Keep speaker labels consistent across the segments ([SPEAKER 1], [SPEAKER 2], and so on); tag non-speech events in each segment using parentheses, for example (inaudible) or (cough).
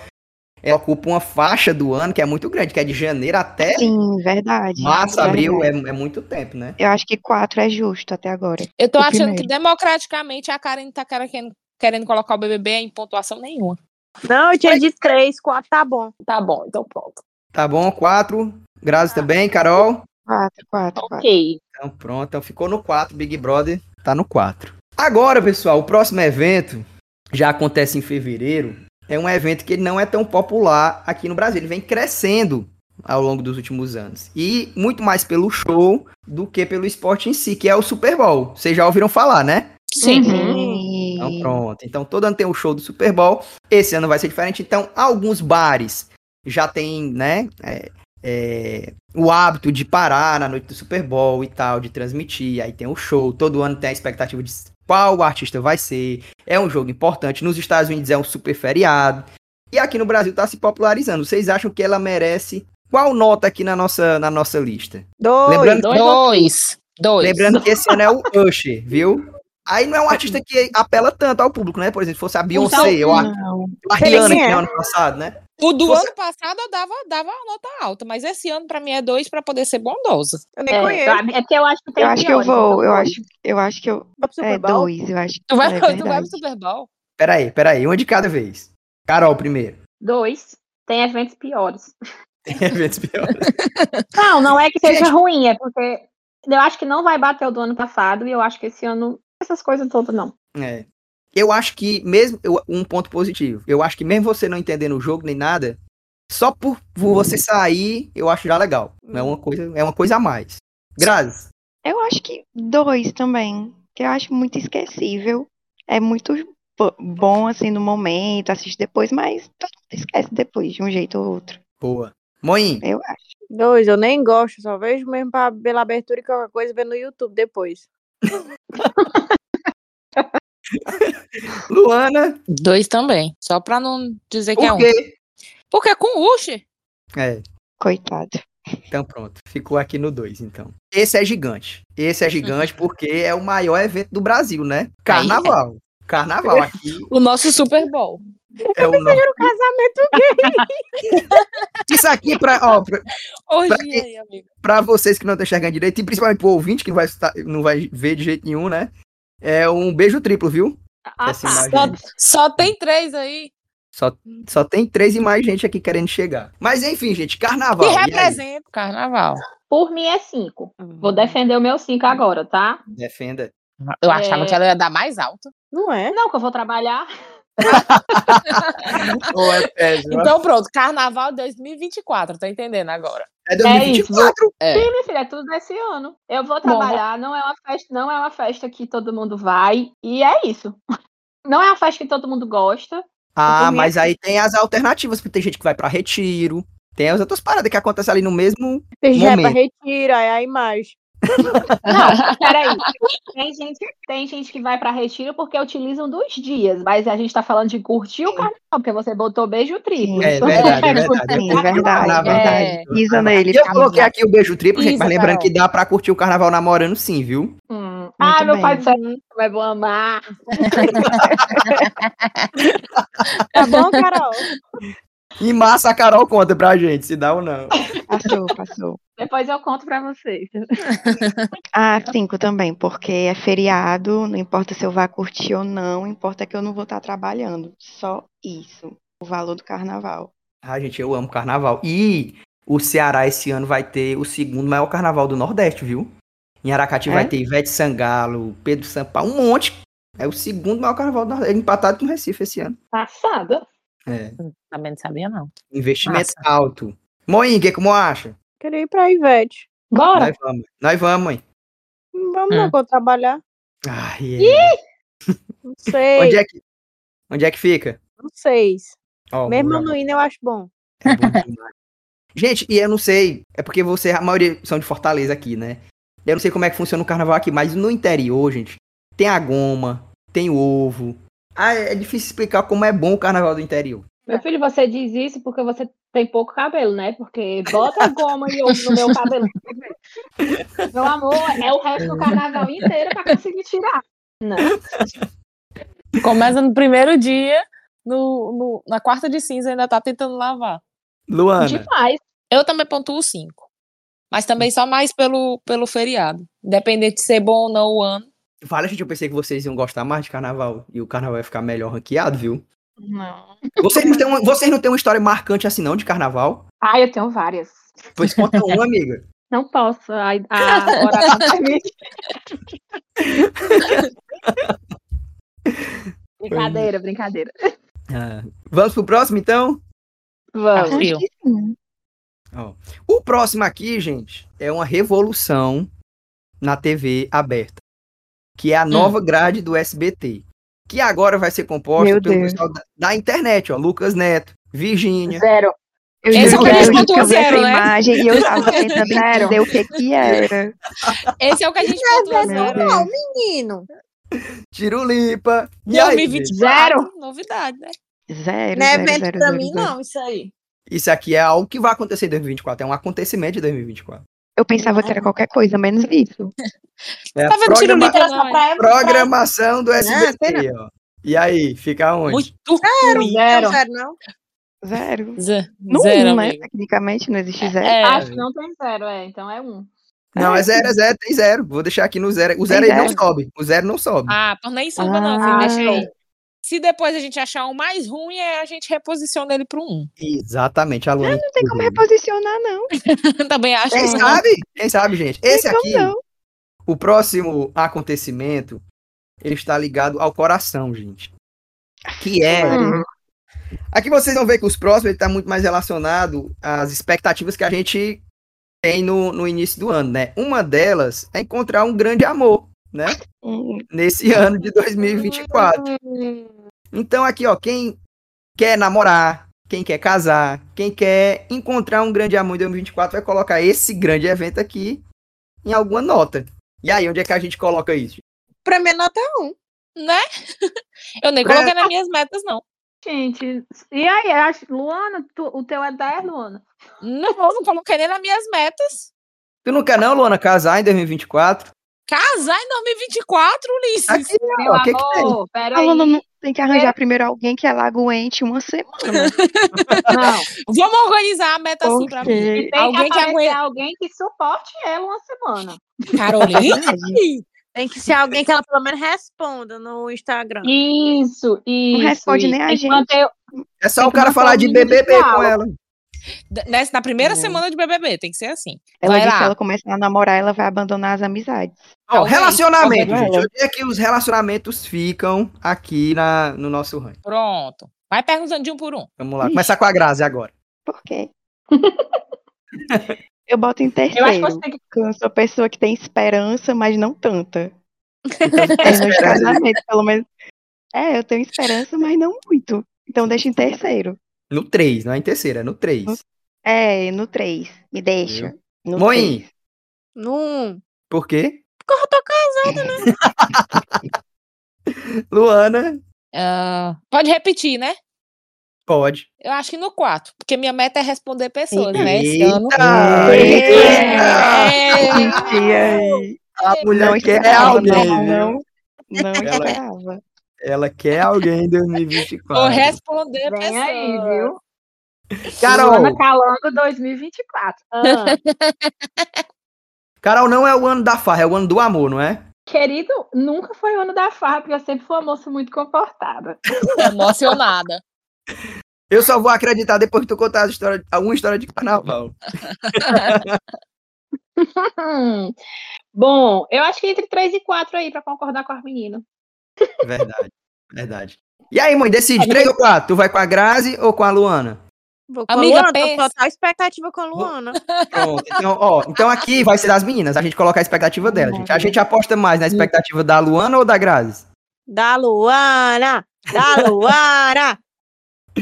[SPEAKER 1] ela ocupa uma faixa do ano que é muito grande, que é de janeiro até
[SPEAKER 2] Sim, verdade.
[SPEAKER 1] março,
[SPEAKER 2] verdade.
[SPEAKER 1] abril, é, é muito tempo, né?
[SPEAKER 2] Eu acho que quatro é justo até agora.
[SPEAKER 3] Eu tô
[SPEAKER 2] O
[SPEAKER 3] achando que
[SPEAKER 2] primeiro.
[SPEAKER 3] democraticamente a Karen tá querendo, querendo colocar o BBB em pontuação nenhuma.
[SPEAKER 4] Não, eu tinha de três, quatro, tá bom.
[SPEAKER 3] Tá bom, então pronto.
[SPEAKER 1] Tá bom, quatro. Grazi também, Carol.
[SPEAKER 2] Quatro, quatro, quatro.
[SPEAKER 5] Ok.
[SPEAKER 1] Então pronto, então ficou no quatro, Big Brother tá no quatro. Agora, pessoal, o próximo evento já acontece em fevereiro. É um evento que ele não é tão popular aqui no Brasil. Ele vem crescendo ao longo dos últimos anos. E muito mais pelo show do que pelo esporte em si, que é o Super Bowl. Vocês já ouviram falar, né?
[SPEAKER 3] Sim.
[SPEAKER 2] Uhum. Sim.
[SPEAKER 1] Então pronto. Então todo ano tem o show do Super Bowl. Esse ano vai ser diferente. Então alguns bares já têm, né, é, é, o hábito de parar na noite do Super Bowl e tal, de transmitir. Aí tem o show. Todo ano tem a expectativa de qual o artista vai ser. É um jogo importante. Nos Estados Unidos é um super feriado. E aqui no Brasil tá se popularizando. Vocês acham que ela merece qual nota aqui na nossa, na nossa lista?
[SPEAKER 4] Dois.
[SPEAKER 1] Lembrando-
[SPEAKER 3] Dois. Dois. Dois.
[SPEAKER 1] Lembrando que esse ano é o Usher, viu? Aí não é um artista que apela tanto ao público, né? Por exemplo, se fosse a Beyoncé ou a
[SPEAKER 2] Não.
[SPEAKER 1] a
[SPEAKER 4] Sei
[SPEAKER 1] Rihanna,
[SPEAKER 4] quem
[SPEAKER 1] que
[SPEAKER 4] é.
[SPEAKER 1] no ano passado, né?
[SPEAKER 3] O do
[SPEAKER 1] Você-
[SPEAKER 3] ano passado eu dava, dava uma nota alta, mas esse ano pra mim é dois pra poder ser bondoso.
[SPEAKER 4] Eu nem
[SPEAKER 5] É,
[SPEAKER 4] conheço.
[SPEAKER 5] tá, é porque eu acho que tem
[SPEAKER 2] Eu acho que eu
[SPEAKER 5] piores, então
[SPEAKER 2] vou, eu
[SPEAKER 5] foi.
[SPEAKER 2] acho, eu acho que eu.
[SPEAKER 4] Vai pro Super
[SPEAKER 2] É
[SPEAKER 4] Bowl?
[SPEAKER 2] dois, eu acho.
[SPEAKER 3] Tu vai,
[SPEAKER 2] é
[SPEAKER 3] tu vai
[SPEAKER 2] verdade.
[SPEAKER 3] pro Super Bowl?
[SPEAKER 1] Peraí, peraí, uma de cada vez. Carol, primeiro.
[SPEAKER 5] Dois. Tem eventos piores.
[SPEAKER 1] Tem eventos piores.
[SPEAKER 5] Não, não é que seja
[SPEAKER 1] Gente.
[SPEAKER 5] ruim, é porque eu acho que não vai bater o do ano passado e eu acho que esse ano essas coisas todas não.
[SPEAKER 1] É. Eu acho que, mesmo. eu- um ponto positivo. Eu acho que, mesmo você não entendendo o jogo nem nada, só por, por você sair, eu acho já legal. É uma coisa, é uma coisa a mais. Grazi,
[SPEAKER 2] Eu acho que dois também, que eu acho muito esquecível. É muito bo- bom assim no momento, assiste depois, mas todo mundo esquece depois de um jeito ou outro.
[SPEAKER 1] boa. Moim,
[SPEAKER 2] Eu acho.
[SPEAKER 4] Dois, eu nem gosto, só vejo mesmo pra, pela abertura e qualquer coisa ver no YouTube depois.
[SPEAKER 1] Luana,
[SPEAKER 3] Dois também. Só pra não dizer que é
[SPEAKER 1] por
[SPEAKER 3] um.
[SPEAKER 1] quê?
[SPEAKER 3] Porque é com o Usher.
[SPEAKER 1] É,
[SPEAKER 2] Coitado.
[SPEAKER 1] Então pronto, ficou aqui no 2, então. Esse é gigante. Esse é gigante porque é o maior evento do Brasil, né? Carnaval. Carnaval aqui
[SPEAKER 3] O nosso Super Bowl.
[SPEAKER 1] é o nome.
[SPEAKER 4] O casamento
[SPEAKER 1] (laughs) Isso aqui pra, ó, pra,
[SPEAKER 3] Hoje
[SPEAKER 1] Pra quê?
[SPEAKER 3] aí, amigo.
[SPEAKER 1] pra vocês que não estão enxergando direito, e principalmente pro ouvinte que não vai, estar- não vai ver de jeito nenhum, né? É um beijo triplo, viu?
[SPEAKER 5] Ah,
[SPEAKER 1] Essa
[SPEAKER 5] tá.
[SPEAKER 1] imagem.
[SPEAKER 3] Só, só tem três aí
[SPEAKER 1] Só, só tem três e mais gente aqui querendo chegar. Mas enfim, gente,
[SPEAKER 3] que
[SPEAKER 1] carnaval. e aí?
[SPEAKER 3] representa o carnaval.
[SPEAKER 5] Por mim é cinco. Vou defender o meu cinco agora, tá?
[SPEAKER 1] Defenda.
[SPEAKER 3] Eu
[SPEAKER 5] É.
[SPEAKER 3] achava que ela ia dar mais alto.
[SPEAKER 4] Não é?
[SPEAKER 5] Não, que eu vou trabalhar.
[SPEAKER 1] Ou é péssimo.
[SPEAKER 3] Então pronto, carnaval 2024, tá entendendo agora?
[SPEAKER 1] É 2024.
[SPEAKER 3] É.
[SPEAKER 5] Sim, minha filha, é tudo nesse ano. Eu vou trabalhar, não é uma festa, não é uma festa que todo mundo vai, e é isso. (laughs) Não é uma festa que todo mundo gosta.
[SPEAKER 1] Ah,
[SPEAKER 5] Então,
[SPEAKER 1] mas aí tem as alternativas, porque tem gente que vai pra retiro, tem as outras paradas que acontecem ali no mesmo.
[SPEAKER 4] Você já é pra
[SPEAKER 1] Momento.
[SPEAKER 4] retira, é a imagem. (laughs)
[SPEAKER 5] Não, peraí. Tem gente, tem gente que vai pra retiro porque utilizam dos dias, mas a gente tá falando de curtir o carnaval, porque você botou beijo triplo.
[SPEAKER 1] É
[SPEAKER 5] Isso
[SPEAKER 1] verdade, é
[SPEAKER 5] é
[SPEAKER 1] verdade.
[SPEAKER 2] Sim, verdade,
[SPEAKER 1] Carnaval. né?
[SPEAKER 2] verdade.
[SPEAKER 3] É.
[SPEAKER 2] Isa nele,
[SPEAKER 1] E eu
[SPEAKER 2] Carlos.
[SPEAKER 1] coloquei aqui o beijo triplo, gente,
[SPEAKER 3] Isso,
[SPEAKER 1] mas lembrando
[SPEAKER 3] Carol.
[SPEAKER 1] que dá pra curtir o carnaval namorando sim, viu?
[SPEAKER 5] Hum, ah,
[SPEAKER 2] Muito
[SPEAKER 5] meu
[SPEAKER 2] bem.
[SPEAKER 5] pai do céu, mas vou amar.
[SPEAKER 4] Tá bom, Carol?
[SPEAKER 1] Em massa, a Carol conta pra gente, se dá ou não.
[SPEAKER 2] Passou, passou.
[SPEAKER 5] Depois eu conto pra vocês.
[SPEAKER 2] Ah, cinco também, porque é feriado, não importa se eu vá curtir ou não, importa que eu não vou estar trabalhando. Só isso. O valor do carnaval.
[SPEAKER 1] Ah, gente, eu amo carnaval. E o Ceará esse ano vai ter o segundo maior carnaval do Nordeste, viu? Em Aracati
[SPEAKER 2] É?
[SPEAKER 1] vai ter Ivete Sangalo, Pedro Sampaio, um monte. É o segundo maior carnaval do Nordeste, empatado com o Recife esse ano.
[SPEAKER 5] Passada.
[SPEAKER 1] É.
[SPEAKER 3] Também não sabia, não.
[SPEAKER 1] Investimento alto. Moinha, que como acha?
[SPEAKER 4] Queria ir pra Ivete.
[SPEAKER 5] Bora.
[SPEAKER 1] Nós vamos, nós vamos, mãe.
[SPEAKER 4] Não Vamos
[SPEAKER 3] Hum.
[SPEAKER 4] não, que eu vou trabalhar.
[SPEAKER 1] Ai, é.
[SPEAKER 4] Não sei.
[SPEAKER 1] Onde é que, onde é que fica?
[SPEAKER 4] Não sei.
[SPEAKER 1] Ó, o
[SPEAKER 4] Mesmo
[SPEAKER 1] mural.
[SPEAKER 4] no hino eu acho bom.
[SPEAKER 1] É bom demais. (laughs) Gente, e eu não sei, é porque você, a maioria são de Fortaleza aqui, né? Eu não sei como é que funciona o carnaval aqui, mas no interior, gente, tem a goma, tem o ovo. Ah, é é difícil explicar como é bom o carnaval do interior.
[SPEAKER 5] Meu filho, você diz isso porque você tem pouco cabelo, né? Porque bota goma e ovo no meu cabelo. Meu amor, é o resto do carnaval inteiro pra conseguir tirar. Não.
[SPEAKER 3] Começa no primeiro dia, no, no- na quarta de cinza ainda tá tentando lavar.
[SPEAKER 1] Luana,
[SPEAKER 5] Demais.
[SPEAKER 3] Eu também pontuo cinco. Mas também só mais pelo, pelo feriado. Independente de ser bom ou não o ano.
[SPEAKER 1] vale, gente, eu pensei que vocês iam gostar mais de carnaval e o carnaval ia ficar melhor ranqueado, viu?
[SPEAKER 2] Não.
[SPEAKER 1] Vocês não têm uma, vocês não têm uma história marcante assim, não, de carnaval?
[SPEAKER 5] Ah, eu tenho várias.
[SPEAKER 1] Pois conta uma, amiga.
[SPEAKER 5] Não posso. ah, A, a hora não
[SPEAKER 1] (laughs)
[SPEAKER 5] permite.
[SPEAKER 1] é.
[SPEAKER 5] brincadeira, brincadeira.
[SPEAKER 1] Ah, vamos pro próximo, então?
[SPEAKER 3] Tá
[SPEAKER 5] Vamos.
[SPEAKER 3] frio.
[SPEAKER 1] O próximo aqui, gente, é uma revolução na TV aberta, que é a nova grade do SBT, que agora vai ser composta
[SPEAKER 2] Meu
[SPEAKER 1] pelo
[SPEAKER 2] Deus.
[SPEAKER 1] pessoal da, da internet, ó, Lucas Neto, Virgínia.
[SPEAKER 5] (laughs) Zero.
[SPEAKER 2] Eu
[SPEAKER 3] Esse
[SPEAKER 2] juro
[SPEAKER 3] é o que a
[SPEAKER 2] que
[SPEAKER 3] gente
[SPEAKER 2] eu, que eu vi
[SPEAKER 3] pontua
[SPEAKER 2] essa
[SPEAKER 3] zero, né?
[SPEAKER 2] imagem e eu tava
[SPEAKER 3] (laughs)
[SPEAKER 2] tentando
[SPEAKER 5] Zero.
[SPEAKER 2] entender o que que era.
[SPEAKER 3] Esse é o que a gente
[SPEAKER 2] Meu
[SPEAKER 3] pontua zero.
[SPEAKER 2] Deus.
[SPEAKER 4] é Menino,
[SPEAKER 1] Tirulipa. E aí, gente?
[SPEAKER 3] 2024,
[SPEAKER 5] Zero.
[SPEAKER 3] novidade, né?
[SPEAKER 2] Zero,
[SPEAKER 4] não é
[SPEAKER 2] zero,
[SPEAKER 4] evento
[SPEAKER 2] zero,
[SPEAKER 4] pra
[SPEAKER 2] zero,
[SPEAKER 4] mim,
[SPEAKER 2] zero.
[SPEAKER 4] não, isso aí.
[SPEAKER 1] Isso aqui é algo que vai acontecer em 2024, é um acontecimento de 2024.
[SPEAKER 2] Eu pensava que era qualquer coisa, menos isso.
[SPEAKER 1] É a
[SPEAKER 3] Tá vendo
[SPEAKER 1] programa-
[SPEAKER 3] Tirulipa?
[SPEAKER 4] Era
[SPEAKER 3] não,
[SPEAKER 4] só
[SPEAKER 3] é.
[SPEAKER 4] pra Eva,
[SPEAKER 1] programação do
[SPEAKER 4] sei
[SPEAKER 1] SBT, ó. E aí, fica onde?
[SPEAKER 3] Muito ruim.
[SPEAKER 5] Zero.
[SPEAKER 4] Não, zero, não.
[SPEAKER 2] Zero.
[SPEAKER 3] Ze-
[SPEAKER 2] No
[SPEAKER 3] Zero,
[SPEAKER 2] um, né?
[SPEAKER 3] amigo.
[SPEAKER 2] Tecnicamente não existe zero.
[SPEAKER 3] É,
[SPEAKER 5] Acho que não tem zero, é. Então é um.
[SPEAKER 1] Não, é zero, é zero, tem zero. Vou deixar aqui no zero. O zero, ele não
[SPEAKER 2] zero.
[SPEAKER 1] sobe. O zero não sobe.
[SPEAKER 3] Ah, por nem sombra
[SPEAKER 2] Ah,
[SPEAKER 3] não, filho. Deixa
[SPEAKER 5] show.
[SPEAKER 3] ele. Se depois a gente achar um mais ruim, é a gente reposiciona ele pro um. (laughs)
[SPEAKER 1] Exatamente, a Luana.
[SPEAKER 2] Não tem como reposicionar, não.
[SPEAKER 3] também acho
[SPEAKER 1] Quem
[SPEAKER 3] ruim.
[SPEAKER 1] sabe? Quem sabe, gente? Esse
[SPEAKER 2] Tem como
[SPEAKER 1] aqui,
[SPEAKER 2] não.
[SPEAKER 1] o próximo acontecimento, ele está ligado ao coração, gente. Que é.
[SPEAKER 2] Hum.
[SPEAKER 1] Aqui vocês vão ver que os próximos ele está muito mais relacionado às expectativas que a gente tem no, no início do ano, né? Uma delas é encontrar um grande amor, né?
[SPEAKER 2] Hum,
[SPEAKER 1] Nesse (laughs) ano de 2024.
[SPEAKER 5] Hum.
[SPEAKER 1] Então, aqui, ó, quem quer namorar, quem quer casar, quem quer encontrar um grande amor em 2024, vai colocar esse grande evento aqui em alguma nota. E aí, onde é que a gente coloca isso?
[SPEAKER 4] Pra mim, nota é um.
[SPEAKER 3] Né? Eu nem
[SPEAKER 1] Pra-
[SPEAKER 3] coloquei nas minhas metas, não.
[SPEAKER 5] Gente, e aí? Acho- Luana, tu- o teu é 10, Luana?
[SPEAKER 3] Não, não coloquei nem nas minhas metas.
[SPEAKER 1] Tu não quer não, Luana, casar em 2024?
[SPEAKER 3] Casar em 2024, Ulisses.
[SPEAKER 1] Aqui,
[SPEAKER 5] Meu
[SPEAKER 1] ó, Ah, o que que tem?
[SPEAKER 5] amor,
[SPEAKER 2] A
[SPEAKER 5] peraí.
[SPEAKER 2] Luna não tem que arranjar primeiro alguém que ela aguente uma semana.
[SPEAKER 5] Não,
[SPEAKER 3] Vamos organizar a meta assim pra mim.
[SPEAKER 2] Porque-
[SPEAKER 5] e tem
[SPEAKER 3] Alguém que
[SPEAKER 5] que aparecer
[SPEAKER 3] aguenta.
[SPEAKER 5] alguém que suporte ela uma semana.
[SPEAKER 2] Tá (laughs)
[SPEAKER 3] Caroline?
[SPEAKER 4] Tem que ser alguém que ela pelo menos responda no Instagram.
[SPEAKER 5] Isso, isso.
[SPEAKER 2] responde
[SPEAKER 5] isso.
[SPEAKER 2] nem a
[SPEAKER 5] Tem que
[SPEAKER 2] gente.
[SPEAKER 5] manter-
[SPEAKER 1] É só
[SPEAKER 5] Tem
[SPEAKER 1] o
[SPEAKER 5] que
[SPEAKER 1] cara
[SPEAKER 5] botar
[SPEAKER 1] falar
[SPEAKER 5] o
[SPEAKER 1] de
[SPEAKER 5] mínimo de
[SPEAKER 1] BBB com
[SPEAKER 5] diálogo.
[SPEAKER 1] ela.
[SPEAKER 3] Nessa, na primeira
[SPEAKER 2] É.
[SPEAKER 3] semana de BBB, tem que ser assim.
[SPEAKER 2] Ela
[SPEAKER 3] Vai
[SPEAKER 2] disse que
[SPEAKER 3] lá.
[SPEAKER 2] ela começar a namorar, ela vai abandonar as amizades.
[SPEAKER 1] Ó,
[SPEAKER 3] Talvez,
[SPEAKER 1] relacionamento,
[SPEAKER 2] talvez.
[SPEAKER 1] gente. Onde é que os relacionamentos ficam aqui na, no nosso ranking?
[SPEAKER 3] Pronto. Vai perguntando de um por um.
[SPEAKER 1] Vamos lá, começar com a Grazi agora.
[SPEAKER 2] Por
[SPEAKER 1] (laughs)
[SPEAKER 2] quê? Eu boto em
[SPEAKER 5] Eu acho que
[SPEAKER 2] terceiro.
[SPEAKER 5] você tem que.
[SPEAKER 2] porque Eu sou pessoa que tem esperança, mas não tanta.
[SPEAKER 1] Então,
[SPEAKER 2] É, nos casamentos, pelo menos. É, eu tenho esperança, mas não muito. Então deixa em terceiro.
[SPEAKER 1] no 3, não é em terceiro, é no 3.
[SPEAKER 2] É, no três. Me deixa. No
[SPEAKER 1] Mãe.
[SPEAKER 2] três.
[SPEAKER 4] Num.
[SPEAKER 1] Por quê?
[SPEAKER 2] né?
[SPEAKER 1] (laughs) Luana,
[SPEAKER 3] Ah, pode repetir, né?
[SPEAKER 1] pode.
[SPEAKER 3] Eu acho que no quatro, porque minha meta é responder pessoas, né? Esse
[SPEAKER 1] Eita!
[SPEAKER 3] ano.
[SPEAKER 2] Eita!
[SPEAKER 3] É,
[SPEAKER 2] E aí?
[SPEAKER 1] A mulher
[SPEAKER 2] não
[SPEAKER 1] quer
[SPEAKER 2] esperava,
[SPEAKER 1] é alguém, viu?
[SPEAKER 2] não, não, não
[SPEAKER 1] Ela-
[SPEAKER 2] esperava.
[SPEAKER 1] Ela quer alguém em
[SPEAKER 3] Vou
[SPEAKER 1] 2024.
[SPEAKER 3] responder a
[SPEAKER 5] Vem
[SPEAKER 3] pessoa.
[SPEAKER 5] aí, viu?
[SPEAKER 1] Carol,
[SPEAKER 2] né?
[SPEAKER 5] Luana Calango 2024. Ah,
[SPEAKER 1] Carol não é o ano da farra, é o ano do amor, não é?
[SPEAKER 5] querido, nunca foi o ano da farra, porque eu sempre fui uma moça muito comportada.
[SPEAKER 3] Tô Emocionada.
[SPEAKER 1] Eu só vou acreditar depois que tu contar as histórias- alguma história de carnaval.
[SPEAKER 5] Hum. Bom, eu acho que entre 3 e 4 aí, pra concordar com as meninas.
[SPEAKER 1] Verdade, verdade. E aí, mãe, decide, três ou quatro? Tu vai com a Grazi ou com a Luana?
[SPEAKER 4] Vou com a
[SPEAKER 3] Amiga,
[SPEAKER 4] Luana,
[SPEAKER 3] pensa.
[SPEAKER 4] tô com total expectativa com a Luana.
[SPEAKER 1] Pronto, então, ó, então aqui vai ser das meninas, a gente coloca a expectativa dela,
[SPEAKER 5] Uhum.
[SPEAKER 1] gente. A gente aposta mais na expectativa da Luana ou da Grazi?
[SPEAKER 4] Da Luana! Da Luana!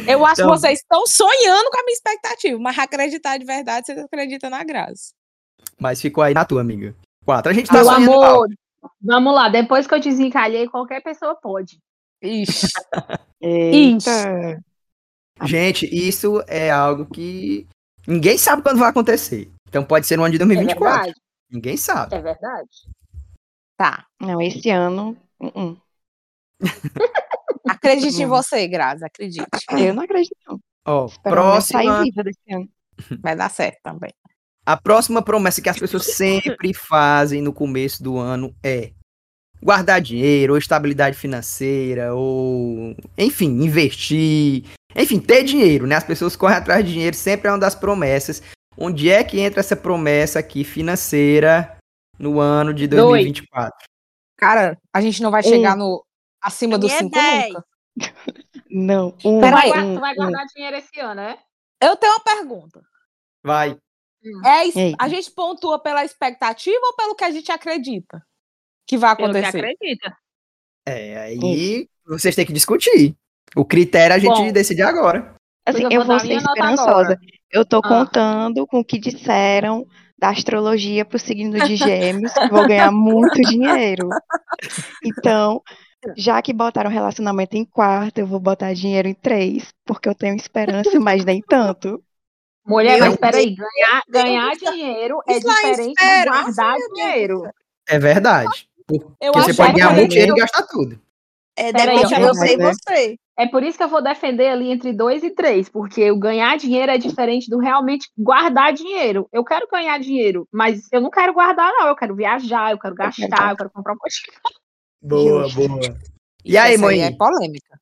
[SPEAKER 3] Eu acho
[SPEAKER 1] Então-
[SPEAKER 3] que vocês estão sonhando com a minha expectativa, mas acreditar de verdade, vocês acreditam na graça.
[SPEAKER 1] Mas ficou aí na tua, amiga. Quatro. A gente tá
[SPEAKER 5] Meu
[SPEAKER 1] sonhando alto.
[SPEAKER 5] amor, vamos lá, depois que eu desencalhei, qualquer pessoa pode.
[SPEAKER 3] Ixi.
[SPEAKER 1] é
[SPEAKER 2] Eita.
[SPEAKER 1] Gente, isso é algo que ninguém sabe quando vai acontecer. Então pode ser no ano de
[SPEAKER 5] É
[SPEAKER 1] 2024.
[SPEAKER 5] verdade,
[SPEAKER 1] ninguém sabe.
[SPEAKER 5] é verdade.
[SPEAKER 3] Tá.
[SPEAKER 2] Não, esse ano. uh-uh.
[SPEAKER 3] Acredite em
[SPEAKER 2] Hum.
[SPEAKER 3] você, Grazi. Acredite.
[SPEAKER 2] Eu não acredito. não.
[SPEAKER 1] Ó,
[SPEAKER 2] Espero ao menos
[SPEAKER 1] próxima,
[SPEAKER 2] sair viva desse ano.
[SPEAKER 3] Vai dar certo também.
[SPEAKER 1] a próxima promessa que as
[SPEAKER 3] (laughs)
[SPEAKER 1] pessoas sempre fazem no começo do ano é guardar dinheiro, ou estabilidade financeira, ou enfim, investir. Enfim, ter dinheiro, né? As pessoas correm atrás de dinheiro, sempre é uma das promessas. Onde é que entra essa promessa aqui financeira no ano de
[SPEAKER 5] Dois.
[SPEAKER 1] 2024?
[SPEAKER 3] Cara, a gente não vai chegar no acima dos
[SPEAKER 4] Minha
[SPEAKER 3] 5
[SPEAKER 4] ideia.
[SPEAKER 3] nunca.
[SPEAKER 2] Não. Um,
[SPEAKER 5] Tu vai,
[SPEAKER 3] Peraí.
[SPEAKER 5] guar-
[SPEAKER 2] um,
[SPEAKER 5] tu vai
[SPEAKER 2] um.
[SPEAKER 5] guardar dinheiro esse ano, é?
[SPEAKER 3] Eu tenho uma pergunta.
[SPEAKER 1] Vai.
[SPEAKER 3] É, es-
[SPEAKER 2] Eita.
[SPEAKER 3] a gente pontua pela expectativa ou pelo que a gente acredita que vai
[SPEAKER 5] Pelo que
[SPEAKER 3] acontecer?
[SPEAKER 5] acredita.
[SPEAKER 1] É, aí
[SPEAKER 3] Um.
[SPEAKER 1] vocês têm que discutir. O critério a gente
[SPEAKER 5] Bom.
[SPEAKER 1] decide agora.
[SPEAKER 2] Assim,
[SPEAKER 5] Pois eu
[SPEAKER 2] eu
[SPEAKER 5] vou dar
[SPEAKER 2] vou
[SPEAKER 5] a
[SPEAKER 2] ser
[SPEAKER 5] minha nota
[SPEAKER 2] esperançosa. Eu tô
[SPEAKER 5] Ah.
[SPEAKER 2] contando com o que disseram da astrologia pro signo de gêmeos, que vou ganhar muito dinheiro. Então, já que botaram relacionamento em quarto, eu vou botar dinheiro em três, porque eu tenho esperança, mas nem tanto.
[SPEAKER 5] Mulher,
[SPEAKER 1] Meu
[SPEAKER 5] mas peraí, ganhar, ganhar dinheiro é
[SPEAKER 3] Isso lá é
[SPEAKER 5] diferente de
[SPEAKER 3] esperança,
[SPEAKER 5] guardar
[SPEAKER 3] meu Deus do
[SPEAKER 5] dinheiro.
[SPEAKER 1] É verdade. Porque
[SPEAKER 3] Eu
[SPEAKER 1] você pode
[SPEAKER 3] acho que é um
[SPEAKER 1] ganhar muito
[SPEAKER 3] eu acredito.
[SPEAKER 1] dinheiro e gastar tudo.
[SPEAKER 4] É,
[SPEAKER 5] Peraí,
[SPEAKER 4] depende
[SPEAKER 2] ó,
[SPEAKER 4] de você e
[SPEAKER 2] né?
[SPEAKER 4] você.
[SPEAKER 5] É por isso que eu vou defender ali entre dois e três, porque o ganhar dinheiro é diferente do realmente guardar dinheiro. Eu quero ganhar dinheiro, mas eu não quero guardar, não. Eu quero viajar, eu quero gastar, eu quero comprar um monte de coisa.
[SPEAKER 2] Boa,
[SPEAKER 1] boa. E
[SPEAKER 3] Isso,
[SPEAKER 1] aí,
[SPEAKER 3] essa
[SPEAKER 1] mãe?
[SPEAKER 3] É polêmica.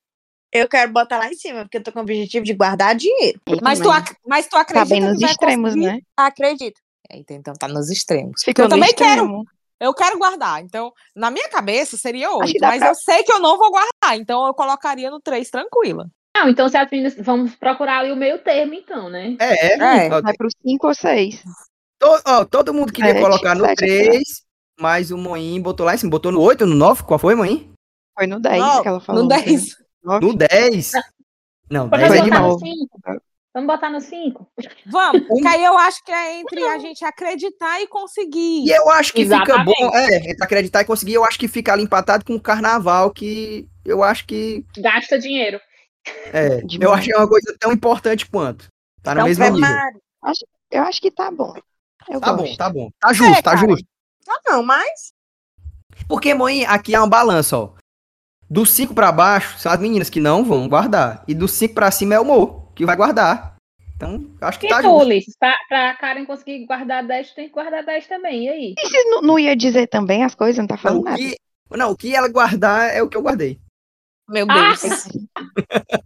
[SPEAKER 4] Eu quero botar lá em cima, porque eu tô com o objetivo de guardar dinheiro.
[SPEAKER 3] Mas tu, ac- mas tu
[SPEAKER 2] tá
[SPEAKER 3] acredita
[SPEAKER 2] bem nos
[SPEAKER 3] que vai
[SPEAKER 2] extremos,
[SPEAKER 3] conseguir?
[SPEAKER 2] né?
[SPEAKER 4] Acredito.
[SPEAKER 3] É, então tá nos extremos.
[SPEAKER 2] Ficou
[SPEAKER 3] eu
[SPEAKER 2] no
[SPEAKER 3] também quero.
[SPEAKER 2] extremo.
[SPEAKER 3] Eu quero guardar. Então, na minha cabeça seria
[SPEAKER 2] que
[SPEAKER 3] oito,
[SPEAKER 2] dá
[SPEAKER 3] mas
[SPEAKER 2] pra-
[SPEAKER 3] eu sei que eu não vou guardar. Então eu colocaria no três tranquila.
[SPEAKER 5] Não, então se as meninas. Vamos procurar ali o meio termo, então, né?
[SPEAKER 1] É,
[SPEAKER 3] É.
[SPEAKER 1] Ó,
[SPEAKER 2] Vai pro cinco ou seis.
[SPEAKER 1] to- ó, todo mundo queria
[SPEAKER 2] Sete,
[SPEAKER 1] colocar no
[SPEAKER 2] sete,
[SPEAKER 1] 3, mas o Moim botou lá em cima. Botou no 8, no 9? Qual foi, Moim?
[SPEAKER 2] Foi no 10
[SPEAKER 4] Não,
[SPEAKER 2] que ela falou.
[SPEAKER 3] No
[SPEAKER 2] não foi
[SPEAKER 3] dez.
[SPEAKER 2] nove.
[SPEAKER 1] No 10. Não, 10
[SPEAKER 5] Vamos
[SPEAKER 1] é
[SPEAKER 2] Foi
[SPEAKER 5] botar
[SPEAKER 1] demais.
[SPEAKER 5] no
[SPEAKER 2] novo.
[SPEAKER 5] cinco. Vamos botar no cinco.
[SPEAKER 3] Vamos, porque aí eu acho que é entre a gente acreditar e conseguir.
[SPEAKER 1] E é eu acho que fica
[SPEAKER 5] Exatamente.
[SPEAKER 1] bom, é, entre acreditar e conseguir, eu acho que fica ali empatado com o carnaval, que eu acho que.
[SPEAKER 5] Gasta dinheiro.
[SPEAKER 1] É, eu
[SPEAKER 2] Demais.
[SPEAKER 1] acho que é uma coisa tão importante quanto. Tá no
[SPEAKER 4] Então,
[SPEAKER 1] mesmo nível.
[SPEAKER 4] preparo.
[SPEAKER 2] Eu acho que tá bom. Eu
[SPEAKER 1] Tá bom,
[SPEAKER 2] gosto.
[SPEAKER 1] tá bom. Tá justo, tá
[SPEAKER 3] cara.
[SPEAKER 1] justo.
[SPEAKER 4] Não, Ah, não, mas
[SPEAKER 1] Porque, mãe, aqui é uma balança, ó. Dos 5 pra baixo são as meninas que não vão guardar. E dos 5 pra cima é o Mo, que vai guardar. Então, eu acho que
[SPEAKER 5] E
[SPEAKER 1] tá
[SPEAKER 5] tu,
[SPEAKER 1] justo.
[SPEAKER 5] Ulisses, pra, pra Karen conseguir guardar 10, tem que guardar 10 também. E aí?
[SPEAKER 2] E se não, não ia dizer também as coisas, não tá
[SPEAKER 1] Então,
[SPEAKER 2] falando
[SPEAKER 1] o
[SPEAKER 2] nada.
[SPEAKER 1] que, não, o que ela guardar é o que eu guardei.
[SPEAKER 3] Meu
[SPEAKER 5] Ah!
[SPEAKER 2] é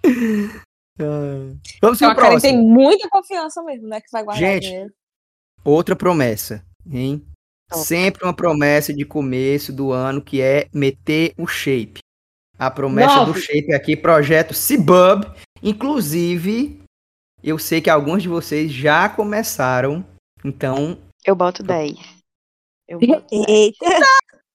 [SPEAKER 3] Deus.
[SPEAKER 1] Vamos
[SPEAKER 3] Então,
[SPEAKER 1] pro
[SPEAKER 3] a Karen tem
[SPEAKER 1] próximo.
[SPEAKER 3] muita confiança mesmo, né? Que vai guardar
[SPEAKER 1] Gente.
[SPEAKER 3] dinheiro.
[SPEAKER 1] Outra promessa, hein?
[SPEAKER 2] Top.
[SPEAKER 1] Sempre uma promessa de começo do ano que é meter o shape. A promessa do
[SPEAKER 5] Nove.
[SPEAKER 1] shape aqui, projeto Cibub. Inclusive, eu sei que alguns de vocês já começaram. Então,
[SPEAKER 2] Eu boto 10. Eu boto 10.
[SPEAKER 4] eita,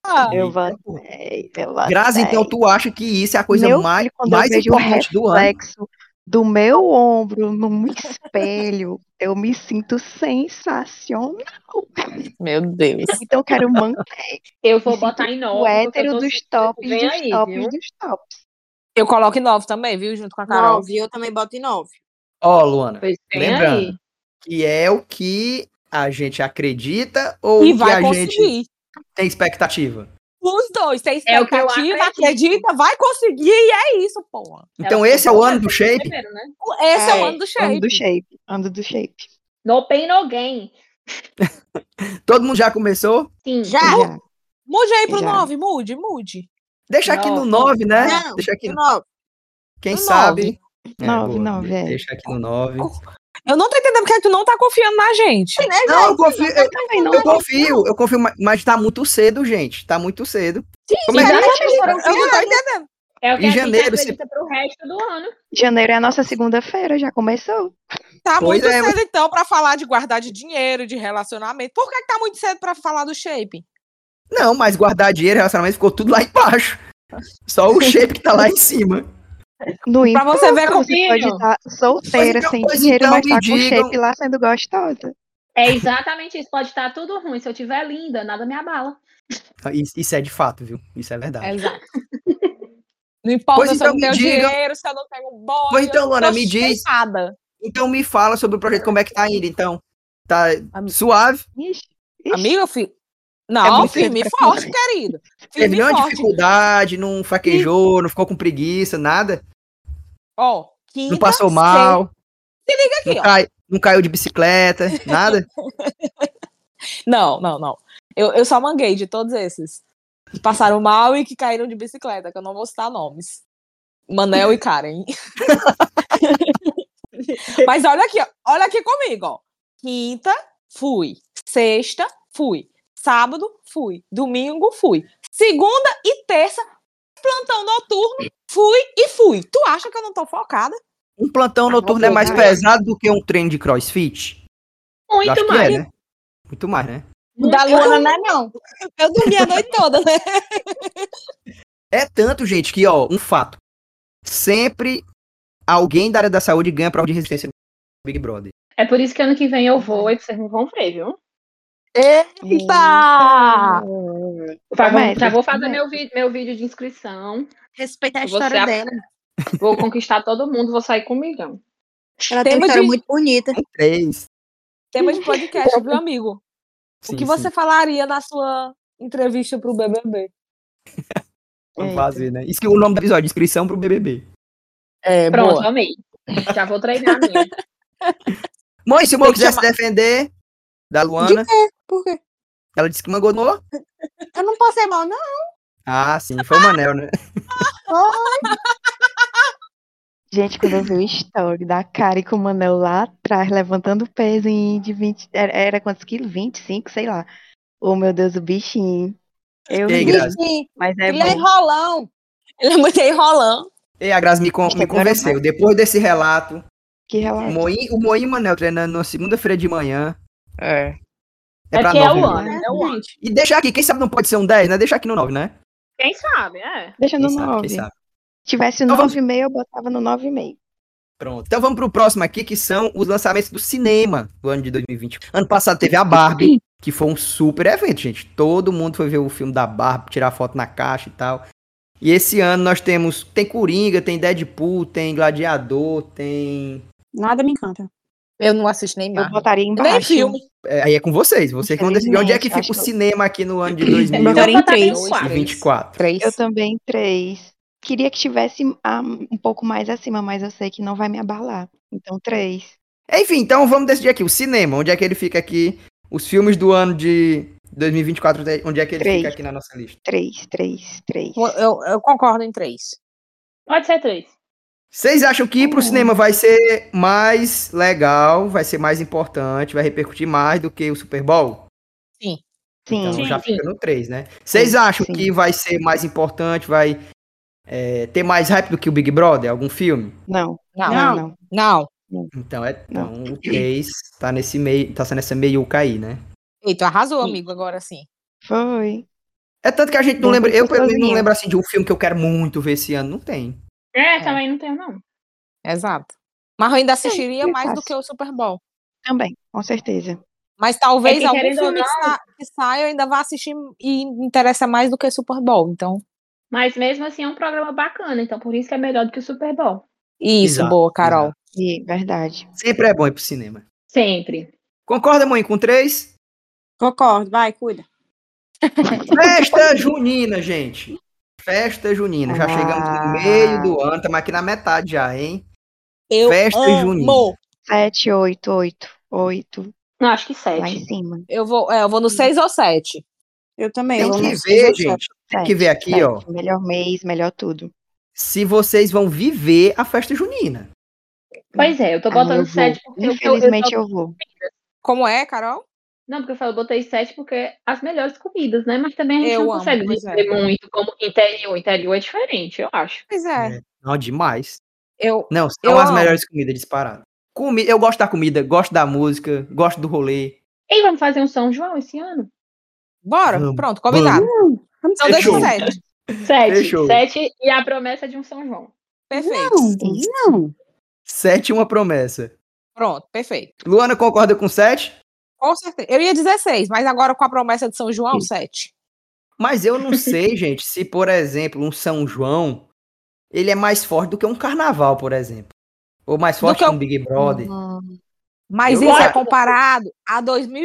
[SPEAKER 3] Ah,
[SPEAKER 2] Eu boto 10. Eu boto
[SPEAKER 1] Grazi,
[SPEAKER 2] 10.
[SPEAKER 1] então tu acha que isso é a coisa
[SPEAKER 2] Meu
[SPEAKER 1] mais,
[SPEAKER 2] filho, quando
[SPEAKER 1] mais
[SPEAKER 2] eu vejo o
[SPEAKER 1] importante do ano?
[SPEAKER 2] reflexo do meu ombro num espelho, eu me sinto sensacional.
[SPEAKER 3] meu Deus.
[SPEAKER 2] Então eu quero manter
[SPEAKER 5] Eu vou
[SPEAKER 2] Me
[SPEAKER 5] botar em 9.
[SPEAKER 2] o hétero dos tops,
[SPEAKER 5] Vem
[SPEAKER 2] dos
[SPEAKER 5] aí,
[SPEAKER 2] tops,
[SPEAKER 5] viu?
[SPEAKER 2] dos tops.
[SPEAKER 3] Eu coloco em nove também, viu? Junto com a Carol.
[SPEAKER 4] nove. Eu também boto em nove.
[SPEAKER 1] Ó, Luana,
[SPEAKER 5] Pois vem
[SPEAKER 1] Lembrando.
[SPEAKER 5] aí.
[SPEAKER 1] que é o que a gente acredita ou
[SPEAKER 3] e
[SPEAKER 1] que
[SPEAKER 3] vai
[SPEAKER 1] a gente
[SPEAKER 3] conseguir.
[SPEAKER 1] tem expectativa?
[SPEAKER 3] Os dois. Tem
[SPEAKER 5] É o que eu
[SPEAKER 3] expectativa,
[SPEAKER 5] acredito.
[SPEAKER 3] acredita, vai conseguir e é isso, porra.
[SPEAKER 1] Então esse é o ano do shape?
[SPEAKER 5] Primeiro, né?
[SPEAKER 3] Esse é, o
[SPEAKER 2] É,
[SPEAKER 3] ano do
[SPEAKER 5] Tá
[SPEAKER 2] Ando
[SPEAKER 3] shape.
[SPEAKER 2] do shape. Ando do shape.
[SPEAKER 5] No pain, no gain.
[SPEAKER 1] Todo mundo já começou?
[SPEAKER 5] Sim.
[SPEAKER 3] Tá
[SPEAKER 4] Já.
[SPEAKER 2] Já.
[SPEAKER 3] Mude aí pro
[SPEAKER 2] Já.
[SPEAKER 3] 9, mude, mude.
[SPEAKER 1] Deixa aqui no 9,
[SPEAKER 5] Nove.
[SPEAKER 1] né?
[SPEAKER 4] Não,
[SPEAKER 1] Deixa aqui,
[SPEAKER 4] De novo.
[SPEAKER 1] quem
[SPEAKER 3] no
[SPEAKER 1] sabe. É,
[SPEAKER 2] Nove,
[SPEAKER 1] boa,
[SPEAKER 2] nove, é.
[SPEAKER 1] Deixa aqui no 9.
[SPEAKER 3] Eu não tô entendendo porque tu não tá confiando na gente.
[SPEAKER 4] Né,
[SPEAKER 1] Não, eu confio, eu,
[SPEAKER 2] Também não.
[SPEAKER 1] eu confio, eu confio, ma- mas tá muito cedo, gente. Tá muito cedo. Como é que-
[SPEAKER 5] Exatamente, foram
[SPEAKER 3] Eu não tô
[SPEAKER 5] criados.
[SPEAKER 3] entendendo.
[SPEAKER 5] É o que
[SPEAKER 1] Em
[SPEAKER 5] a gente
[SPEAKER 1] janeiro, se-
[SPEAKER 5] acredita pro resto do ano.
[SPEAKER 2] Janeiro é a nossa segunda-feira, já começou.
[SPEAKER 3] Tá
[SPEAKER 1] Pois
[SPEAKER 3] muito
[SPEAKER 1] é,
[SPEAKER 3] cedo, então, pra falar de guardar de dinheiro, de relacionamento. Por que, que tá muito cedo pra falar do shape?
[SPEAKER 1] Não, mas guardar dinheiro, relacionamento, ficou tudo lá embaixo. Só o shape que tá lá em cima.
[SPEAKER 2] No
[SPEAKER 3] Pra você ver como
[SPEAKER 2] você pode
[SPEAKER 5] filho.
[SPEAKER 2] estar solteira,
[SPEAKER 1] Pois então-
[SPEAKER 2] sem
[SPEAKER 1] pois
[SPEAKER 2] dinheiro,
[SPEAKER 1] então
[SPEAKER 2] mas
[SPEAKER 1] me
[SPEAKER 2] tá com
[SPEAKER 1] digam-
[SPEAKER 2] shape lá sendo gostosa.
[SPEAKER 5] É exatamente isso. Pode estar tudo ruim. Se eu tiver linda, nada me abala.
[SPEAKER 1] Isso, isso é de fato, viu? Isso é verdade.
[SPEAKER 3] Exato. (laughs) Não importa
[SPEAKER 1] Pois
[SPEAKER 3] se
[SPEAKER 1] então
[SPEAKER 3] eu não
[SPEAKER 1] me
[SPEAKER 3] tenho
[SPEAKER 1] diga.
[SPEAKER 3] dinheiro, se eu não tenho boy.
[SPEAKER 1] Pois
[SPEAKER 3] eu
[SPEAKER 1] então,
[SPEAKER 3] não
[SPEAKER 1] Luana,
[SPEAKER 3] tô
[SPEAKER 1] me diz.
[SPEAKER 3] chateada.
[SPEAKER 1] Então me fala sobre o projeto, como é que tá indo, então. Tá
[SPEAKER 3] Ami-
[SPEAKER 1] suave?
[SPEAKER 2] Ixi,
[SPEAKER 3] Amiga, fi...
[SPEAKER 2] É
[SPEAKER 3] Não,
[SPEAKER 2] muito cedo
[SPEAKER 3] firme e
[SPEAKER 2] pra
[SPEAKER 3] forte, querido.
[SPEAKER 1] Teve
[SPEAKER 3] Firme e
[SPEAKER 1] nenhuma
[SPEAKER 3] forte.
[SPEAKER 1] dificuldade, não fraquejou, não ficou com preguiça, nada?
[SPEAKER 3] Ó, quinta,
[SPEAKER 1] Não passou mal,
[SPEAKER 3] sexta aqui,
[SPEAKER 1] não,
[SPEAKER 3] ó.
[SPEAKER 1] cai- não caiu de bicicleta, nada?
[SPEAKER 3] Não, não, não. Eu, eu só manguei de todos esses. Que passaram mal e que caíram de bicicleta, que eu não vou citar nomes. Manel e Karen. (laughs) Mas olha aqui, ó, olha aqui comigo, ó. Quinta, fui. Sexta, fui. Sábado, fui. Domingo, fui. Segunda e terça, plantão noturno, fui e fui. Tu acha que eu não tô focada?
[SPEAKER 1] Um plantão noturno é mais
[SPEAKER 2] Caralho.
[SPEAKER 1] pesado do que um treino de crossfit? Eu acho
[SPEAKER 5] Muito
[SPEAKER 1] que
[SPEAKER 5] mais.
[SPEAKER 1] é, né? Muito mais, né?
[SPEAKER 4] O Da
[SPEAKER 3] Eu-
[SPEAKER 4] Luana não é não.
[SPEAKER 3] Eu dormi a noite toda, né?
[SPEAKER 1] É tanto, gente, que, ó, um fato. Sempre alguém da área da saúde ganha prova de resistência do Big Brother.
[SPEAKER 5] É por isso que ano que vem eu vou
[SPEAKER 4] Hum.
[SPEAKER 5] e vocês não vão ver, viu?
[SPEAKER 2] Ah,
[SPEAKER 3] Eita!
[SPEAKER 5] Já vou,
[SPEAKER 2] Promete,
[SPEAKER 5] já Tá vou fazer
[SPEAKER 2] promete.
[SPEAKER 5] meu, vi- meu vídeo de inscrição.
[SPEAKER 4] Respeita É a
[SPEAKER 5] Você
[SPEAKER 4] história
[SPEAKER 5] ap-
[SPEAKER 4] dela.
[SPEAKER 5] Vou conquistar todo mundo, vou sair com um milhão.
[SPEAKER 4] Ela tem
[SPEAKER 3] Tema
[SPEAKER 4] uma história
[SPEAKER 3] de-
[SPEAKER 4] muito bonita.
[SPEAKER 1] Um três.
[SPEAKER 3] (laughs) Tema de podcast, viu, amigo?
[SPEAKER 1] Sim,
[SPEAKER 3] o que
[SPEAKER 1] sim,
[SPEAKER 3] você falaria na sua entrevista pro BBB?
[SPEAKER 1] Vamos fazer, né? Isso que é o nome do episódio, inscrição pro BBB.
[SPEAKER 3] É,
[SPEAKER 5] Pronto, amei. Já vou treinar
[SPEAKER 4] (laughs)
[SPEAKER 5] mesmo.
[SPEAKER 1] Mãe, se o
[SPEAKER 3] Tem
[SPEAKER 1] meu
[SPEAKER 3] que
[SPEAKER 1] quiser
[SPEAKER 3] chamar-
[SPEAKER 1] se defender da Luana,
[SPEAKER 3] Por quê?
[SPEAKER 1] ela disse que mangonou.
[SPEAKER 4] Eu não passei mal, não.
[SPEAKER 1] Ah, sim, foi o Manel, né?
[SPEAKER 2] Gente, quando eu vi o story da Kari com o Manel lá atrás, levantando o pezinho de 20. Era, era quantos quilos? 25, sei lá. Oh, meu Deus, o bichinho. Eu
[SPEAKER 1] Ei,
[SPEAKER 2] ri,
[SPEAKER 1] Grazi.
[SPEAKER 4] Sim.
[SPEAKER 2] mas é
[SPEAKER 4] Ele é
[SPEAKER 2] bom.
[SPEAKER 4] enrolão.
[SPEAKER 3] Ele é muito enrolando.
[SPEAKER 1] E a Grazi me, con-
[SPEAKER 2] Acho que É.
[SPEAKER 1] me
[SPEAKER 2] agora
[SPEAKER 1] convenceu. Depois desse relato,
[SPEAKER 2] Que
[SPEAKER 1] o
[SPEAKER 2] relato.
[SPEAKER 1] Moinho, o Moinho e o Manel treinando na segunda-feira de manhã.
[SPEAKER 2] É.
[SPEAKER 1] É,
[SPEAKER 5] É
[SPEAKER 1] pra
[SPEAKER 5] que é
[SPEAKER 1] nove
[SPEAKER 5] o
[SPEAKER 1] mesmo.
[SPEAKER 2] né?
[SPEAKER 5] ano, é o ano.
[SPEAKER 1] E deixar aqui, quem sabe não pode ser um 10, né? Deixar aqui no 9, né?
[SPEAKER 5] Quem sabe, é.
[SPEAKER 2] Deixa
[SPEAKER 1] Quem
[SPEAKER 2] no
[SPEAKER 1] sabe,
[SPEAKER 2] 9.
[SPEAKER 1] quem sabe.
[SPEAKER 2] Tivesse
[SPEAKER 1] Então vamos-
[SPEAKER 2] 9,5, eu botava no 9,5.
[SPEAKER 1] Pronto. Então vamos pro próximo aqui, que são os lançamentos do cinema do ano de 2020. um. Ano passado teve a Barbie, que foi um super evento, gente. Todo mundo foi ver o filme da Barbie, tirar foto na caixa e tal. E esse ano nós temos. Tem Coringa, tem Deadpool, tem Gladiador, tem.
[SPEAKER 4] Nada me encanta.
[SPEAKER 3] Eu não assisto nem
[SPEAKER 2] Eu botaria embaixo.
[SPEAKER 3] Tá. Nem filme.
[SPEAKER 1] É, aí é com vocês. Vocês que vão decidir onde é que fica o cinema aqui no ano de
[SPEAKER 4] Botaria em
[SPEAKER 5] Então, tá bem,
[SPEAKER 4] três.
[SPEAKER 5] um quatro.
[SPEAKER 1] 2024.
[SPEAKER 3] Três.
[SPEAKER 2] Eu também, 3. Queria que tivesse ah, um pouco mais acima, mas eu sei que não vai me abalar. Então, 3.
[SPEAKER 1] Enfim, então vamos decidir aqui. O cinema, onde é que ele fica aqui? Os filmes do ano de 2024, onde é que ele
[SPEAKER 2] Três.
[SPEAKER 1] fica aqui na nossa lista?
[SPEAKER 2] 3, 3, 3.
[SPEAKER 3] Eu, eu concordo em três.
[SPEAKER 5] Pode ser três.
[SPEAKER 1] Vocês acham que ir pro
[SPEAKER 2] Hum.
[SPEAKER 1] cinema vai ser mais legal, vai ser mais importante, vai repercutir mais do que o Super Bowl?
[SPEAKER 2] Sim.
[SPEAKER 1] Então
[SPEAKER 5] Sim,
[SPEAKER 1] já
[SPEAKER 5] sim.
[SPEAKER 1] fica no 3, né? Vocês
[SPEAKER 2] Sim,
[SPEAKER 1] acham
[SPEAKER 2] sim.
[SPEAKER 1] que vai ser mais importante, vai é, ter mais hype do que o Big Brother, algum filme?
[SPEAKER 2] Não,
[SPEAKER 3] Não, não.
[SPEAKER 2] não,
[SPEAKER 4] Não.
[SPEAKER 2] não.
[SPEAKER 1] Então, é, então o 3 tá, nesse meio, tá nessa meiuca aí, né?
[SPEAKER 3] Ei, tu arrasou,
[SPEAKER 5] Sim.
[SPEAKER 3] amigo, agora sim.
[SPEAKER 2] Foi.
[SPEAKER 1] É tanto que a gente não
[SPEAKER 2] Não
[SPEAKER 1] lembra,
[SPEAKER 2] tem
[SPEAKER 1] eu pelo menos não
[SPEAKER 2] sozinha.
[SPEAKER 1] lembro assim de um filme que eu quero muito ver esse ano, não tem.
[SPEAKER 5] É,
[SPEAKER 3] É.
[SPEAKER 5] também não tenho, não.
[SPEAKER 3] Exato. Mas eu ainda assistiria
[SPEAKER 2] eu
[SPEAKER 3] mais do
[SPEAKER 2] faço.
[SPEAKER 3] que o Super Bowl.
[SPEAKER 2] Também, com certeza.
[SPEAKER 3] Mas talvez
[SPEAKER 5] É que,
[SPEAKER 3] algum
[SPEAKER 5] querendo ou
[SPEAKER 3] filme que, sa- que saia eu ainda vá assistir e me interessa mais do que o Super Bowl. Então,
[SPEAKER 5] Mas mesmo assim é um programa bacana, então por isso que é melhor do que o Super Bowl.
[SPEAKER 3] isso,
[SPEAKER 1] Exato,
[SPEAKER 3] boa, Carol.
[SPEAKER 2] E, verdade.
[SPEAKER 1] Sempre é bom ir pro cinema.
[SPEAKER 5] Sempre.
[SPEAKER 1] Concorda, mãe, com três?
[SPEAKER 4] Concordo, vai, cuida.
[SPEAKER 1] Festa junina, gente. Festa junina. Já chegamos
[SPEAKER 3] Ah.
[SPEAKER 1] no meio do ano, estamos aqui na metade já, hein?
[SPEAKER 3] Eu
[SPEAKER 1] Festa
[SPEAKER 3] amo.
[SPEAKER 1] junina.
[SPEAKER 2] 7, 8, 8, 8,
[SPEAKER 5] Não, acho que
[SPEAKER 2] lá em
[SPEAKER 5] sete.
[SPEAKER 2] cima.
[SPEAKER 3] Eu vou, é, eu vou no 6 ou 7.
[SPEAKER 4] Eu também.
[SPEAKER 1] Tem
[SPEAKER 4] eu
[SPEAKER 1] que
[SPEAKER 4] não
[SPEAKER 1] ver,
[SPEAKER 4] sei se eu
[SPEAKER 1] gente. Tem que ver aqui,
[SPEAKER 2] Sete,
[SPEAKER 1] ó.
[SPEAKER 2] Melhor mês, melhor tudo.
[SPEAKER 1] Se vocês vão viver a festa junina.
[SPEAKER 5] Pois é, eu tô
[SPEAKER 2] Ah, não,
[SPEAKER 5] botando
[SPEAKER 2] eu vou.
[SPEAKER 5] sete porque eu- eu- eu,
[SPEAKER 2] Infelizmente eu vou.
[SPEAKER 3] Como é, Carol?
[SPEAKER 5] Não, porque eu falo, eu botei sete porque as melhores comidas, né? Mas também a gente
[SPEAKER 3] Eu
[SPEAKER 5] não
[SPEAKER 3] amo,
[SPEAKER 5] consegue
[SPEAKER 3] pois é.
[SPEAKER 5] dizer muito como interior. Interior é diferente, eu acho.
[SPEAKER 3] Pois é.
[SPEAKER 1] Não, demais.
[SPEAKER 3] Eu,
[SPEAKER 1] Não, são
[SPEAKER 3] Eu
[SPEAKER 1] as
[SPEAKER 3] amo.
[SPEAKER 1] melhores comidas disparadas. Comi eu gosto da comida, gosto da música, gosto do rolê.
[SPEAKER 5] E vamos fazer um São João esse ano?
[SPEAKER 3] bora?
[SPEAKER 1] Vamos,
[SPEAKER 3] Pronto, combinado.
[SPEAKER 4] vamos
[SPEAKER 6] É
[SPEAKER 3] Então deixa
[SPEAKER 1] Fechou.
[SPEAKER 3] o 7.
[SPEAKER 5] Sete.
[SPEAKER 1] Fechou.
[SPEAKER 5] Sete e a promessa de um São João.
[SPEAKER 3] Perfeito.
[SPEAKER 2] Isso.
[SPEAKER 4] Não.
[SPEAKER 1] Sete e uma promessa.
[SPEAKER 3] Pronto, perfeito.
[SPEAKER 1] Luana concorda com sete?
[SPEAKER 3] Com certeza. Eu ia 16, mas agora com a promessa de São João, 7.
[SPEAKER 1] Mas eu não
[SPEAKER 3] (laughs)
[SPEAKER 1] sei, gente, se, por exemplo, um São João, ele é mais forte do que um carnaval, por exemplo. Ou mais forte
[SPEAKER 3] que
[SPEAKER 1] que,
[SPEAKER 3] o-
[SPEAKER 1] um Big Brother.
[SPEAKER 2] Hum,
[SPEAKER 3] Mas
[SPEAKER 1] Eu
[SPEAKER 3] isso é
[SPEAKER 1] gosto.
[SPEAKER 3] comparado a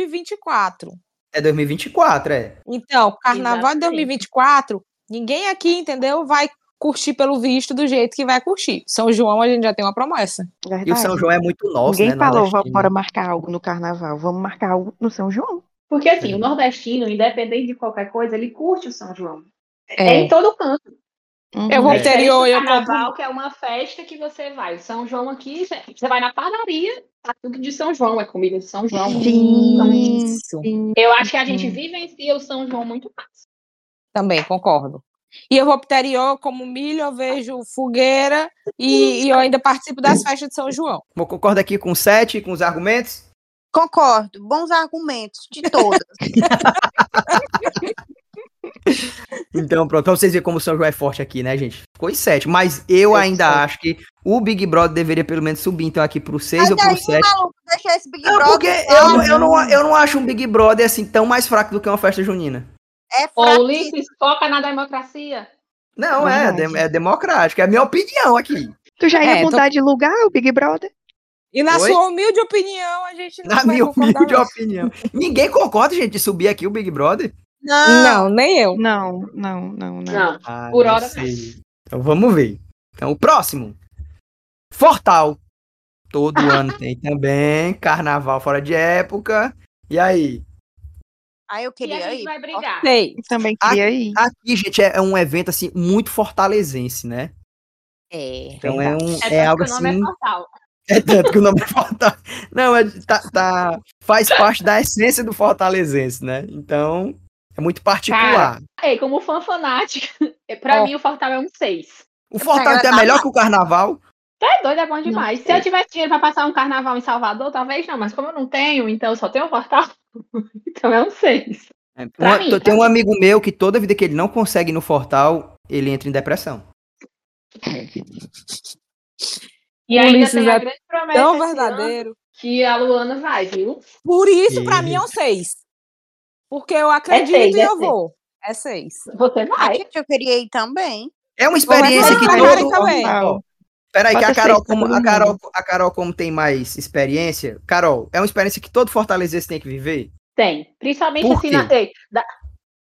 [SPEAKER 3] 2024.
[SPEAKER 1] É 2024, é.
[SPEAKER 3] Então, carnaval de
[SPEAKER 5] Exatamente.
[SPEAKER 3] 2024, ninguém aqui, entendeu, vai curtir pelo visto do jeito que vai curtir. São João, a gente já tem uma promessa.
[SPEAKER 2] verdade.
[SPEAKER 1] E o São João é muito nosso,
[SPEAKER 2] Ninguém
[SPEAKER 1] né?
[SPEAKER 2] falou,
[SPEAKER 1] nordestino.
[SPEAKER 2] bora marcar algo no carnaval. Vamos marcar algo no São João.
[SPEAKER 5] Porque assim,
[SPEAKER 1] Sim.
[SPEAKER 5] o nordestino, independente de qualquer coisa, ele curte o São João. É,
[SPEAKER 3] É.
[SPEAKER 5] em todo canto.
[SPEAKER 1] Uhum.
[SPEAKER 3] Eu vou
[SPEAKER 5] É
[SPEAKER 3] pro
[SPEAKER 5] diferente
[SPEAKER 3] interior,
[SPEAKER 5] do
[SPEAKER 3] eu
[SPEAKER 5] carnaval, que é uma festa que você vai. O São João aqui, gente, você vai na padaria, tá tudo de São João, é comida de São João.
[SPEAKER 3] Então,
[SPEAKER 2] Sim.
[SPEAKER 3] é Isso.
[SPEAKER 2] Sim.
[SPEAKER 5] Eu acho que a gente
[SPEAKER 2] Hum.
[SPEAKER 5] vivencia o São João muito mais.
[SPEAKER 3] Também, concordo. E eu vou pro interior, como milho, eu vejo fogueira e, e eu ainda participo das festas de São João.
[SPEAKER 1] Bom, Concorda aqui com sete, com os argumentos?
[SPEAKER 4] Concordo. Bons argumentos de
[SPEAKER 1] (laughs)
[SPEAKER 4] todas.
[SPEAKER 1] Então, pronto, pra vocês verem como o São João é forte aqui, né, gente? Ficou em 7, mas eu ainda acho que o Big Brother deveria pelo menos subir, então, aqui pro 6 ou pro 7.
[SPEAKER 4] maluco, deixa esse Big
[SPEAKER 1] Não, porque eu, eu, não, eu não acho um Big Brother, assim, tão mais fraco do que uma festa junina.
[SPEAKER 4] É
[SPEAKER 5] Ô, Ulisses, foca na democracia.
[SPEAKER 1] Não, é,
[SPEAKER 2] Verdade.
[SPEAKER 1] dem- é democrático, é a minha opinião aqui.
[SPEAKER 2] Tu já ia
[SPEAKER 3] É, tô-
[SPEAKER 2] mudar de lugar, o Big Brother?
[SPEAKER 3] E na
[SPEAKER 1] Oi?
[SPEAKER 3] sua humilde opinião, a gente não
[SPEAKER 1] Na
[SPEAKER 3] vai
[SPEAKER 1] minha
[SPEAKER 3] concordar.
[SPEAKER 1] humilde
[SPEAKER 3] não.
[SPEAKER 1] opinião. Ninguém concorda, gente, de subir aqui o Big Brother?
[SPEAKER 4] Não.
[SPEAKER 3] Não, nem eu.
[SPEAKER 2] Não, não, não, não.
[SPEAKER 5] Não.
[SPEAKER 1] Ah,
[SPEAKER 5] Por
[SPEAKER 1] não
[SPEAKER 5] hora,
[SPEAKER 1] sei. Então, vamos ver. Então, o próximo. Fortal.
[SPEAKER 5] (laughs)
[SPEAKER 1] Todo ano tem também. Carnaval fora de época. E aí?
[SPEAKER 4] Aí Ah, eu
[SPEAKER 5] E a
[SPEAKER 4] queria
[SPEAKER 5] gente
[SPEAKER 4] ir.
[SPEAKER 5] vai brigar.
[SPEAKER 3] Sei.
[SPEAKER 2] Eu Também
[SPEAKER 1] Ah,
[SPEAKER 2] queria ir.
[SPEAKER 1] Aqui, gente, é é um evento assim muito fortalezense, né?
[SPEAKER 3] É.
[SPEAKER 1] Então é, um,
[SPEAKER 5] tanto
[SPEAKER 1] é algo
[SPEAKER 5] que o nome
[SPEAKER 1] assim.
[SPEAKER 5] é Fortal.
[SPEAKER 1] (laughs) É tanto que o nome é Fortaleza. Não, é, de- tá, tá- faz parte da essência do fortalezense, né? Então é muito particular.
[SPEAKER 5] Ei, como fã fanática, (laughs) pra
[SPEAKER 3] Ó.
[SPEAKER 5] mim o Fortal é um seis.
[SPEAKER 1] o Fortaleza é melhor que o Carnaval.
[SPEAKER 5] Tá doido, é bom demais. Se eu tivesse dinheiro pra passar um carnaval em Salvador, talvez não, mas como eu não tenho, então eu só tenho o Fortal. (laughs) então é um seis.
[SPEAKER 1] É,
[SPEAKER 5] Pra
[SPEAKER 1] uma-
[SPEAKER 5] mim,
[SPEAKER 1] tô-
[SPEAKER 5] pra
[SPEAKER 1] tem um amigo meu que toda vida que ele não consegue ir no Fortal, ele entra em depressão.
[SPEAKER 5] E ainda
[SPEAKER 3] Ulisses
[SPEAKER 5] tem a
[SPEAKER 3] é
[SPEAKER 5] grande promessa
[SPEAKER 3] Tão
[SPEAKER 5] esse ano
[SPEAKER 3] verdadeiro.
[SPEAKER 5] que a Luana vai, viu?
[SPEAKER 3] Por isso, pra
[SPEAKER 1] E-
[SPEAKER 3] mim, é um 6. Porque eu acredito
[SPEAKER 5] seis,
[SPEAKER 3] e
[SPEAKER 5] é
[SPEAKER 3] eu
[SPEAKER 5] seis.
[SPEAKER 3] vou. É 6.
[SPEAKER 5] Você vai.
[SPEAKER 4] Gente, Ah, eu queria ir também.
[SPEAKER 1] É uma experiência
[SPEAKER 3] reclamar
[SPEAKER 1] que
[SPEAKER 3] pra
[SPEAKER 1] todo
[SPEAKER 3] Karen também.
[SPEAKER 1] Ó, Peraí, que
[SPEAKER 2] Bota
[SPEAKER 1] a Carol,
[SPEAKER 2] seis pra
[SPEAKER 1] como,
[SPEAKER 2] todo
[SPEAKER 1] a,
[SPEAKER 2] mundo.
[SPEAKER 1] Carol, a Carol, como tem mais experiência, Carol, é uma experiência que todo fortalezense tem que viver?
[SPEAKER 5] Tem. Principalmente
[SPEAKER 1] Por
[SPEAKER 5] assim
[SPEAKER 1] quê?
[SPEAKER 5] na. Ei, da-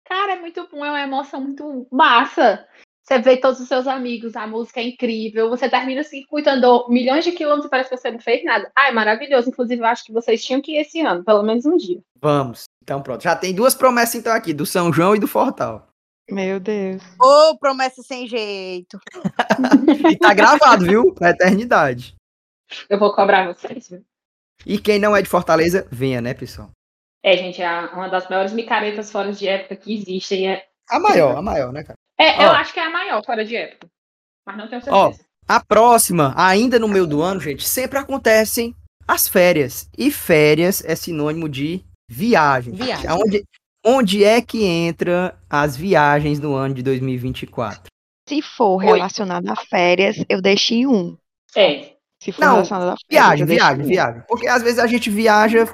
[SPEAKER 5] Cara, é muito bom, é uma emoção muito massa. Você vê todos os seus amigos, a música é incrível. Você termina o circuito, andou milhões de quilômetros e parece que você não fez nada. Ah, é maravilhoso. Inclusive, eu acho que vocês tinham que ir esse ano, pelo menos um dia.
[SPEAKER 1] Vamos. Então pronto. Já tem duas promessas então aqui, do São João e do Fortal.
[SPEAKER 2] Meu Deus.
[SPEAKER 4] Ô, promessa sem jeito.
[SPEAKER 1] E tá gravado, viu? (laughs) Pra eternidade.
[SPEAKER 5] Eu vou cobrar vocês, viu?
[SPEAKER 1] E quem não é de Fortaleza, venha, né, pessoal?
[SPEAKER 5] É, gente, é uma das maiores micaretas fora de época que existem. É,
[SPEAKER 1] A maior, a maior, né, cara?
[SPEAKER 5] é, eu
[SPEAKER 1] Ó.
[SPEAKER 5] acho que é a maior fora de época. Mas não tenho
[SPEAKER 1] Ó.
[SPEAKER 5] certeza.
[SPEAKER 1] A próxima, ainda no meio do ano, gente, sempre acontecem as férias. E férias é sinônimo de viagem. gente.
[SPEAKER 3] Viagem.
[SPEAKER 1] Aonde, onde é que entra as viagens no ano de 2024?
[SPEAKER 2] Se for
[SPEAKER 5] Oito.
[SPEAKER 2] relacionado a férias, eu deixei um.
[SPEAKER 5] É.
[SPEAKER 2] Se for
[SPEAKER 1] Não,
[SPEAKER 2] relacionado a férias.
[SPEAKER 1] Viagem,
[SPEAKER 2] eu deixo
[SPEAKER 1] viagem,
[SPEAKER 2] um.
[SPEAKER 1] viagem. Porque às vezes a gente viaja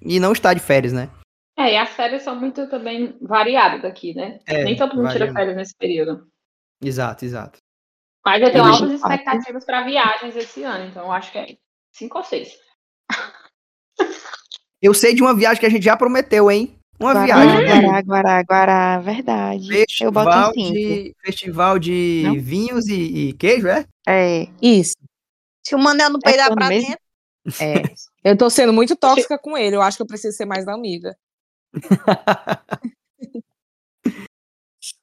[SPEAKER 1] e não está de férias, né?
[SPEAKER 5] É, e as férias são muito também variadas aqui, né?
[SPEAKER 1] É,
[SPEAKER 5] Nem todo mundo tira
[SPEAKER 1] variando.
[SPEAKER 5] férias nesse período.
[SPEAKER 1] Exato, exato.
[SPEAKER 5] Mas eu tenho
[SPEAKER 2] Eles-
[SPEAKER 5] altas expectativas para viagens esse ano, então eu acho que é cinco ou seis.
[SPEAKER 1] Eu sei de uma viagem que a gente já prometeu, hein? Uma
[SPEAKER 2] Guará,
[SPEAKER 1] viagem. né?
[SPEAKER 2] Guará, Guará, Guará, verdade. Hum. Eu boto
[SPEAKER 1] Festival
[SPEAKER 2] em cinco.
[SPEAKER 1] de, festival de
[SPEAKER 2] Não?
[SPEAKER 1] vinhos e, e queijo, é?
[SPEAKER 2] É,
[SPEAKER 3] Isso.
[SPEAKER 7] Se o Manel não peidar
[SPEAKER 2] quando
[SPEAKER 7] pra
[SPEAKER 2] mesmo?
[SPEAKER 7] dentro,
[SPEAKER 3] É. Eu tô sendo muito tóxica com ele. Eu acho que eu preciso ser mais amiga.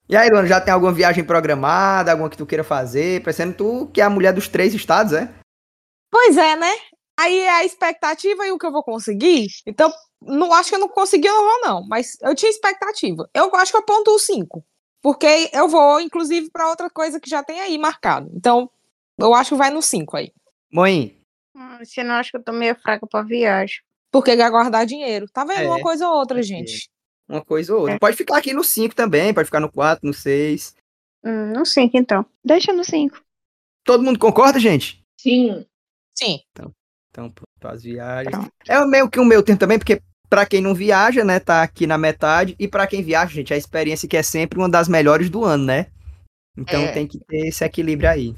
[SPEAKER 1] E aí, Luana, já tem alguma viagem programada, alguma que tu queira fazer? Parecendo tu que é a mulher dos três estados, é?
[SPEAKER 3] Pois é, né? Aí é a expectativa e o que eu vou conseguir. Então, não acho que eu não consegui, eu não vou, não. Mas eu tinha expectativa. Eu acho que eu ponto o 5. Porque eu vou, inclusive, pra outra coisa que já tem aí marcado. Então, eu acho que vai no 5 aí.
[SPEAKER 1] Mãe,
[SPEAKER 7] hum, senão acho que eu tô meio fraca pra viagem.
[SPEAKER 3] Porque quer guardar dinheiro. Tá vendo?
[SPEAKER 1] É.
[SPEAKER 3] Uma coisa ou outra,
[SPEAKER 1] É.
[SPEAKER 3] gente.
[SPEAKER 1] uma coisa ou outra. Pode ficar aqui no 5 também, pode ficar no 4, no 6.
[SPEAKER 7] Hum, não sei, então.
[SPEAKER 2] deixa no cinco.
[SPEAKER 1] Todo mundo concorda, gente?
[SPEAKER 5] Sim.
[SPEAKER 3] Sim.
[SPEAKER 1] Então, pronto, as viagens.
[SPEAKER 2] Pronto.
[SPEAKER 1] É meio que o meu tempo também, porque pra quem não viaja, né, tá aqui na metade. E pra quem viaja, gente, a experiência que é sempre uma das melhores do ano, né? Então
[SPEAKER 3] É.
[SPEAKER 1] tem que ter esse equilíbrio aí.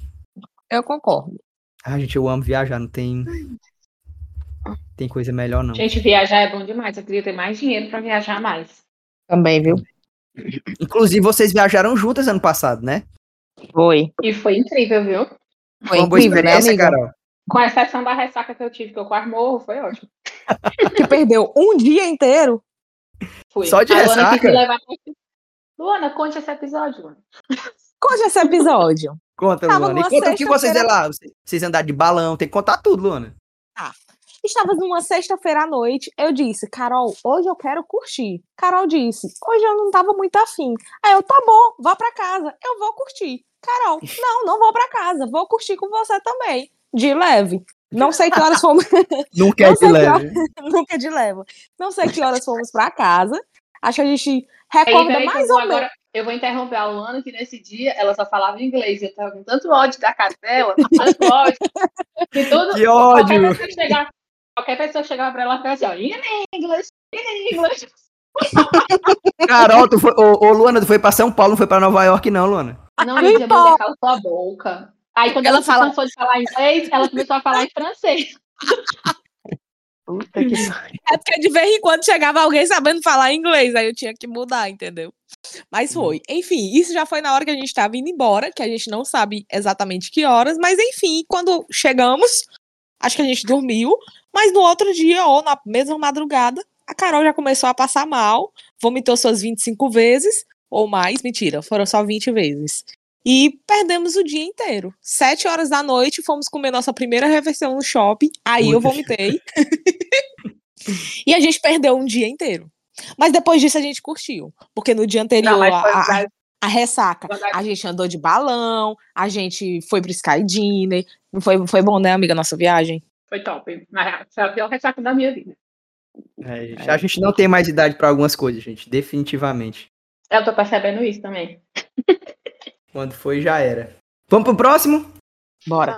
[SPEAKER 3] Eu concordo.
[SPEAKER 1] Ah, gente, eu amo viajar, não tem. Tem coisa melhor, não.
[SPEAKER 5] Gente, viajar é bom demais. Eu queria ter mais dinheiro pra viajar mais.
[SPEAKER 3] Também, viu?
[SPEAKER 1] Inclusive, vocês viajaram juntas ano passado, né?
[SPEAKER 3] Foi.
[SPEAKER 5] E foi incrível, viu?
[SPEAKER 3] Foi
[SPEAKER 1] uma boa
[SPEAKER 3] incrível, né,
[SPEAKER 1] experiência,
[SPEAKER 3] amiga?
[SPEAKER 1] Carol.
[SPEAKER 5] Com exceção da ressaca que eu tive, que eu quase morro, foi ótimo.
[SPEAKER 3] Que perdeu um dia inteiro.
[SPEAKER 5] Fui.
[SPEAKER 1] Só de
[SPEAKER 5] A Luana quis
[SPEAKER 1] ressaca?
[SPEAKER 5] me levar pra esse- Luana, conte esse episódio, Luana.
[SPEAKER 3] Conte esse episódio.
[SPEAKER 1] Conta,
[SPEAKER 3] Tava
[SPEAKER 1] Luana. E
[SPEAKER 3] numa
[SPEAKER 1] conta o que vocês é lá.
[SPEAKER 3] sexta-feira-
[SPEAKER 1] Vocês- Vocês andaram de balão, tem que contar tudo, Luana.
[SPEAKER 3] Estava numa sexta-feira à noite. Eu disse, Carol, hoje eu quero curtir. Carol disse, hoje eu não tava muito afim. Aí eu, tá bom, vá pra casa. Eu vou curtir. Carol, não, não vou pra casa. Vou curtir com você também. De leve. Não sei que horas fomos (laughs)
[SPEAKER 1] Nunca
[SPEAKER 3] Não sei que (laughs) Nunca de leva. Não sei que horas fomos pra casa. Acho que a gente
[SPEAKER 5] Peraí,
[SPEAKER 3] recorda
[SPEAKER 5] peraí, que eu
[SPEAKER 3] É mais
[SPEAKER 5] vou
[SPEAKER 3] ou menos.
[SPEAKER 5] agora. Eu vou interromper a Luana, que nesse dia ela só falava inglês. Eu tava com tanto ódio da cara dela, tanto
[SPEAKER 1] (laughs)
[SPEAKER 5] ódio. Que tudo.
[SPEAKER 1] Que
[SPEAKER 5] qualquer
[SPEAKER 1] ódio!
[SPEAKER 5] pessoa que chegava- Qualquer pessoa que chegava pra ela ficava assim, ó, in English, in English.
[SPEAKER 1] Carol, tu foi. Ô, ô, Luana, tu foi pra São Paulo, não foi pra Nova York, não, Luana.
[SPEAKER 5] Não,
[SPEAKER 3] Não
[SPEAKER 5] Lídia,
[SPEAKER 3] importa.
[SPEAKER 5] mulher, cala sua boca. Aí quando
[SPEAKER 3] Ela
[SPEAKER 5] ela,
[SPEAKER 3] fala-
[SPEAKER 5] começou de falar inglês, ela começou a falar em (laughs) francês.
[SPEAKER 2] Puta que
[SPEAKER 3] É porque de vez em quando chegava alguém sabendo falar inglês, aí eu tinha que mudar, entendeu? Mas foi. Enfim, isso já foi na hora que a gente estava indo embora, que a gente não sabe exatamente que horas, mas enfim, quando chegamos, acho que a gente dormiu, mas no outro dia, ou na mesma madrugada, a Carol já começou a passar mal, vomitou suas 25 vezes, ou mais, mentira, foram só 20 vezes. E perdemos o dia inteiro. Sete horas da noite, fomos comer nossa primeira refeição no shopping, aí eu
[SPEAKER 1] Puta.
[SPEAKER 3] vomitei. E a gente perdeu um dia inteiro. Mas depois disso a gente curtiu. Porque no dia anterior, a, a- a ressaca, a gente andou de balão, a gente foi pro Sky Dinner. Não Foi, foi bom, né, amiga, nossa viagem?
[SPEAKER 5] Foi top. Na real, foi a pior ressaca da minha vida.
[SPEAKER 1] É, gente, A gente não tem mais idade pra algumas coisas, gente. Definitivamente.
[SPEAKER 5] Eu tô percebendo isso também.
[SPEAKER 1] Quando foi, já era. Vamos pro próximo?
[SPEAKER 3] Bora.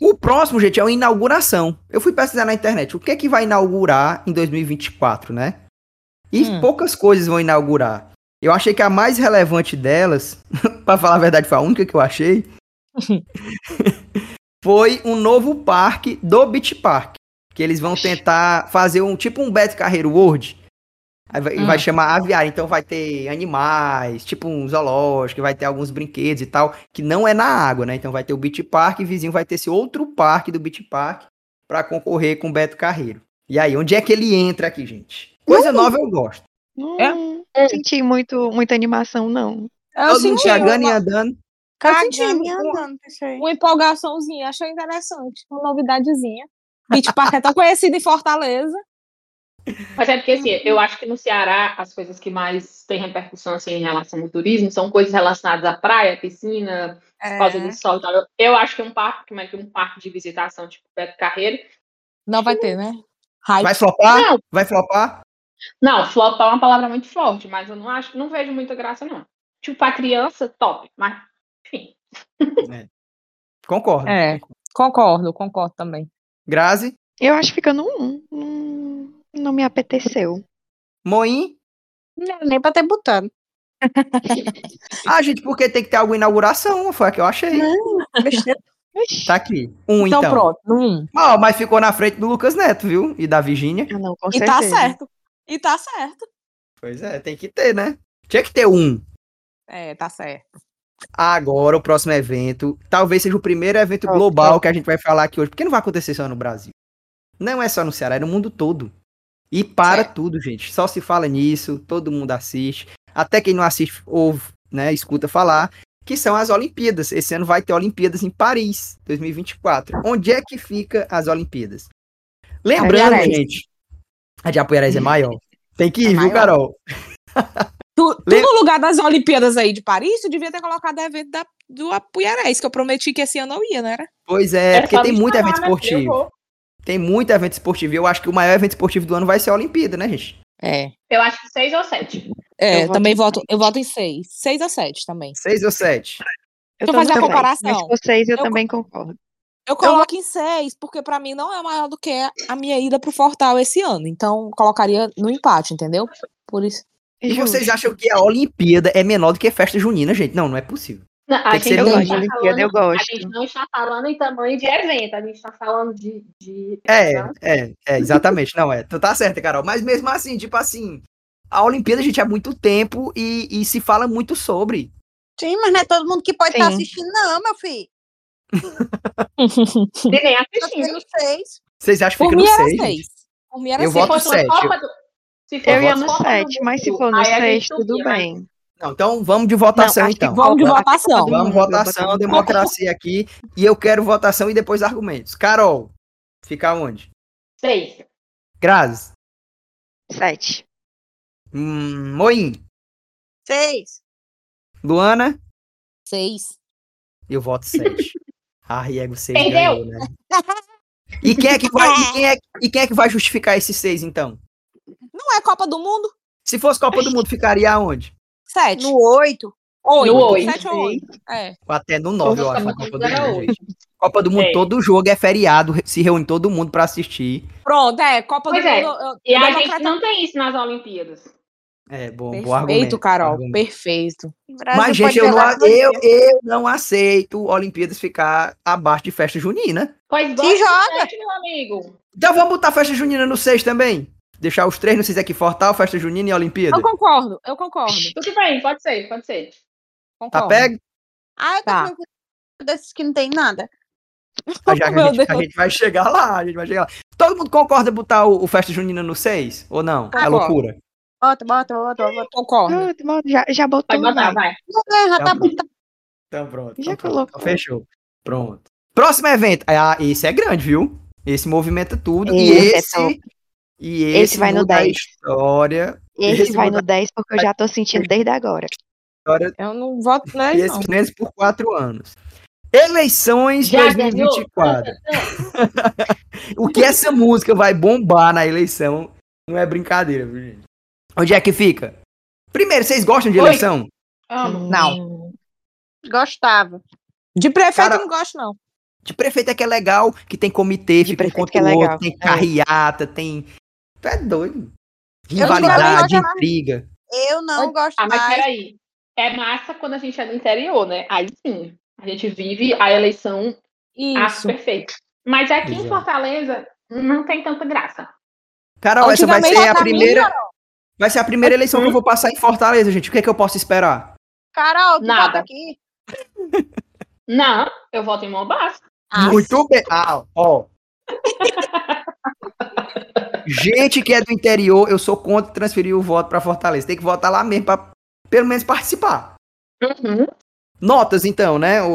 [SPEAKER 1] O próximo, gente, é uma inauguração. Eu fui pesquisar na internet o que é que vai inaugurar em 2024, né? E
[SPEAKER 3] Hum.
[SPEAKER 1] poucas coisas vão inaugurar. Eu achei que a mais relevante delas, (laughs) pra falar a verdade, foi a única que eu
[SPEAKER 3] (laughs)
[SPEAKER 1] achei, foi um novo parque do Beach Park. Que eles vão tentar fazer um tipo um Beto Carreiro World. Aí vai,
[SPEAKER 3] Hum.
[SPEAKER 1] vai chamar aviário, então vai ter animais, tipo um zoológico, vai ter alguns brinquedos e tal, que não é na água, né? Então vai ter o Beach Park e vizinho vai ter esse outro parque do Beach Park pra concorrer com o Beto Carreiro. E aí, onde é que ele entra aqui, gente? Coisa nova eu gosto.
[SPEAKER 3] É?
[SPEAKER 2] Não senti muito, muita animação, não.
[SPEAKER 1] Todo
[SPEAKER 3] Eu
[SPEAKER 1] mundo
[SPEAKER 3] senti
[SPEAKER 1] chegando e
[SPEAKER 3] uma,
[SPEAKER 1] andando.
[SPEAKER 4] Tá
[SPEAKER 3] sentindo
[SPEAKER 7] Cagando e
[SPEAKER 4] né?
[SPEAKER 3] uma-
[SPEAKER 7] andando, pessoal.
[SPEAKER 3] uma empolgaçãozinha, achei interessante. Uma novidadezinha. Beach Park é tão conhecido em Fortaleza.
[SPEAKER 5] Mas é porque, assim, eu acho que no Ceará, as coisas que mais têm repercussão, assim, em relação ao turismo, são coisas relacionadas à praia, piscina, por causa do sol e tal. Eu- Eu acho que um parque, como é que um parque de visitação, tipo Beto Carreiro,
[SPEAKER 3] Não vai ter, né? Hype.
[SPEAKER 1] Vai flopar?
[SPEAKER 5] Não.
[SPEAKER 1] Vai flopar?
[SPEAKER 5] Não, flopar é uma palavra muito forte, mas eu não acho, não vejo muita graça, não. Tipo, pra criança, top. Mas, enfim.
[SPEAKER 1] Concordo.
[SPEAKER 3] É, concordo, concordo também.
[SPEAKER 1] Grazi,
[SPEAKER 2] Eu acho que fica no um. Não, não me apeteceu.
[SPEAKER 1] Moim.
[SPEAKER 7] Não, nem pra ter botado.
[SPEAKER 1] Ah, gente, porque tem que ter alguma inauguração, foi a que eu achei.
[SPEAKER 7] Besteira.
[SPEAKER 2] Ixi.
[SPEAKER 1] Tá aqui. Um, então.
[SPEAKER 3] Né? então, pronto, um.
[SPEAKER 1] Ó, mas ficou na frente do Lucas Neto, viu? E da Virgínia.
[SPEAKER 2] Ah, não, com
[SPEAKER 3] E tá
[SPEAKER 2] certeza.
[SPEAKER 3] certo. E tá certo.
[SPEAKER 1] Pois é, tem que ter, né? Tinha que ter um.
[SPEAKER 3] É, tá certo.
[SPEAKER 1] Agora, o próximo evento. Talvez seja o primeiro evento
[SPEAKER 3] Ah,
[SPEAKER 2] Ó,
[SPEAKER 1] global
[SPEAKER 3] tá.
[SPEAKER 1] que a gente vai falar aqui hoje. Porque não vai acontecer só no Brasil. Não é só no Ceará, é no mundo todo. E para tudo, gente. Só se fala nisso, todo mundo assiste. Até quem não assiste, ouve, né? Escuta falar. Que são as Olimpíadas. Esse ano vai ter Olimpíadas em Paris, 2024. Onde é que fica as Olimpíadas? Lembrando,
[SPEAKER 2] Apuiarés.
[SPEAKER 1] gente. A de Apuiarés é maior. Tem que ir,
[SPEAKER 3] É
[SPEAKER 1] viu,
[SPEAKER 3] maior.
[SPEAKER 1] Carol?
[SPEAKER 3] Tu, tu
[SPEAKER 1] Lem-
[SPEAKER 3] no lugar das Olimpíadas aí de Paris, tu devia ter colocado evento da, do Apuiarés, que eu prometi que esse ano eu ia, né? não era?
[SPEAKER 1] Pois é,
[SPEAKER 5] É
[SPEAKER 1] porque
[SPEAKER 5] só
[SPEAKER 1] tem
[SPEAKER 5] me
[SPEAKER 1] muito
[SPEAKER 5] chamar,
[SPEAKER 1] evento
[SPEAKER 5] né, filho? Eu
[SPEAKER 1] esportivo.
[SPEAKER 5] vou.
[SPEAKER 1] Tem muito evento esportivo. e Eu acho que o maior evento esportivo do ano vai ser a Olimpíada, né, gente?
[SPEAKER 3] É.
[SPEAKER 5] Eu acho que seis ou sete.
[SPEAKER 3] É,
[SPEAKER 2] Eu voto
[SPEAKER 3] também
[SPEAKER 2] em
[SPEAKER 3] voto,
[SPEAKER 2] sete.
[SPEAKER 3] eu voto em seis. Seis a sete também.
[SPEAKER 1] Seis ou sete?
[SPEAKER 2] Eu
[SPEAKER 3] Então
[SPEAKER 2] tô
[SPEAKER 3] faz a
[SPEAKER 2] muito bem,
[SPEAKER 3] comparação.
[SPEAKER 2] Mas com vocês eu,
[SPEAKER 3] Eu-
[SPEAKER 2] também concordo.
[SPEAKER 3] Eu coloco em seis, porque pra mim não é maior do que a minha ida pro Fortal esse ano. Então, colocaria no empate, entendeu? Por isso.
[SPEAKER 1] E
[SPEAKER 2] Justo.
[SPEAKER 1] vocês acham que a Olimpíada é menor do que a festa junina, gente? Não, não é possível.
[SPEAKER 5] Não, a
[SPEAKER 1] Tem que
[SPEAKER 5] gente
[SPEAKER 1] ser
[SPEAKER 5] não
[SPEAKER 1] grande,
[SPEAKER 5] está
[SPEAKER 2] Olimpíada, eu
[SPEAKER 5] falando-
[SPEAKER 2] gosto.
[SPEAKER 5] né? A gente não está falando em tamanho de evento, a gente está falando de. de-
[SPEAKER 1] É,
[SPEAKER 5] Não.
[SPEAKER 1] é, é, exatamente. Não, é. Tu tá certa, Carol. Mas mesmo assim, tipo assim, a Olimpíada, gente, há muito tempo e, e se fala muito sobre.
[SPEAKER 7] Sim, mas não é todo mundo que pode estar
[SPEAKER 2] Sim.
[SPEAKER 7] assistindo, não, meu filho.
[SPEAKER 5] de nem
[SPEAKER 7] Tá
[SPEAKER 5] assistindo.
[SPEAKER 7] tendo seis.
[SPEAKER 1] Vocês acham que
[SPEAKER 3] Por
[SPEAKER 1] fica
[SPEAKER 3] mim
[SPEAKER 1] no
[SPEAKER 3] era
[SPEAKER 1] seis?
[SPEAKER 3] seis. Por mim era
[SPEAKER 1] Eu
[SPEAKER 3] seis.
[SPEAKER 1] voto
[SPEAKER 5] Se fosse uma
[SPEAKER 1] sete.
[SPEAKER 5] Copa do- se fosse
[SPEAKER 2] Eu ia
[SPEAKER 5] uma
[SPEAKER 2] no
[SPEAKER 5] Copa do
[SPEAKER 2] 7, mas se
[SPEAKER 3] Tá
[SPEAKER 5] Mundo,
[SPEAKER 2] for no
[SPEAKER 5] aí a gente
[SPEAKER 2] 6, tudo
[SPEAKER 5] subia, mas
[SPEAKER 2] bem.
[SPEAKER 1] Não, então vamos de votação,
[SPEAKER 2] Não, acho que
[SPEAKER 1] então.
[SPEAKER 3] então Vamos de
[SPEAKER 2] Copa-
[SPEAKER 3] votação.
[SPEAKER 2] Copa do
[SPEAKER 1] Vamos
[SPEAKER 2] Mundo, eu boto
[SPEAKER 1] votação,
[SPEAKER 2] no-
[SPEAKER 1] democracia aqui. E eu quero votação e depois argumentos. Carol, fica onde?
[SPEAKER 5] Seis.
[SPEAKER 1] Grazi.
[SPEAKER 2] Sete.
[SPEAKER 1] Hum, Moim.
[SPEAKER 7] Seis.
[SPEAKER 1] Luana.
[SPEAKER 3] Seis.
[SPEAKER 1] Eu voto 7. ah, Diego 6
[SPEAKER 5] Perdeu.
[SPEAKER 1] ganhou, né? E quem, é que vai, e, quem é, e quem é que vai justificar esses seis, então?
[SPEAKER 3] Não é Copa do Mundo?
[SPEAKER 1] Se fosse Copa do Mundo, ficaria aonde?
[SPEAKER 3] Sete.
[SPEAKER 7] No oito.
[SPEAKER 3] Oito.
[SPEAKER 5] No oito.
[SPEAKER 3] Sete ou oito. É.
[SPEAKER 1] Ou Até no 9, eu
[SPEAKER 5] Nossa,
[SPEAKER 1] acho. a
[SPEAKER 5] mas
[SPEAKER 1] Copa do
[SPEAKER 5] agora
[SPEAKER 1] Mundo,
[SPEAKER 5] hoje.
[SPEAKER 1] gente. Copa do Mundo,
[SPEAKER 5] É.
[SPEAKER 1] todo jogo é feriado, re- se reúne todo mundo pra assistir.
[SPEAKER 3] Pronto, é. Copa
[SPEAKER 5] Pois
[SPEAKER 3] do
[SPEAKER 5] é.
[SPEAKER 3] Mundo. eu-
[SPEAKER 5] E a
[SPEAKER 3] democrata-
[SPEAKER 5] gente não tem isso nas Olimpíadas.
[SPEAKER 1] É, bom, bom
[SPEAKER 3] Perfeito,
[SPEAKER 1] argumento.
[SPEAKER 3] Carol.
[SPEAKER 1] bom argumento.
[SPEAKER 3] Perfeito.
[SPEAKER 7] Brasil
[SPEAKER 1] Mas,
[SPEAKER 7] pode
[SPEAKER 1] gente, eu não,
[SPEAKER 7] jogar
[SPEAKER 1] a-
[SPEAKER 7] dois
[SPEAKER 1] eu,
[SPEAKER 7] dias.
[SPEAKER 1] eu não aceito Olimpíadas ficar abaixo de festa junina.
[SPEAKER 5] Pois bota
[SPEAKER 7] Se
[SPEAKER 5] no
[SPEAKER 7] joga.
[SPEAKER 5] sete, meu amigo.
[SPEAKER 1] Então vamos botar festa junina no 6 também? Deixar os três no 6 aqui, Fortal, festa junina e Olimpíada.
[SPEAKER 3] Eu concordo, eu concordo.
[SPEAKER 5] Tudo bem, pode ser, pode ser.
[SPEAKER 1] Tá
[SPEAKER 3] concordo.
[SPEAKER 1] pego?
[SPEAKER 7] Ah, eu tô
[SPEAKER 3] Tá.
[SPEAKER 7] com uma desses que não tem nada.
[SPEAKER 1] Ah, já que
[SPEAKER 3] Meu
[SPEAKER 1] a, gente, a
[SPEAKER 3] Deus.
[SPEAKER 1] gente vai chegar lá, a gente vai chegar lá. Todo mundo concorda em botar o, o Festa Junina no 6? Ou não? É
[SPEAKER 3] Concordo.
[SPEAKER 1] loucura.
[SPEAKER 7] Bota, bota, bota, bota.
[SPEAKER 3] Concordo.
[SPEAKER 2] Ah, bota- já, já botou.
[SPEAKER 5] Pode
[SPEAKER 2] vai.
[SPEAKER 5] botar, vai.
[SPEAKER 7] É, já
[SPEAKER 1] Tá
[SPEAKER 7] tá
[SPEAKER 1] bom.
[SPEAKER 7] botado.
[SPEAKER 1] Então pronto.
[SPEAKER 2] Já
[SPEAKER 1] então pronto, então
[SPEAKER 2] colocou.
[SPEAKER 1] fechou. Pronto. Próximo evento. Ah, esse é grande, viu? Esse movimenta tudo. e
[SPEAKER 2] Esse é
[SPEAKER 1] esse.
[SPEAKER 2] top.
[SPEAKER 1] e esse,
[SPEAKER 2] Esse vai no
[SPEAKER 1] muda a
[SPEAKER 2] 10.
[SPEAKER 1] história.
[SPEAKER 2] Esse,
[SPEAKER 1] Esse
[SPEAKER 2] vai
[SPEAKER 1] muda-
[SPEAKER 2] no 10, porque eu já tô sentindo desde agora.
[SPEAKER 1] história
[SPEAKER 3] Eu não voto né,
[SPEAKER 1] e
[SPEAKER 3] não.
[SPEAKER 1] esse meses por quatro anos. Eleições
[SPEAKER 5] Já ganhou.
[SPEAKER 1] 2024. o que essa música vai bombar na eleição não é brincadeira, viu, gente? Onde é que fica? Primeiro, vocês gostam de
[SPEAKER 5] Oi.
[SPEAKER 1] eleição?
[SPEAKER 5] Amo.
[SPEAKER 2] Hum.
[SPEAKER 3] Não.
[SPEAKER 7] Gostava.
[SPEAKER 3] De prefeito
[SPEAKER 1] Cara-
[SPEAKER 3] eu não gosto, não.
[SPEAKER 1] De prefeito é que é legal, que tem comitê, fica
[SPEAKER 2] De
[SPEAKER 1] um
[SPEAKER 2] prefeito
[SPEAKER 1] contra
[SPEAKER 2] que é
[SPEAKER 1] o outro,
[SPEAKER 2] legal,
[SPEAKER 1] tem
[SPEAKER 2] é.
[SPEAKER 1] carreata, tem. Tu é doido.
[SPEAKER 7] não gosto,
[SPEAKER 1] Rivalidade,
[SPEAKER 7] eu não gosto.
[SPEAKER 1] intriga.
[SPEAKER 7] Eu não
[SPEAKER 5] Oi?
[SPEAKER 7] gosto
[SPEAKER 5] Ah, mas
[SPEAKER 7] mais.
[SPEAKER 5] peraí. É massa quando a gente é do interior, né? Aí sim. A gente vive a eleição
[SPEAKER 3] Isso.
[SPEAKER 5] Isso. Ah, perfeito. Mas aqui
[SPEAKER 1] Exato.
[SPEAKER 5] em Fortaleza não tem tanta graça.
[SPEAKER 1] Carol, essa vai
[SPEAKER 3] Antigamente
[SPEAKER 2] tá
[SPEAKER 1] ser a
[SPEAKER 3] votava em
[SPEAKER 1] primeira. Vai ser a
[SPEAKER 2] É
[SPEAKER 1] primeira eleição que eu vou passar em Fortaleza, gente. O que é que eu posso esperar?
[SPEAKER 7] Carol, tu
[SPEAKER 5] Nada.
[SPEAKER 7] bota aqui.
[SPEAKER 5] Não, eu voto em Mombasa.
[SPEAKER 1] Muito bem. Ah, ó. gente que é do interior, eu sou contra transferir o voto pra Fortaleza. Tem que votar lá mesmo pra pelo menos participar. Notas, então, né? O,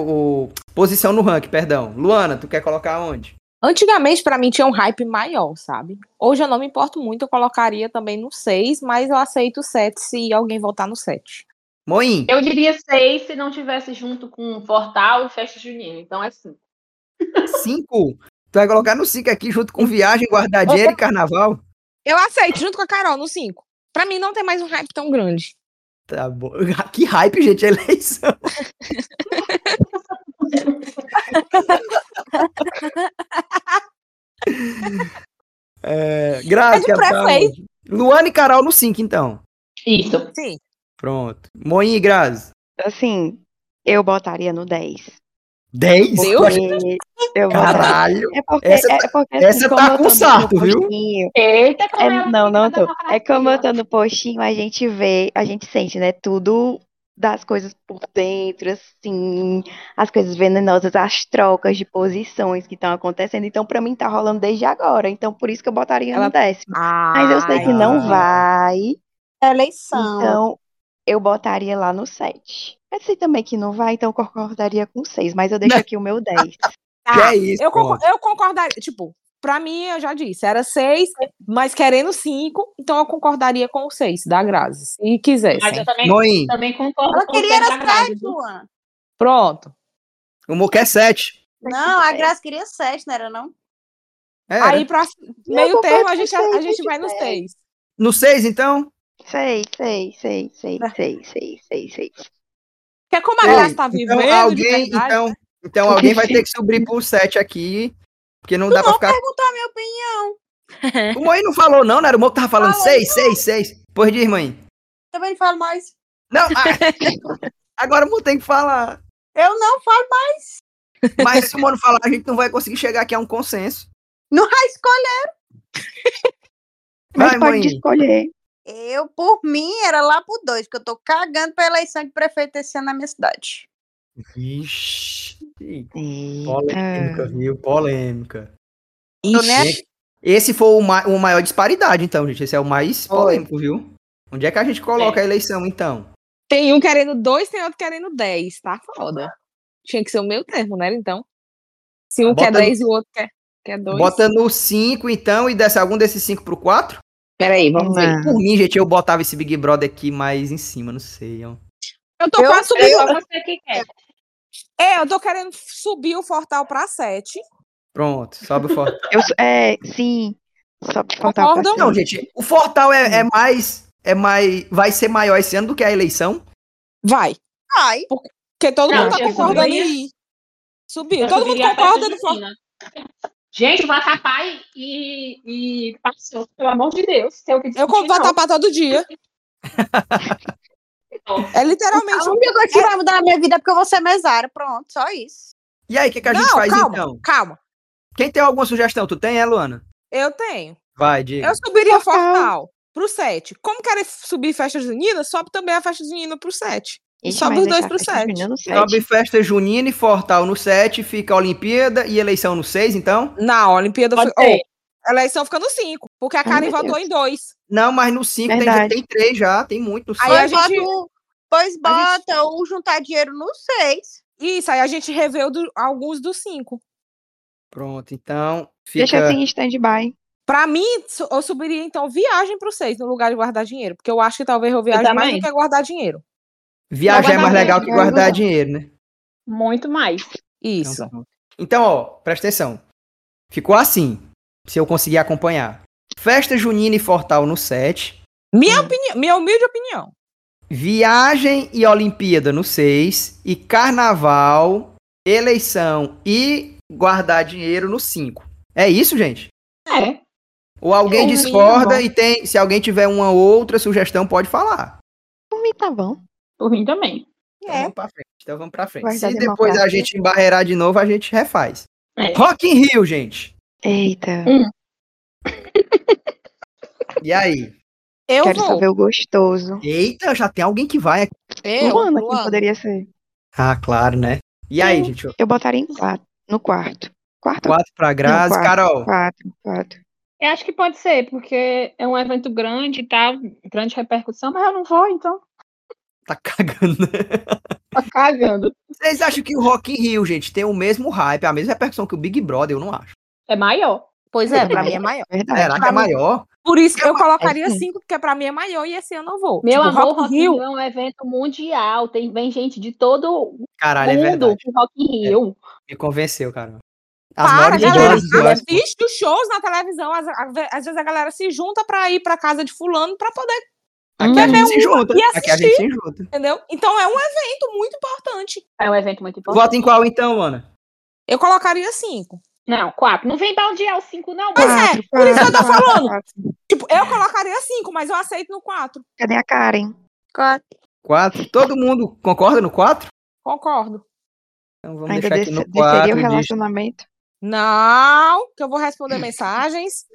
[SPEAKER 1] o- Posição no ranking, perdão. Luana, tu quer colocar onde?
[SPEAKER 3] Antigamente, pra mim, tinha um hype maior, sabe? Hoje eu não me importo muito, eu colocaria também no 6, mas eu aceito o 7 se alguém votar no 7.
[SPEAKER 1] Moim.
[SPEAKER 5] Eu diria seis se não tivesse junto com Fortal e Festa Junina. Então é cinco.
[SPEAKER 1] 5? Tu vai colocar no 5 aqui junto com viagem, guardar dinheiro e carnaval?
[SPEAKER 3] Eu aceito, junto com a Carol, no 5. Pra mim, não tem mais um hype tão grande.
[SPEAKER 1] Tá bom. (laughs) Que hype, gente, a eleição. (laughs) é,
[SPEAKER 3] É
[SPEAKER 1] graças
[SPEAKER 3] de prefeito.
[SPEAKER 1] Luana e Carol no 5, então.
[SPEAKER 5] Isso.
[SPEAKER 3] Sim.
[SPEAKER 1] Pronto. Moim e Grazi.
[SPEAKER 2] Assim, eu botaria no 10.
[SPEAKER 1] 10?
[SPEAKER 2] (laughs)
[SPEAKER 3] Meu
[SPEAKER 1] Tu acha-
[SPEAKER 2] Eu vou dar-
[SPEAKER 1] Caralho.
[SPEAKER 2] É porque,
[SPEAKER 1] Essa
[SPEAKER 2] é
[SPEAKER 1] tá-
[SPEAKER 2] porque
[SPEAKER 1] essa
[SPEAKER 2] como
[SPEAKER 1] tá
[SPEAKER 2] eu
[SPEAKER 1] com
[SPEAKER 2] tô no
[SPEAKER 1] sarto, viu?
[SPEAKER 2] postinho-
[SPEAKER 5] Eita, como
[SPEAKER 2] é,
[SPEAKER 5] ela
[SPEAKER 2] não, não
[SPEAKER 5] fica
[SPEAKER 2] tô.
[SPEAKER 5] na
[SPEAKER 2] É como eu
[SPEAKER 5] fotografia.
[SPEAKER 2] tô no postinho, a gente vê, a gente sente, né? Tudo das coisas por dentro, assim, as coisas venenosas, as trocas de posições que estão acontecendo. Então, pra mim, tá rolando desde agora. Então, por isso que eu botaria
[SPEAKER 3] Ela-
[SPEAKER 2] no décimo. Mas eu sei que não
[SPEAKER 1] entendi.
[SPEAKER 2] vai.
[SPEAKER 7] Eleição.
[SPEAKER 2] Então, eu botaria lá no 7. Eu sei também que não vai, então eu concordaria com 6, mas eu deixo aqui o meu
[SPEAKER 3] (laughs)
[SPEAKER 2] 10.
[SPEAKER 1] Que
[SPEAKER 3] Tá,
[SPEAKER 1] é isso,
[SPEAKER 3] eu, concor-
[SPEAKER 1] pô.
[SPEAKER 3] eu concordaria, tipo, pra mim, eu já disse, era seis, mas querendo cinco, então eu concordaria com o seis da Grazi, se
[SPEAKER 5] Mas
[SPEAKER 3] quisessem.
[SPEAKER 5] eu também,
[SPEAKER 1] Noin,
[SPEAKER 5] também concordo
[SPEAKER 7] Ela
[SPEAKER 5] com
[SPEAKER 7] queria
[SPEAKER 5] o Sérgio
[SPEAKER 7] era
[SPEAKER 5] Agrado,
[SPEAKER 7] 7,
[SPEAKER 5] viu?
[SPEAKER 7] Luan.
[SPEAKER 3] Pronto.
[SPEAKER 1] o Moquê é 7.
[SPEAKER 7] Não, a Graça queria 7, não era não?
[SPEAKER 1] É,
[SPEAKER 3] Aí, pra meio
[SPEAKER 2] concordo
[SPEAKER 3] termo, a
[SPEAKER 2] com
[SPEAKER 3] gente, a,
[SPEAKER 2] seis,
[SPEAKER 3] a gente
[SPEAKER 2] deixa
[SPEAKER 3] vai no
[SPEAKER 2] seis.
[SPEAKER 3] seis.
[SPEAKER 1] No 6, então?
[SPEAKER 2] 6, 6, 6, 6, 6, 6, 6, 6.
[SPEAKER 3] Porque como a
[SPEAKER 1] Ei,
[SPEAKER 3] Grazi tá vivendo,
[SPEAKER 1] Então
[SPEAKER 3] de
[SPEAKER 1] alguém,
[SPEAKER 3] verdade, né?
[SPEAKER 1] então, então alguém vai ter que subir pro 7 aqui. Porque não dá pra ficar.
[SPEAKER 7] Perguntou a minha opinião.
[SPEAKER 1] O Moí não falou, não, não era o Moco que tava falando 6, 6, 6. Pois diz, mãe.
[SPEAKER 7] Também não falo mais.
[SPEAKER 1] Não, (laughs) ah, agora o Moco tem que falar.
[SPEAKER 7] Eu não falo mais.
[SPEAKER 1] Mas se o Mono falar, a gente não vai conseguir chegar aqui a um consenso.
[SPEAKER 7] Não vai escolher.
[SPEAKER 2] Mas
[SPEAKER 1] Vai,
[SPEAKER 2] pode
[SPEAKER 1] mãe.
[SPEAKER 2] escolher.
[SPEAKER 7] Eu, por mim, era lá pro 2, porque eu tô cagando pra eleição de prefeito esse ano na minha cidade.
[SPEAKER 1] Vixe.
[SPEAKER 2] Eita.
[SPEAKER 1] Polêmica, viu? Polêmica.
[SPEAKER 7] Tô nem aí.
[SPEAKER 1] Esse foi o, ma o maior disparidade, então, gente. Esse é o mais polêmico, viu? Onde é que a gente coloca a eleição, então?
[SPEAKER 3] tem um querendo dois, tem outro querendo dez, tá foda. Tinha que ser o meio termo, né, então? Se um
[SPEAKER 1] Bota
[SPEAKER 3] quer
[SPEAKER 1] no-
[SPEAKER 3] dez e o outro quer, quer dois.
[SPEAKER 1] Bota no 5, então, e desce algum desses 5 pro 4?
[SPEAKER 5] um,
[SPEAKER 3] Peraí,
[SPEAKER 5] né?
[SPEAKER 3] vamos ver.
[SPEAKER 1] Por mim, gente, eu botava esse Big Brother aqui mais em cima, não sei. Ó.
[SPEAKER 3] Eu tô
[SPEAKER 7] Eu-
[SPEAKER 3] quase
[SPEAKER 5] É
[SPEAKER 3] subindo.
[SPEAKER 5] só você que quer.
[SPEAKER 3] É, eu tô querendo subir o Fortal pra sete.
[SPEAKER 1] Pronto, sobe o Fortal.
[SPEAKER 2] Eu sou- é, sim. Só pra faltar pra
[SPEAKER 3] Concordam?
[SPEAKER 1] Ah, Não,
[SPEAKER 2] cima.
[SPEAKER 1] gente, o Fortal é, é
[SPEAKER 3] Hum.
[SPEAKER 1] mais. É mais. Vai ser maior esse ano do que a eleição.
[SPEAKER 3] Vai.
[SPEAKER 7] Ai,
[SPEAKER 3] Porque todo
[SPEAKER 5] Não,
[SPEAKER 3] mundo tá
[SPEAKER 5] eu
[SPEAKER 3] concordando
[SPEAKER 5] subiria-
[SPEAKER 3] em ir. Subir.
[SPEAKER 5] Eu
[SPEAKER 3] Todo mundo
[SPEAKER 5] subiria a
[SPEAKER 3] concorda
[SPEAKER 5] festa
[SPEAKER 3] no Fortal.
[SPEAKER 5] junina. Gente, o Vatapai e, e passou, pelo amor de Deus. Tem o que
[SPEAKER 3] Eu
[SPEAKER 5] discutir,
[SPEAKER 3] compro
[SPEAKER 5] não.
[SPEAKER 3] vatapá todo
[SPEAKER 5] (laughs)
[SPEAKER 3] dia. É literalmente
[SPEAKER 7] A
[SPEAKER 3] um.
[SPEAKER 7] única coisa que vai mudar na minha vida é porque eu vou ser mesária. Pronto, só isso.
[SPEAKER 1] E aí, o que, que a gente
[SPEAKER 3] Não,
[SPEAKER 1] faz
[SPEAKER 3] calma,
[SPEAKER 1] então?
[SPEAKER 3] um- calma.
[SPEAKER 1] Quem tem alguma sugestão? Tu tem, é, Luana?
[SPEAKER 3] Eu tenho.
[SPEAKER 1] Vai, diga.
[SPEAKER 3] Eu subiria o
[SPEAKER 2] Fortal.
[SPEAKER 3] Fortal pro 7. Como querem subir festa junina, sobe também a festa junina pro 7. E
[SPEAKER 2] Ixi,
[SPEAKER 3] sobe
[SPEAKER 2] mas
[SPEAKER 3] os dois
[SPEAKER 2] essa
[SPEAKER 3] pro
[SPEAKER 2] festa
[SPEAKER 3] sete.
[SPEAKER 2] junina no sete.
[SPEAKER 1] Sobe festa junina e Fortal no 7, fica a Olimpíada e eleição no 6, então?
[SPEAKER 3] Não, a Olimpíada
[SPEAKER 5] Pode
[SPEAKER 3] foi.
[SPEAKER 5] ser.
[SPEAKER 3] Oh, eleição fica no 5. Porque a Karen
[SPEAKER 2] meu
[SPEAKER 3] votou
[SPEAKER 2] Deus.
[SPEAKER 3] em dois.
[SPEAKER 1] Não, mas no 5 tem,
[SPEAKER 2] Verdade.
[SPEAKER 1] tem 3 já, tem muito no
[SPEAKER 3] Aí é
[SPEAKER 1] 5.
[SPEAKER 3] a gente-
[SPEAKER 7] bota o- Pois
[SPEAKER 3] a gente-
[SPEAKER 7] bota ou juntar dinheiro no seis.
[SPEAKER 3] Isso, aí a gente reveu do- alguns dos cinco.
[SPEAKER 1] Pronto, então
[SPEAKER 2] Deixa
[SPEAKER 1] fica
[SPEAKER 2] assim em stand-by.
[SPEAKER 3] Pra mim, su- eu subiria então viagem pro 6 no lugar de guardar dinheiro. Porque eu acho que talvez eu viaje mais do
[SPEAKER 5] também.
[SPEAKER 3] que guardar dinheiro.
[SPEAKER 1] viajar é
[SPEAKER 5] Não,
[SPEAKER 1] mais
[SPEAKER 5] vai dar
[SPEAKER 1] legal que
[SPEAKER 2] dinheiro, vai
[SPEAKER 1] guardar
[SPEAKER 2] dar.
[SPEAKER 1] dinheiro, né?
[SPEAKER 5] Muito mais.
[SPEAKER 1] Então,
[SPEAKER 3] Isso.
[SPEAKER 1] pronto. Então, ó, presta atenção. Ficou assim, se eu conseguir acompanhar. Festa junina e Fortal no 7,
[SPEAKER 3] Minha
[SPEAKER 1] Hum.
[SPEAKER 3] opinião, minha humilde opinião.
[SPEAKER 1] viagem e Olimpíada no 6 e carnaval, eleição e guardar dinheiro no 5. É isso, gente?
[SPEAKER 5] É.
[SPEAKER 1] Ou alguém
[SPEAKER 2] É
[SPEAKER 5] Por mim,
[SPEAKER 1] discorda
[SPEAKER 5] tá
[SPEAKER 1] e tem, se alguém tiver uma outra sugestão, pode falar.
[SPEAKER 2] Por mim tá bom.
[SPEAKER 5] Por mim também.
[SPEAKER 1] Então vamos pra frente. Então vamos pra frente.
[SPEAKER 2] Vai dar
[SPEAKER 1] Se depois a
[SPEAKER 2] É. democracia.
[SPEAKER 1] gente embarreirar de novo, a gente refaz.
[SPEAKER 5] É.
[SPEAKER 1] Rock in Rio, gente.
[SPEAKER 2] Eita,
[SPEAKER 1] E aí?
[SPEAKER 3] Eu
[SPEAKER 2] quero
[SPEAKER 3] vou.
[SPEAKER 2] saber o gostoso.
[SPEAKER 1] Eita, já tem alguém que vai aqui.
[SPEAKER 3] Eu,
[SPEAKER 2] Luana,
[SPEAKER 3] Luana.
[SPEAKER 2] quem poderia ser?
[SPEAKER 1] Ah, claro, né? E aí, gente?
[SPEAKER 2] Eu botaria em quatro, no quarto. Quarto ou
[SPEAKER 1] Quatro pra Grazi.
[SPEAKER 2] quatro.
[SPEAKER 1] Carol,
[SPEAKER 2] quatro? Quatro.
[SPEAKER 5] Eu acho que pode ser, porque é um evento grande e tá, grande repercussão, mas eu não vou, então.
[SPEAKER 1] tá cagando. né?
[SPEAKER 5] Tá cagando.
[SPEAKER 1] Vocês acham que o Rock in Rio, gente, tem o mesmo hype, a mesma repercussão que o Big Brother? Eu não acho.
[SPEAKER 5] É maior.
[SPEAKER 3] Pois é, pra mim é maior.
[SPEAKER 2] Verdade.
[SPEAKER 1] Será que é
[SPEAKER 3] pra mim-
[SPEAKER 1] maior?
[SPEAKER 3] Por isso que eu colocaria
[SPEAKER 2] sim.
[SPEAKER 3] cinco, porque pra mim é maior e esse eu não vou.
[SPEAKER 5] Meu
[SPEAKER 3] Tipo,
[SPEAKER 5] amor,
[SPEAKER 3] Rock in
[SPEAKER 5] Rock in
[SPEAKER 3] Rio,
[SPEAKER 5] Rio é um evento mundial. Tem, vem gente de todo o
[SPEAKER 1] Caralho, é
[SPEAKER 5] mundo
[SPEAKER 1] verdade.
[SPEAKER 5] pro Rock in Rio.
[SPEAKER 1] Me convenceu, Carol. As
[SPEAKER 3] para,
[SPEAKER 1] maiores
[SPEAKER 3] galera.
[SPEAKER 1] idosas do Brasil.
[SPEAKER 3] Assiste os shows na televisão. Às, às- às vezes a galera se junta pra ir pra casa de fulano pra poder,
[SPEAKER 1] Aqui a
[SPEAKER 3] Hum.
[SPEAKER 1] gente se junta.
[SPEAKER 3] E
[SPEAKER 1] Aqui a gente se junta.
[SPEAKER 3] entendeu? Então é um evento muito importante.
[SPEAKER 5] É um evento muito importante.
[SPEAKER 1] Vota em qual então, Ana?
[SPEAKER 3] Eu colocaria cinco.
[SPEAKER 5] Não, quatro. Não vem baldear o cinco, não.
[SPEAKER 3] Pois
[SPEAKER 5] mano.
[SPEAKER 3] é, por isso que eu tô
[SPEAKER 2] quatro,
[SPEAKER 3] falando.
[SPEAKER 2] quatro.
[SPEAKER 3] Tipo, eu colocaria cinco, mas eu aceito no quatro.
[SPEAKER 2] Cadê a Karen?
[SPEAKER 1] Quatro. Todo mundo concorda no quatro?
[SPEAKER 3] Concordo.
[SPEAKER 1] Então vamos
[SPEAKER 2] Ainda
[SPEAKER 1] deixar aqui no
[SPEAKER 2] desse- desceria o
[SPEAKER 1] quadro de
[SPEAKER 2] relacionamento.
[SPEAKER 3] Não, que eu
[SPEAKER 2] (clears throat)
[SPEAKER 3] vou responder mensagens.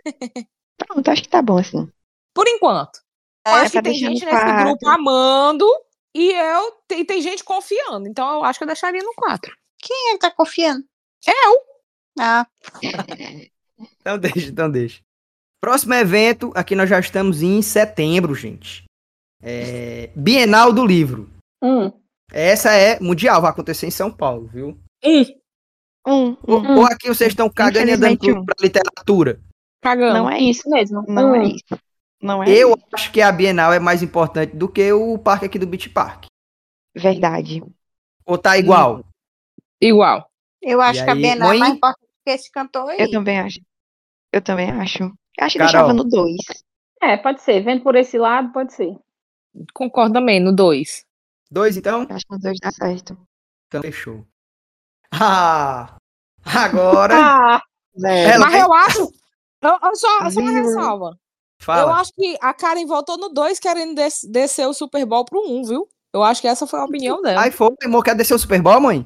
[SPEAKER 2] Pronto, acho que tá bom assim. (laughs)
[SPEAKER 3] Por enquanto. Eu
[SPEAKER 2] É,
[SPEAKER 3] acho
[SPEAKER 2] tá
[SPEAKER 3] que tem
[SPEAKER 2] deixando
[SPEAKER 3] gente nesse
[SPEAKER 2] quatro.
[SPEAKER 3] grupo amando e eu tem, tem gente confiando. Então eu acho que eu deixaria no 4.
[SPEAKER 7] Quem é que tá confiando?
[SPEAKER 3] Eu.
[SPEAKER 7] Ah,
[SPEAKER 1] Então deixa, então deixa. Próximo evento, aqui nós já estamos em setembro, gente. É Bienal do Livro.
[SPEAKER 3] é.
[SPEAKER 5] Um.
[SPEAKER 1] Essa é mundial, vai acontecer em São Paulo, viu?
[SPEAKER 2] Um,
[SPEAKER 1] Ou,
[SPEAKER 2] um.
[SPEAKER 3] Hum.
[SPEAKER 1] ou aqui vocês estão cagando e dando
[SPEAKER 2] Infelizmente,
[SPEAKER 1] pra
[SPEAKER 3] um.
[SPEAKER 1] literatura.
[SPEAKER 3] Cagando.
[SPEAKER 2] Não é isso.
[SPEAKER 5] Isso mesmo.
[SPEAKER 2] Não
[SPEAKER 5] um.
[SPEAKER 2] é isso. Não é
[SPEAKER 1] Eu
[SPEAKER 2] isso.
[SPEAKER 1] acho que a Bienal é mais importante do que o parque aqui do Beach Park.
[SPEAKER 2] Verdade.
[SPEAKER 1] Ou tá
[SPEAKER 3] Hum.
[SPEAKER 1] igual?
[SPEAKER 3] Igual.
[SPEAKER 7] eu acho que a
[SPEAKER 1] aí,
[SPEAKER 7] Bienal é
[SPEAKER 1] mãe?
[SPEAKER 7] mais importante que esse cantor aí.
[SPEAKER 2] Eu também acho. Eu também acho. Acho que
[SPEAKER 1] Carol.
[SPEAKER 2] deixava no dois.
[SPEAKER 5] É, pode ser. Vendo por esse lado, pode ser.
[SPEAKER 3] Concordo também no 2.
[SPEAKER 1] Dois, então?
[SPEAKER 2] Acho que no dois dá certo.
[SPEAKER 1] Então fechou. Ah! Agora, é,
[SPEAKER 5] Ah,
[SPEAKER 2] Zero.
[SPEAKER 1] Ela-
[SPEAKER 3] Mas eu acho. Eu, eu só, só uma
[SPEAKER 2] Viu?
[SPEAKER 3] ressalva. Eu
[SPEAKER 1] fala.
[SPEAKER 3] acho que a Karen voltou no 2 querendo des- descer o Super Bowl pro 1, um, viu? Eu acho que essa foi a opinião dela.
[SPEAKER 1] Aí foi, amor, quer descer o Super Bowl, mãe?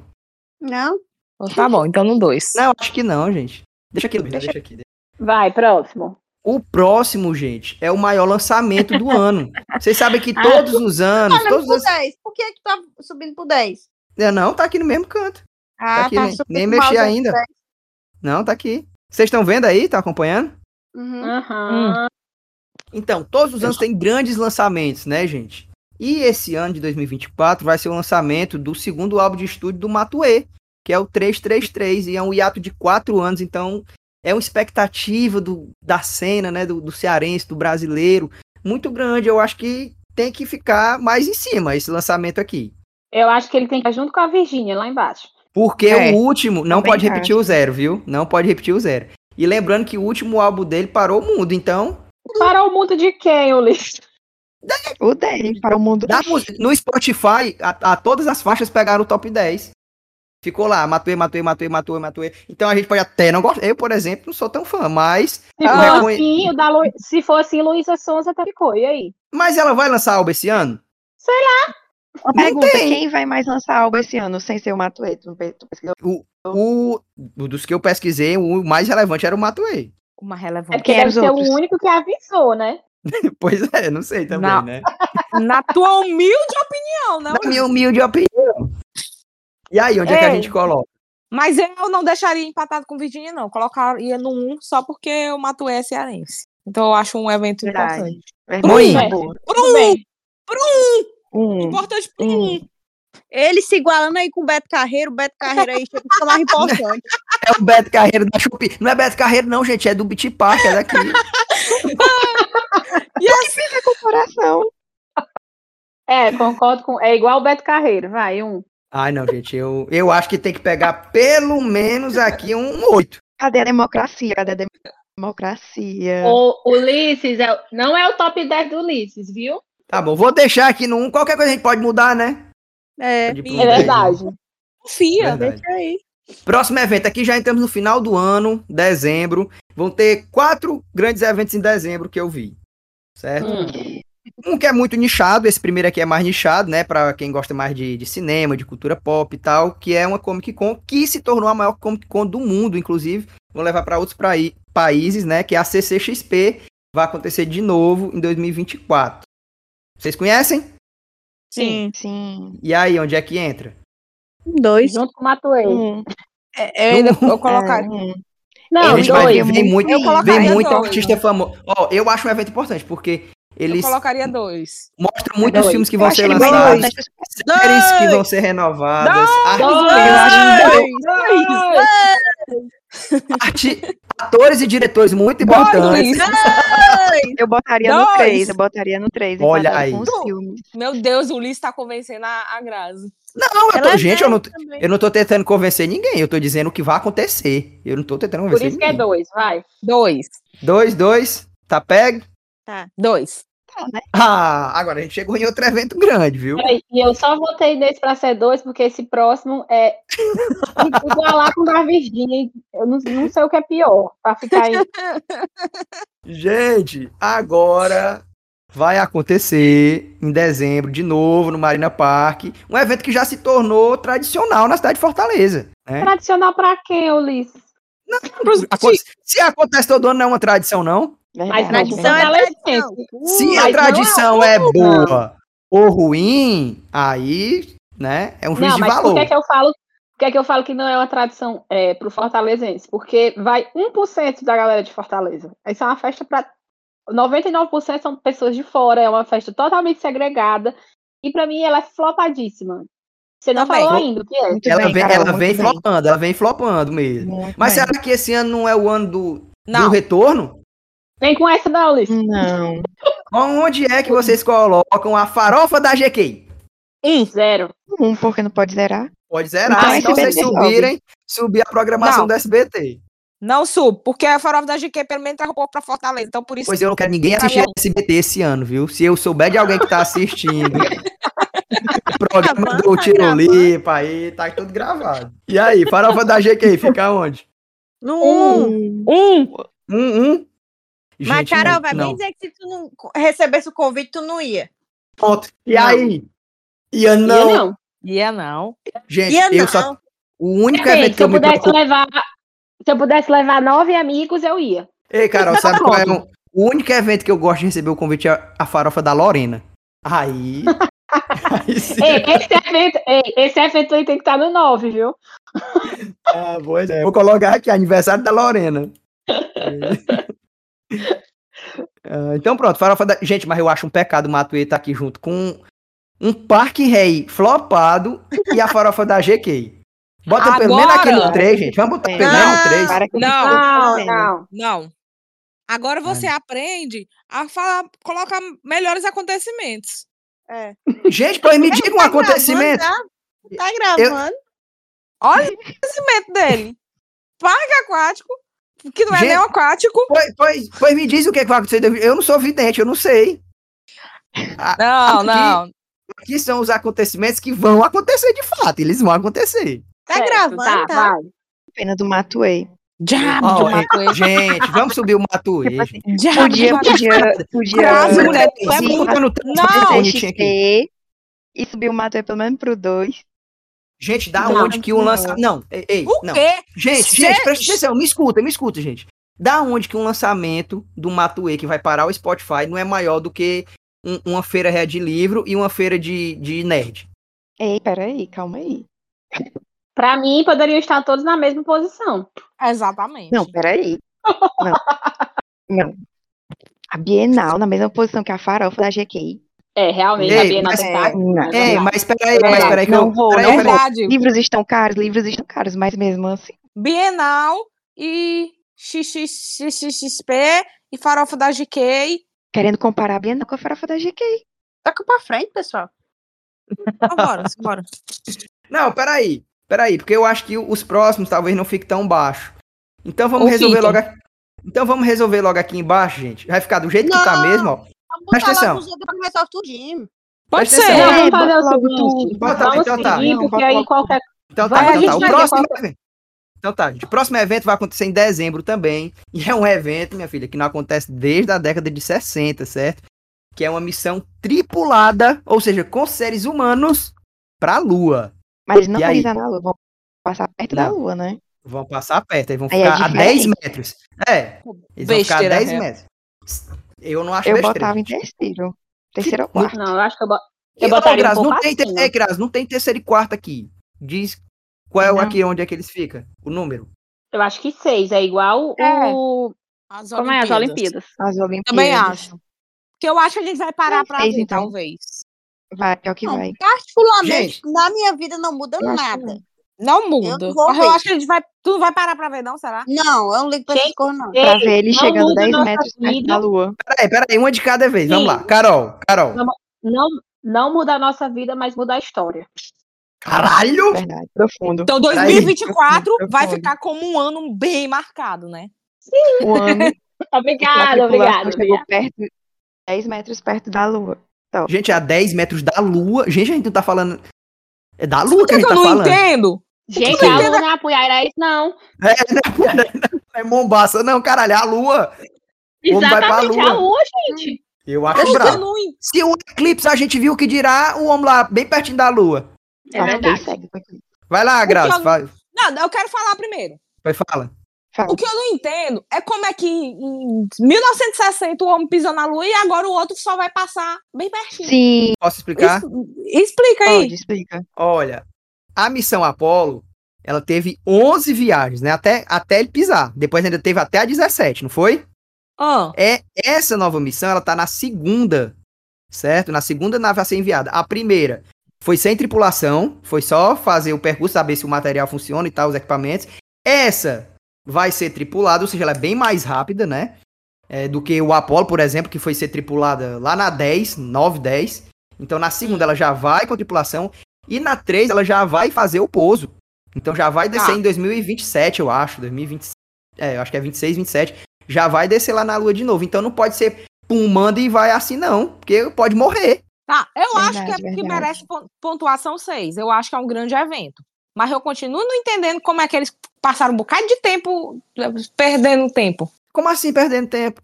[SPEAKER 7] Não?
[SPEAKER 3] Então tá bom, então no 2.
[SPEAKER 1] Não, acho que não, gente. Deixa aqui, Luísa, deixa aqui.
[SPEAKER 5] vai, próximo.
[SPEAKER 1] O próximo, gente, é o maior lançamento
[SPEAKER 3] (laughs)
[SPEAKER 1] do ano. Vocês sabem
[SPEAKER 3] Ah,
[SPEAKER 1] que todos os anos,
[SPEAKER 7] Tá
[SPEAKER 1] todos
[SPEAKER 7] subindo
[SPEAKER 1] os...
[SPEAKER 7] pro 10. Por que é que tá subindo pro 10?
[SPEAKER 1] Não, Não, tá aqui no mesmo canto.
[SPEAKER 7] Ah,
[SPEAKER 1] Tá aqui, nem-
[SPEAKER 7] subindo
[SPEAKER 1] nem
[SPEAKER 7] pro
[SPEAKER 1] mexi
[SPEAKER 7] mouse aí,
[SPEAKER 1] ainda.
[SPEAKER 7] 10.
[SPEAKER 1] Não, tá aqui. Vocês estão vendo aí? Tá acompanhando?
[SPEAKER 3] Hum.
[SPEAKER 7] Uhum.
[SPEAKER 5] Aham.
[SPEAKER 1] Então, todos os
[SPEAKER 2] É.
[SPEAKER 1] anos tem grandes lançamentos, né, gente? E esse ano de 2024 vai ser o lançamento do segundo álbum de estúdio do Matuê, que é o 333, e é um hiato de quatro anos, então é uma expectativa do, da cena, né, do, do cearense, do brasileiro, muito grande. Eu acho que tem que ficar mais em cima esse lançamento aqui.
[SPEAKER 5] Eu acho que ele tem que ir junto com a Virgínia, lá embaixo.
[SPEAKER 1] Porque
[SPEAKER 2] É,
[SPEAKER 1] o último não
[SPEAKER 2] também
[SPEAKER 1] pode repetir o zero, viu? Não pode repetir o zero. E lembrando que o último álbum dele parou o mundo, então
[SPEAKER 5] Para o mundo de quem, Ulisses?
[SPEAKER 2] O 10 para o mundo.
[SPEAKER 1] Da música- no Spotify, a, a todas as faixas pegaram o top 10. Ficou lá, Matuê, Matuê, Matuê, Matuê, Matuê. Então a gente pode até não gostar. Eu, por exemplo, não sou tão fã, mas.
[SPEAKER 5] Se,
[SPEAKER 1] Ah,
[SPEAKER 5] for
[SPEAKER 1] reconhe-
[SPEAKER 5] assim, o da Lu... Se for assim, Luísa Sonza até ficou. E aí?
[SPEAKER 1] Mas ela vai lançar álbum esse ano?
[SPEAKER 2] Uma pergunta:
[SPEAKER 1] tem.
[SPEAKER 2] quem vai mais lançar álbum esse ano sem ser o Matuê? Tu não pe- tu pesquisou?
[SPEAKER 1] O, o- dos que eu pesquisei, o mais relevante era o Matuê.
[SPEAKER 3] Uma
[SPEAKER 5] É
[SPEAKER 3] relevante.
[SPEAKER 5] porque
[SPEAKER 2] Quem eram
[SPEAKER 5] deve
[SPEAKER 2] os
[SPEAKER 5] ser
[SPEAKER 2] outros?
[SPEAKER 5] o único que avisou, né?
[SPEAKER 1] (laughs) Pois é, não sei também,
[SPEAKER 3] Não.
[SPEAKER 1] né?
[SPEAKER 3] É, Na tua humilde opinião, né? não.
[SPEAKER 1] Na minha humilde opinião. E aí, onde é que a
[SPEAKER 3] Ei.
[SPEAKER 1] gente coloca?
[SPEAKER 3] Mas eu não deixaria empatado com Virginia, não. Colocaria no 1 só porque o Matuê é cearense. Então eu acho um evento
[SPEAKER 2] Verdade.
[SPEAKER 3] importante.
[SPEAKER 2] Verdade,
[SPEAKER 1] Mãe.
[SPEAKER 2] boa.
[SPEAKER 3] Pro
[SPEAKER 5] Tudo
[SPEAKER 3] 1!
[SPEAKER 5] bem.
[SPEAKER 2] Um.
[SPEAKER 3] Importante pro
[SPEAKER 2] Hum.
[SPEAKER 3] 1.
[SPEAKER 7] Ele se igualando aí com o Beto Carreiro, o Beto Carreiro aí chega a ficar
[SPEAKER 1] (laughs)
[SPEAKER 7] mais importante.
[SPEAKER 3] (laughs)
[SPEAKER 1] É o Beto Carreiro da Chupi. Não é Beto Carreiro, não, gente. É do Beat Park, é
[SPEAKER 3] (laughs)
[SPEAKER 1] daqui.
[SPEAKER 2] Coração.
[SPEAKER 5] É, concordo com. É igual o Beto Carreiro, vai, um.
[SPEAKER 1] Ai, não, gente. Eu, eu acho que tem que pegar pelo menos aqui um oito.
[SPEAKER 2] Cadê a democracia? Cadê a dem- democracia?
[SPEAKER 5] O Ulisses é... não é o top 10 do Ulisses, viu?
[SPEAKER 1] Tá bom, vou deixar aqui no 1. Qualquer coisa a gente pode mudar, né?
[SPEAKER 7] É,
[SPEAKER 1] Pode
[SPEAKER 3] É
[SPEAKER 5] É
[SPEAKER 1] mudar.
[SPEAKER 5] verdade.
[SPEAKER 3] Confia.
[SPEAKER 1] Verdade.
[SPEAKER 7] deixa aí.
[SPEAKER 1] Próximo evento aqui, já entramos no final do ano, dezembro. Vão ter quatro grandes eventos em dezembro que eu vi.
[SPEAKER 7] Hum.
[SPEAKER 1] Certo?
[SPEAKER 5] Hum,
[SPEAKER 1] Um que é muito nichado, esse primeiro aqui é mais nichado, né? Pra quem gosta mais de, de cinema, de cultura pop e tal, que é uma Comic Con que se tornou a maior Comic Con do mundo, inclusive. Vão levar para outros praí- países, né? Que é a CCXP. Vai acontecer de novo em 2024. Vocês conhecem?
[SPEAKER 3] Sim.
[SPEAKER 2] Sim.
[SPEAKER 1] E aí, onde é que entra?
[SPEAKER 7] Um, Dois.
[SPEAKER 5] Junto com o Matuei.
[SPEAKER 2] Um.
[SPEAKER 3] É, Eu, ainda, eu colocaria.
[SPEAKER 2] É, um.
[SPEAKER 5] Não,
[SPEAKER 1] Ele
[SPEAKER 2] Eles
[SPEAKER 5] dois.
[SPEAKER 2] vão
[SPEAKER 1] vai-
[SPEAKER 2] dois.
[SPEAKER 1] vem muito,
[SPEAKER 2] Eu
[SPEAKER 1] vem
[SPEAKER 3] colocaria
[SPEAKER 1] muito
[SPEAKER 3] dois.
[SPEAKER 1] artista famoso. Ó, eu acho um evento importante, porque
[SPEAKER 3] Eu
[SPEAKER 1] eles
[SPEAKER 3] colocaria dois.
[SPEAKER 1] mostram muitos
[SPEAKER 5] Dois.
[SPEAKER 1] filmes que
[SPEAKER 2] Eu
[SPEAKER 1] vão
[SPEAKER 2] acho
[SPEAKER 1] ser
[SPEAKER 2] ele bem
[SPEAKER 1] lançados,
[SPEAKER 2] importante.
[SPEAKER 1] séries que vão ser renovadas,
[SPEAKER 5] Dois.
[SPEAKER 2] Eu acho que
[SPEAKER 5] Dois.
[SPEAKER 1] arti- atores e diretores muito
[SPEAKER 3] Dois,
[SPEAKER 1] importantes.
[SPEAKER 3] Luiz.
[SPEAKER 2] eu botaria
[SPEAKER 3] Dois.
[SPEAKER 2] no 3. Eu botaria no 3.
[SPEAKER 1] Olha aí.
[SPEAKER 2] Com os filmes.
[SPEAKER 3] Meu Deus, o Ulisses tá convencendo a, a Grazi.
[SPEAKER 1] Não, eu tô-
[SPEAKER 7] Ela é
[SPEAKER 1] gente, eu não,
[SPEAKER 7] também.
[SPEAKER 1] eu não tô tentando convencer ninguém, eu tô dizendo o que vai acontecer. Eu não tô tentando
[SPEAKER 5] Por
[SPEAKER 1] convencer
[SPEAKER 5] isso que é
[SPEAKER 1] ninguém.
[SPEAKER 5] dois, vai.
[SPEAKER 3] Dois.
[SPEAKER 1] dois, dois, tá pego?
[SPEAKER 3] Dois.
[SPEAKER 2] Tá, né?
[SPEAKER 1] Ah, agora a gente chegou em outro evento grande, viu?
[SPEAKER 5] Peraí, E eu só votei nesse pra ser dois, porque esse próximo é (laughs) igualar com o da Virgínia. Eu não, não sei o que é pior, pra ficar aí.
[SPEAKER 1] Gente, agora vai acontecer em dezembro, de novo, no Marina Park. Um evento que já se tornou tradicional na cidade de Fortaleza. né?
[SPEAKER 5] Tradicional pra quê, Ulisses?
[SPEAKER 3] Pros-
[SPEAKER 1] Aconte- Se acontece todo ano, não é uma tradição, não.
[SPEAKER 2] Verdade,
[SPEAKER 5] tradição
[SPEAKER 2] verdade.
[SPEAKER 5] é
[SPEAKER 1] Se
[SPEAKER 5] mas
[SPEAKER 1] a
[SPEAKER 5] não é
[SPEAKER 1] tradição é, boa ou ruim, aí, né, é um juiz
[SPEAKER 5] Não,
[SPEAKER 1] de
[SPEAKER 5] mas
[SPEAKER 1] valor.
[SPEAKER 5] por que, é que eu falo? Por que, é que eu falo que não é uma tradição é, pro fortalezense? Porque vai 1% da galera de Fortaleza. Isso é uma festa para 99% são pessoas de fora, é uma festa totalmente segregada. E pra mim ela é flopadíssima. Você não
[SPEAKER 7] Também.
[SPEAKER 5] falou ainda o que é.
[SPEAKER 2] Muito
[SPEAKER 1] Ela
[SPEAKER 2] bem,
[SPEAKER 1] vem,
[SPEAKER 2] Carol,
[SPEAKER 1] ela
[SPEAKER 2] muito
[SPEAKER 1] vem
[SPEAKER 2] bem.
[SPEAKER 1] flopando, ela vem flopando mesmo.
[SPEAKER 2] Muito
[SPEAKER 1] Mas
[SPEAKER 2] bem.
[SPEAKER 1] será que esse ano não é o ano do, do
[SPEAKER 3] Não,
[SPEAKER 1] retorno?
[SPEAKER 5] Vem com essa não,
[SPEAKER 1] Hum.
[SPEAKER 5] Ulisses.
[SPEAKER 2] Não.
[SPEAKER 1] Onde é que vocês colocam a farofa da GK?
[SPEAKER 5] Zero.
[SPEAKER 2] Um, porque não pode zerar.
[SPEAKER 1] Pode zerar,
[SPEAKER 2] Então,
[SPEAKER 1] então vocês
[SPEAKER 2] SBT resolve.
[SPEAKER 1] subirem, subir a programação
[SPEAKER 3] Não.
[SPEAKER 1] do SBT.
[SPEAKER 3] não subo, porque a farofa da GQ pelo menos traz um pouco pra Fortaleza. Então, por isso.
[SPEAKER 1] Pois eu não quero ninguém
[SPEAKER 3] Tá
[SPEAKER 1] assistir
[SPEAKER 3] bom.
[SPEAKER 1] SBT esse ano, viu? Se eu souber de alguém que tá assistindo o programa
[SPEAKER 7] Gravando,
[SPEAKER 1] do
[SPEAKER 7] tá
[SPEAKER 1] Tirolipa aí, tá tudo gravado. E aí, farofa da GK, fica onde?
[SPEAKER 7] No um.
[SPEAKER 2] Um.
[SPEAKER 3] Um,
[SPEAKER 1] Um, um?
[SPEAKER 7] Mas,
[SPEAKER 1] Gente,
[SPEAKER 7] Carol,
[SPEAKER 1] não,
[SPEAKER 7] vai
[SPEAKER 1] não.
[SPEAKER 7] bem dizer que se tu não co- recebesse o convite, tu não ia.
[SPEAKER 1] Ponto. E
[SPEAKER 5] Não.
[SPEAKER 1] aí? Ian,
[SPEAKER 5] Ia
[SPEAKER 1] não.
[SPEAKER 5] não.
[SPEAKER 3] ia não.
[SPEAKER 1] Gente,
[SPEAKER 7] Ia
[SPEAKER 1] eu
[SPEAKER 7] não.
[SPEAKER 1] só. O único
[SPEAKER 5] Depende,
[SPEAKER 1] um evento
[SPEAKER 5] se
[SPEAKER 1] que eu
[SPEAKER 5] eu
[SPEAKER 1] me
[SPEAKER 5] pudesse
[SPEAKER 1] preocupo.
[SPEAKER 5] levar. Se eu pudesse levar nove amigos,
[SPEAKER 1] (laughs)
[SPEAKER 5] eu ia.
[SPEAKER 1] Ei, Carol, sabe qual é o... o único evento que eu gosto de receber o convite é a farofa da Lorena. Aí. aí sim.
[SPEAKER 5] Ei, esse evento, ei, esse evento aí tem que estar no nove, viu?
[SPEAKER 1] Ah, pois é. Vou colocar aqui, aniversário da
[SPEAKER 2] (laughs)
[SPEAKER 1] Lorena. Ah, então pronto, farofa da... Gente, mas eu acho um pecado o Matuê tá aqui junto com um Parque Rei flopado e a farofa da GK. Bota pelo menos
[SPEAKER 3] Agora!
[SPEAKER 1] aquele 3, gente. Vamos botar pelo menos um 3.
[SPEAKER 2] Ah, Para que
[SPEAKER 3] Não.
[SPEAKER 5] Não,
[SPEAKER 2] Não,
[SPEAKER 5] não.
[SPEAKER 3] Não. Agora você aprende a falar, colocar melhores acontecimentos.
[SPEAKER 7] É.
[SPEAKER 1] Gente, pois me diga um
[SPEAKER 7] Tá gravando,
[SPEAKER 1] acontecimento.
[SPEAKER 7] Tá, Tá gravando.
[SPEAKER 3] Olha o acontecimento dele. Parque aquático, que não é
[SPEAKER 1] Gente-
[SPEAKER 3] nem aquático.
[SPEAKER 1] Pois, pois, pois me diz o que, é que vai acontecer. Eu não sou vidente, eu não sei.
[SPEAKER 3] Não, não.
[SPEAKER 1] Aqui são os acontecimentos que vão acontecer de fato. Eles vão
[SPEAKER 2] (laughs)
[SPEAKER 1] acontecer.
[SPEAKER 7] Tá
[SPEAKER 5] Certo,
[SPEAKER 7] gravando, tá?
[SPEAKER 5] vai.
[SPEAKER 2] pena do Matuei.
[SPEAKER 3] Diabo
[SPEAKER 1] Ó,
[SPEAKER 3] de Matuê.
[SPEAKER 1] Gente, vamos subir o Matuê.
[SPEAKER 2] Tipo assim,
[SPEAKER 3] Diabo de
[SPEAKER 2] Podia,
[SPEAKER 3] Matuê.
[SPEAKER 2] podia, podia.
[SPEAKER 3] Quase, mulher, tu é
[SPEAKER 2] Sim,
[SPEAKER 3] muito
[SPEAKER 2] a-
[SPEAKER 3] Não!
[SPEAKER 2] fazer
[SPEAKER 1] bonitinho aqui.
[SPEAKER 2] XP E subir o Matuei pelo menos pro 2.
[SPEAKER 1] Gente, da
[SPEAKER 5] Não,
[SPEAKER 1] onde que um lançamento. Não, ei, ei,
[SPEAKER 3] O
[SPEAKER 1] não.
[SPEAKER 3] quê?
[SPEAKER 1] Gente,
[SPEAKER 3] Cê-
[SPEAKER 1] gente, presta atenção, me escuta, me escuta, gente. Da onde que um lançamento do Matuê que vai parar o Spotify não é maior do que um- uma feira ré de livro e uma feira de, de nerd?
[SPEAKER 2] Ei, peraí, calma aí.
[SPEAKER 5] Pra mim, poderiam estar todos na mesma posição.
[SPEAKER 3] Exatamente. É
[SPEAKER 2] Não, peraí. Não. Não. A Bienal, na mesma posição que a farofa da GK.
[SPEAKER 5] É, realmente,
[SPEAKER 1] Ei,
[SPEAKER 5] a Bienal
[SPEAKER 1] mas-
[SPEAKER 5] tem que estar.
[SPEAKER 2] não.
[SPEAKER 5] É,
[SPEAKER 1] Ei, mas peraí, mas
[SPEAKER 5] Não,
[SPEAKER 1] peraí que
[SPEAKER 2] não
[SPEAKER 1] eu.
[SPEAKER 2] vou,
[SPEAKER 1] peraí,
[SPEAKER 2] não
[SPEAKER 1] peraí.
[SPEAKER 3] Verdade.
[SPEAKER 2] Livros estão caros, livros estão caros, mas mesmo assim.
[SPEAKER 3] Bienal e XXXXP e farofa da GK.
[SPEAKER 2] Querendo comparar a Bienal com a farofa da GK.
[SPEAKER 7] Toca pra frente, pessoal.
[SPEAKER 3] Vambora, vambora.
[SPEAKER 1] Não, peraí. Peraí, porque eu acho que os próximos talvez não fiquem tão baixo. Então vamos
[SPEAKER 3] Ou
[SPEAKER 1] resolver
[SPEAKER 3] fiquem.
[SPEAKER 1] logo aqui. Então vamos resolver logo aqui embaixo, gente. Vai ficar do jeito que tá
[SPEAKER 7] Não.
[SPEAKER 1] mesmo, ó.
[SPEAKER 7] Vamos
[SPEAKER 1] Presta
[SPEAKER 7] botar
[SPEAKER 1] atenção.
[SPEAKER 7] logo os outros pra começar o tudinho.
[SPEAKER 3] Pode
[SPEAKER 1] Presta
[SPEAKER 3] ser.
[SPEAKER 1] atenção.
[SPEAKER 5] Não, vamos
[SPEAKER 2] É,
[SPEAKER 5] fazer o
[SPEAKER 2] bota logo
[SPEAKER 5] seguinte.
[SPEAKER 2] tudo, bota
[SPEAKER 1] logo
[SPEAKER 5] Vamos
[SPEAKER 1] tudo. Então tá.
[SPEAKER 5] seguir,
[SPEAKER 2] Não,
[SPEAKER 5] porque
[SPEAKER 2] bota
[SPEAKER 5] aí
[SPEAKER 2] logo
[SPEAKER 5] qualquer
[SPEAKER 1] Então
[SPEAKER 5] Vai,
[SPEAKER 1] tá,
[SPEAKER 5] a
[SPEAKER 1] então
[SPEAKER 5] gente
[SPEAKER 1] tá. O
[SPEAKER 5] vai ver
[SPEAKER 1] próximo
[SPEAKER 5] qual-
[SPEAKER 1] evento. Então tá, gente. O próximo evento vai acontecer em dezembro também. E é um evento, minha filha, que não acontece desde a década de 60, certo? Que é uma missão tripulada, ou seja, com seres humanos pra Lua.
[SPEAKER 2] Mas não
[SPEAKER 1] E
[SPEAKER 2] vão
[SPEAKER 1] aí?
[SPEAKER 2] pisar na Lua, vão passar perto da
[SPEAKER 1] Não.
[SPEAKER 2] Lua, né?
[SPEAKER 1] Vão passar perto, aí vão
[SPEAKER 2] Aí é
[SPEAKER 1] ficar a
[SPEAKER 2] diferente.
[SPEAKER 1] 10 metros. É. Eles vão ficar a
[SPEAKER 3] Besteira,
[SPEAKER 1] 10
[SPEAKER 3] é.
[SPEAKER 1] metros. Eu não acho
[SPEAKER 2] Eu
[SPEAKER 1] besteira,
[SPEAKER 2] botava em
[SPEAKER 1] gente.
[SPEAKER 2] terceiro. Terceiro ou
[SPEAKER 1] Não-
[SPEAKER 2] quarto.
[SPEAKER 5] Não, eu acho que eu, bo...
[SPEAKER 1] Eu
[SPEAKER 5] eu
[SPEAKER 1] não,
[SPEAKER 5] botaria um
[SPEAKER 1] Grazi, não
[SPEAKER 5] pouco
[SPEAKER 1] tem, ter-
[SPEAKER 5] acima.
[SPEAKER 1] é, Grazi, não tem terceiro e quarto aqui. Diz qual é o
[SPEAKER 2] Não.
[SPEAKER 1] aqui, onde é que eles ficam, o número.
[SPEAKER 5] Eu acho que seis. É igual
[SPEAKER 3] É.
[SPEAKER 5] o...
[SPEAKER 3] As
[SPEAKER 5] Como é? As Olimpíadas.
[SPEAKER 2] As Olimpíadas.
[SPEAKER 3] Também acho. Porque eu acho que a gente vai parar
[SPEAKER 2] Não
[SPEAKER 3] pra
[SPEAKER 2] fez,
[SPEAKER 3] ver,
[SPEAKER 2] então.
[SPEAKER 3] talvez.
[SPEAKER 2] Vai, pior que
[SPEAKER 7] Não,
[SPEAKER 2] vai.
[SPEAKER 7] Particularmente,
[SPEAKER 1] Gente.
[SPEAKER 7] na minha vida não muda
[SPEAKER 2] Eu acho que
[SPEAKER 7] nada.
[SPEAKER 3] Não muda.
[SPEAKER 7] não vou
[SPEAKER 3] Mas eu
[SPEAKER 7] ver.
[SPEAKER 3] acho que a gente vai. Tu não vai parar pra ver, não, será?
[SPEAKER 7] Não, eu não ligo pra essas coisas, não.
[SPEAKER 2] Pra
[SPEAKER 5] Ei,
[SPEAKER 2] ver ele
[SPEAKER 5] não
[SPEAKER 2] chegando
[SPEAKER 5] muda
[SPEAKER 2] 10
[SPEAKER 5] nossa
[SPEAKER 2] metros perto
[SPEAKER 5] vida.
[SPEAKER 2] da Lua.
[SPEAKER 1] Peraí, peraí, uma de cada vez. Vamos
[SPEAKER 5] Sim.
[SPEAKER 1] lá. Carol, Carol.
[SPEAKER 5] não, não muda a nossa vida, mas muda a história.
[SPEAKER 1] Caralho!
[SPEAKER 2] Verdade. Profundo.
[SPEAKER 3] Então,
[SPEAKER 1] Peraí.
[SPEAKER 3] 2024
[SPEAKER 2] Eu
[SPEAKER 3] vai
[SPEAKER 2] concordo.
[SPEAKER 3] ficar como um ano bem marcado, né?
[SPEAKER 2] O ano que a
[SPEAKER 5] Obrigada,
[SPEAKER 2] tripulação
[SPEAKER 5] obrigada.
[SPEAKER 2] chegou
[SPEAKER 5] obrigada.
[SPEAKER 2] perto, 10 metros perto da Lua.
[SPEAKER 1] Gente, é a 10 metros da lua. Gente, a gente não tá falando. É da
[SPEAKER 3] Por
[SPEAKER 1] lua que
[SPEAKER 3] que,
[SPEAKER 1] a gente
[SPEAKER 3] que eu
[SPEAKER 1] tá
[SPEAKER 3] não
[SPEAKER 1] falando.
[SPEAKER 3] entendo?
[SPEAKER 5] Gente,
[SPEAKER 1] Sim.
[SPEAKER 5] a Lua não é apoiar, era isso, não.
[SPEAKER 1] É, (laughs) não, não é Mombaça, não, caralho, é a lua. O homem vai pra
[SPEAKER 5] Exatamente, a
[SPEAKER 1] Lua.
[SPEAKER 5] Lua, gente.
[SPEAKER 1] Eu acho brabo. Se o eclipse a gente viu o que dirá o homem lá bem pertinho da lua.
[SPEAKER 2] Tá,
[SPEAKER 5] É verdade.
[SPEAKER 1] Vai lá, Graça.
[SPEAKER 3] eu-
[SPEAKER 1] Vai,
[SPEAKER 3] Não, eu quero falar primeiro.
[SPEAKER 1] vai, fala.
[SPEAKER 3] O que eu não entendo é como é que em 1960 o homem pisou na lua e agora o outro só vai passar bem pertinho.
[SPEAKER 2] Sim,
[SPEAKER 1] Posso explicar?
[SPEAKER 3] Es- Explica aí.
[SPEAKER 2] pode, explica.
[SPEAKER 1] Olha, a missão Apolo, ela teve 11 viagens, né? Até, até ele pisar. Depois ainda teve até a 17, não foi?
[SPEAKER 3] Ah,
[SPEAKER 1] É essa nova missão, ela tá na segunda, certo? Na segunda nave a ser enviada. A primeira foi sem tripulação, foi só fazer o percurso, saber se o material funciona e tal, os equipamentos. Essa vai ser tripulada, ou seja, ela é bem mais rápida, né? É, do que o Apollo, por exemplo, que foi ser tripulada lá na 10, 9, 10. Então na segunda ela já vai com a tripulação e na 3 ela já vai fazer o pouso. Então já vai descer em 2027, eu acho, 2026. É, eu acho que é 26, 27 já vai descer lá na lua de novo. Então não pode ser pum, manda e vai assim, não. Porque pode morrer.
[SPEAKER 3] tá. Eu acho que, é
[SPEAKER 2] Verdade,
[SPEAKER 3] que
[SPEAKER 2] verdade.
[SPEAKER 3] merece pon- pontuação 6. Eu acho que é um grande evento. Mas eu continuo não entendendo como é que eles passaram um bocado de tempo eh, perdendo tempo.
[SPEAKER 1] Como assim, perdendo tempo?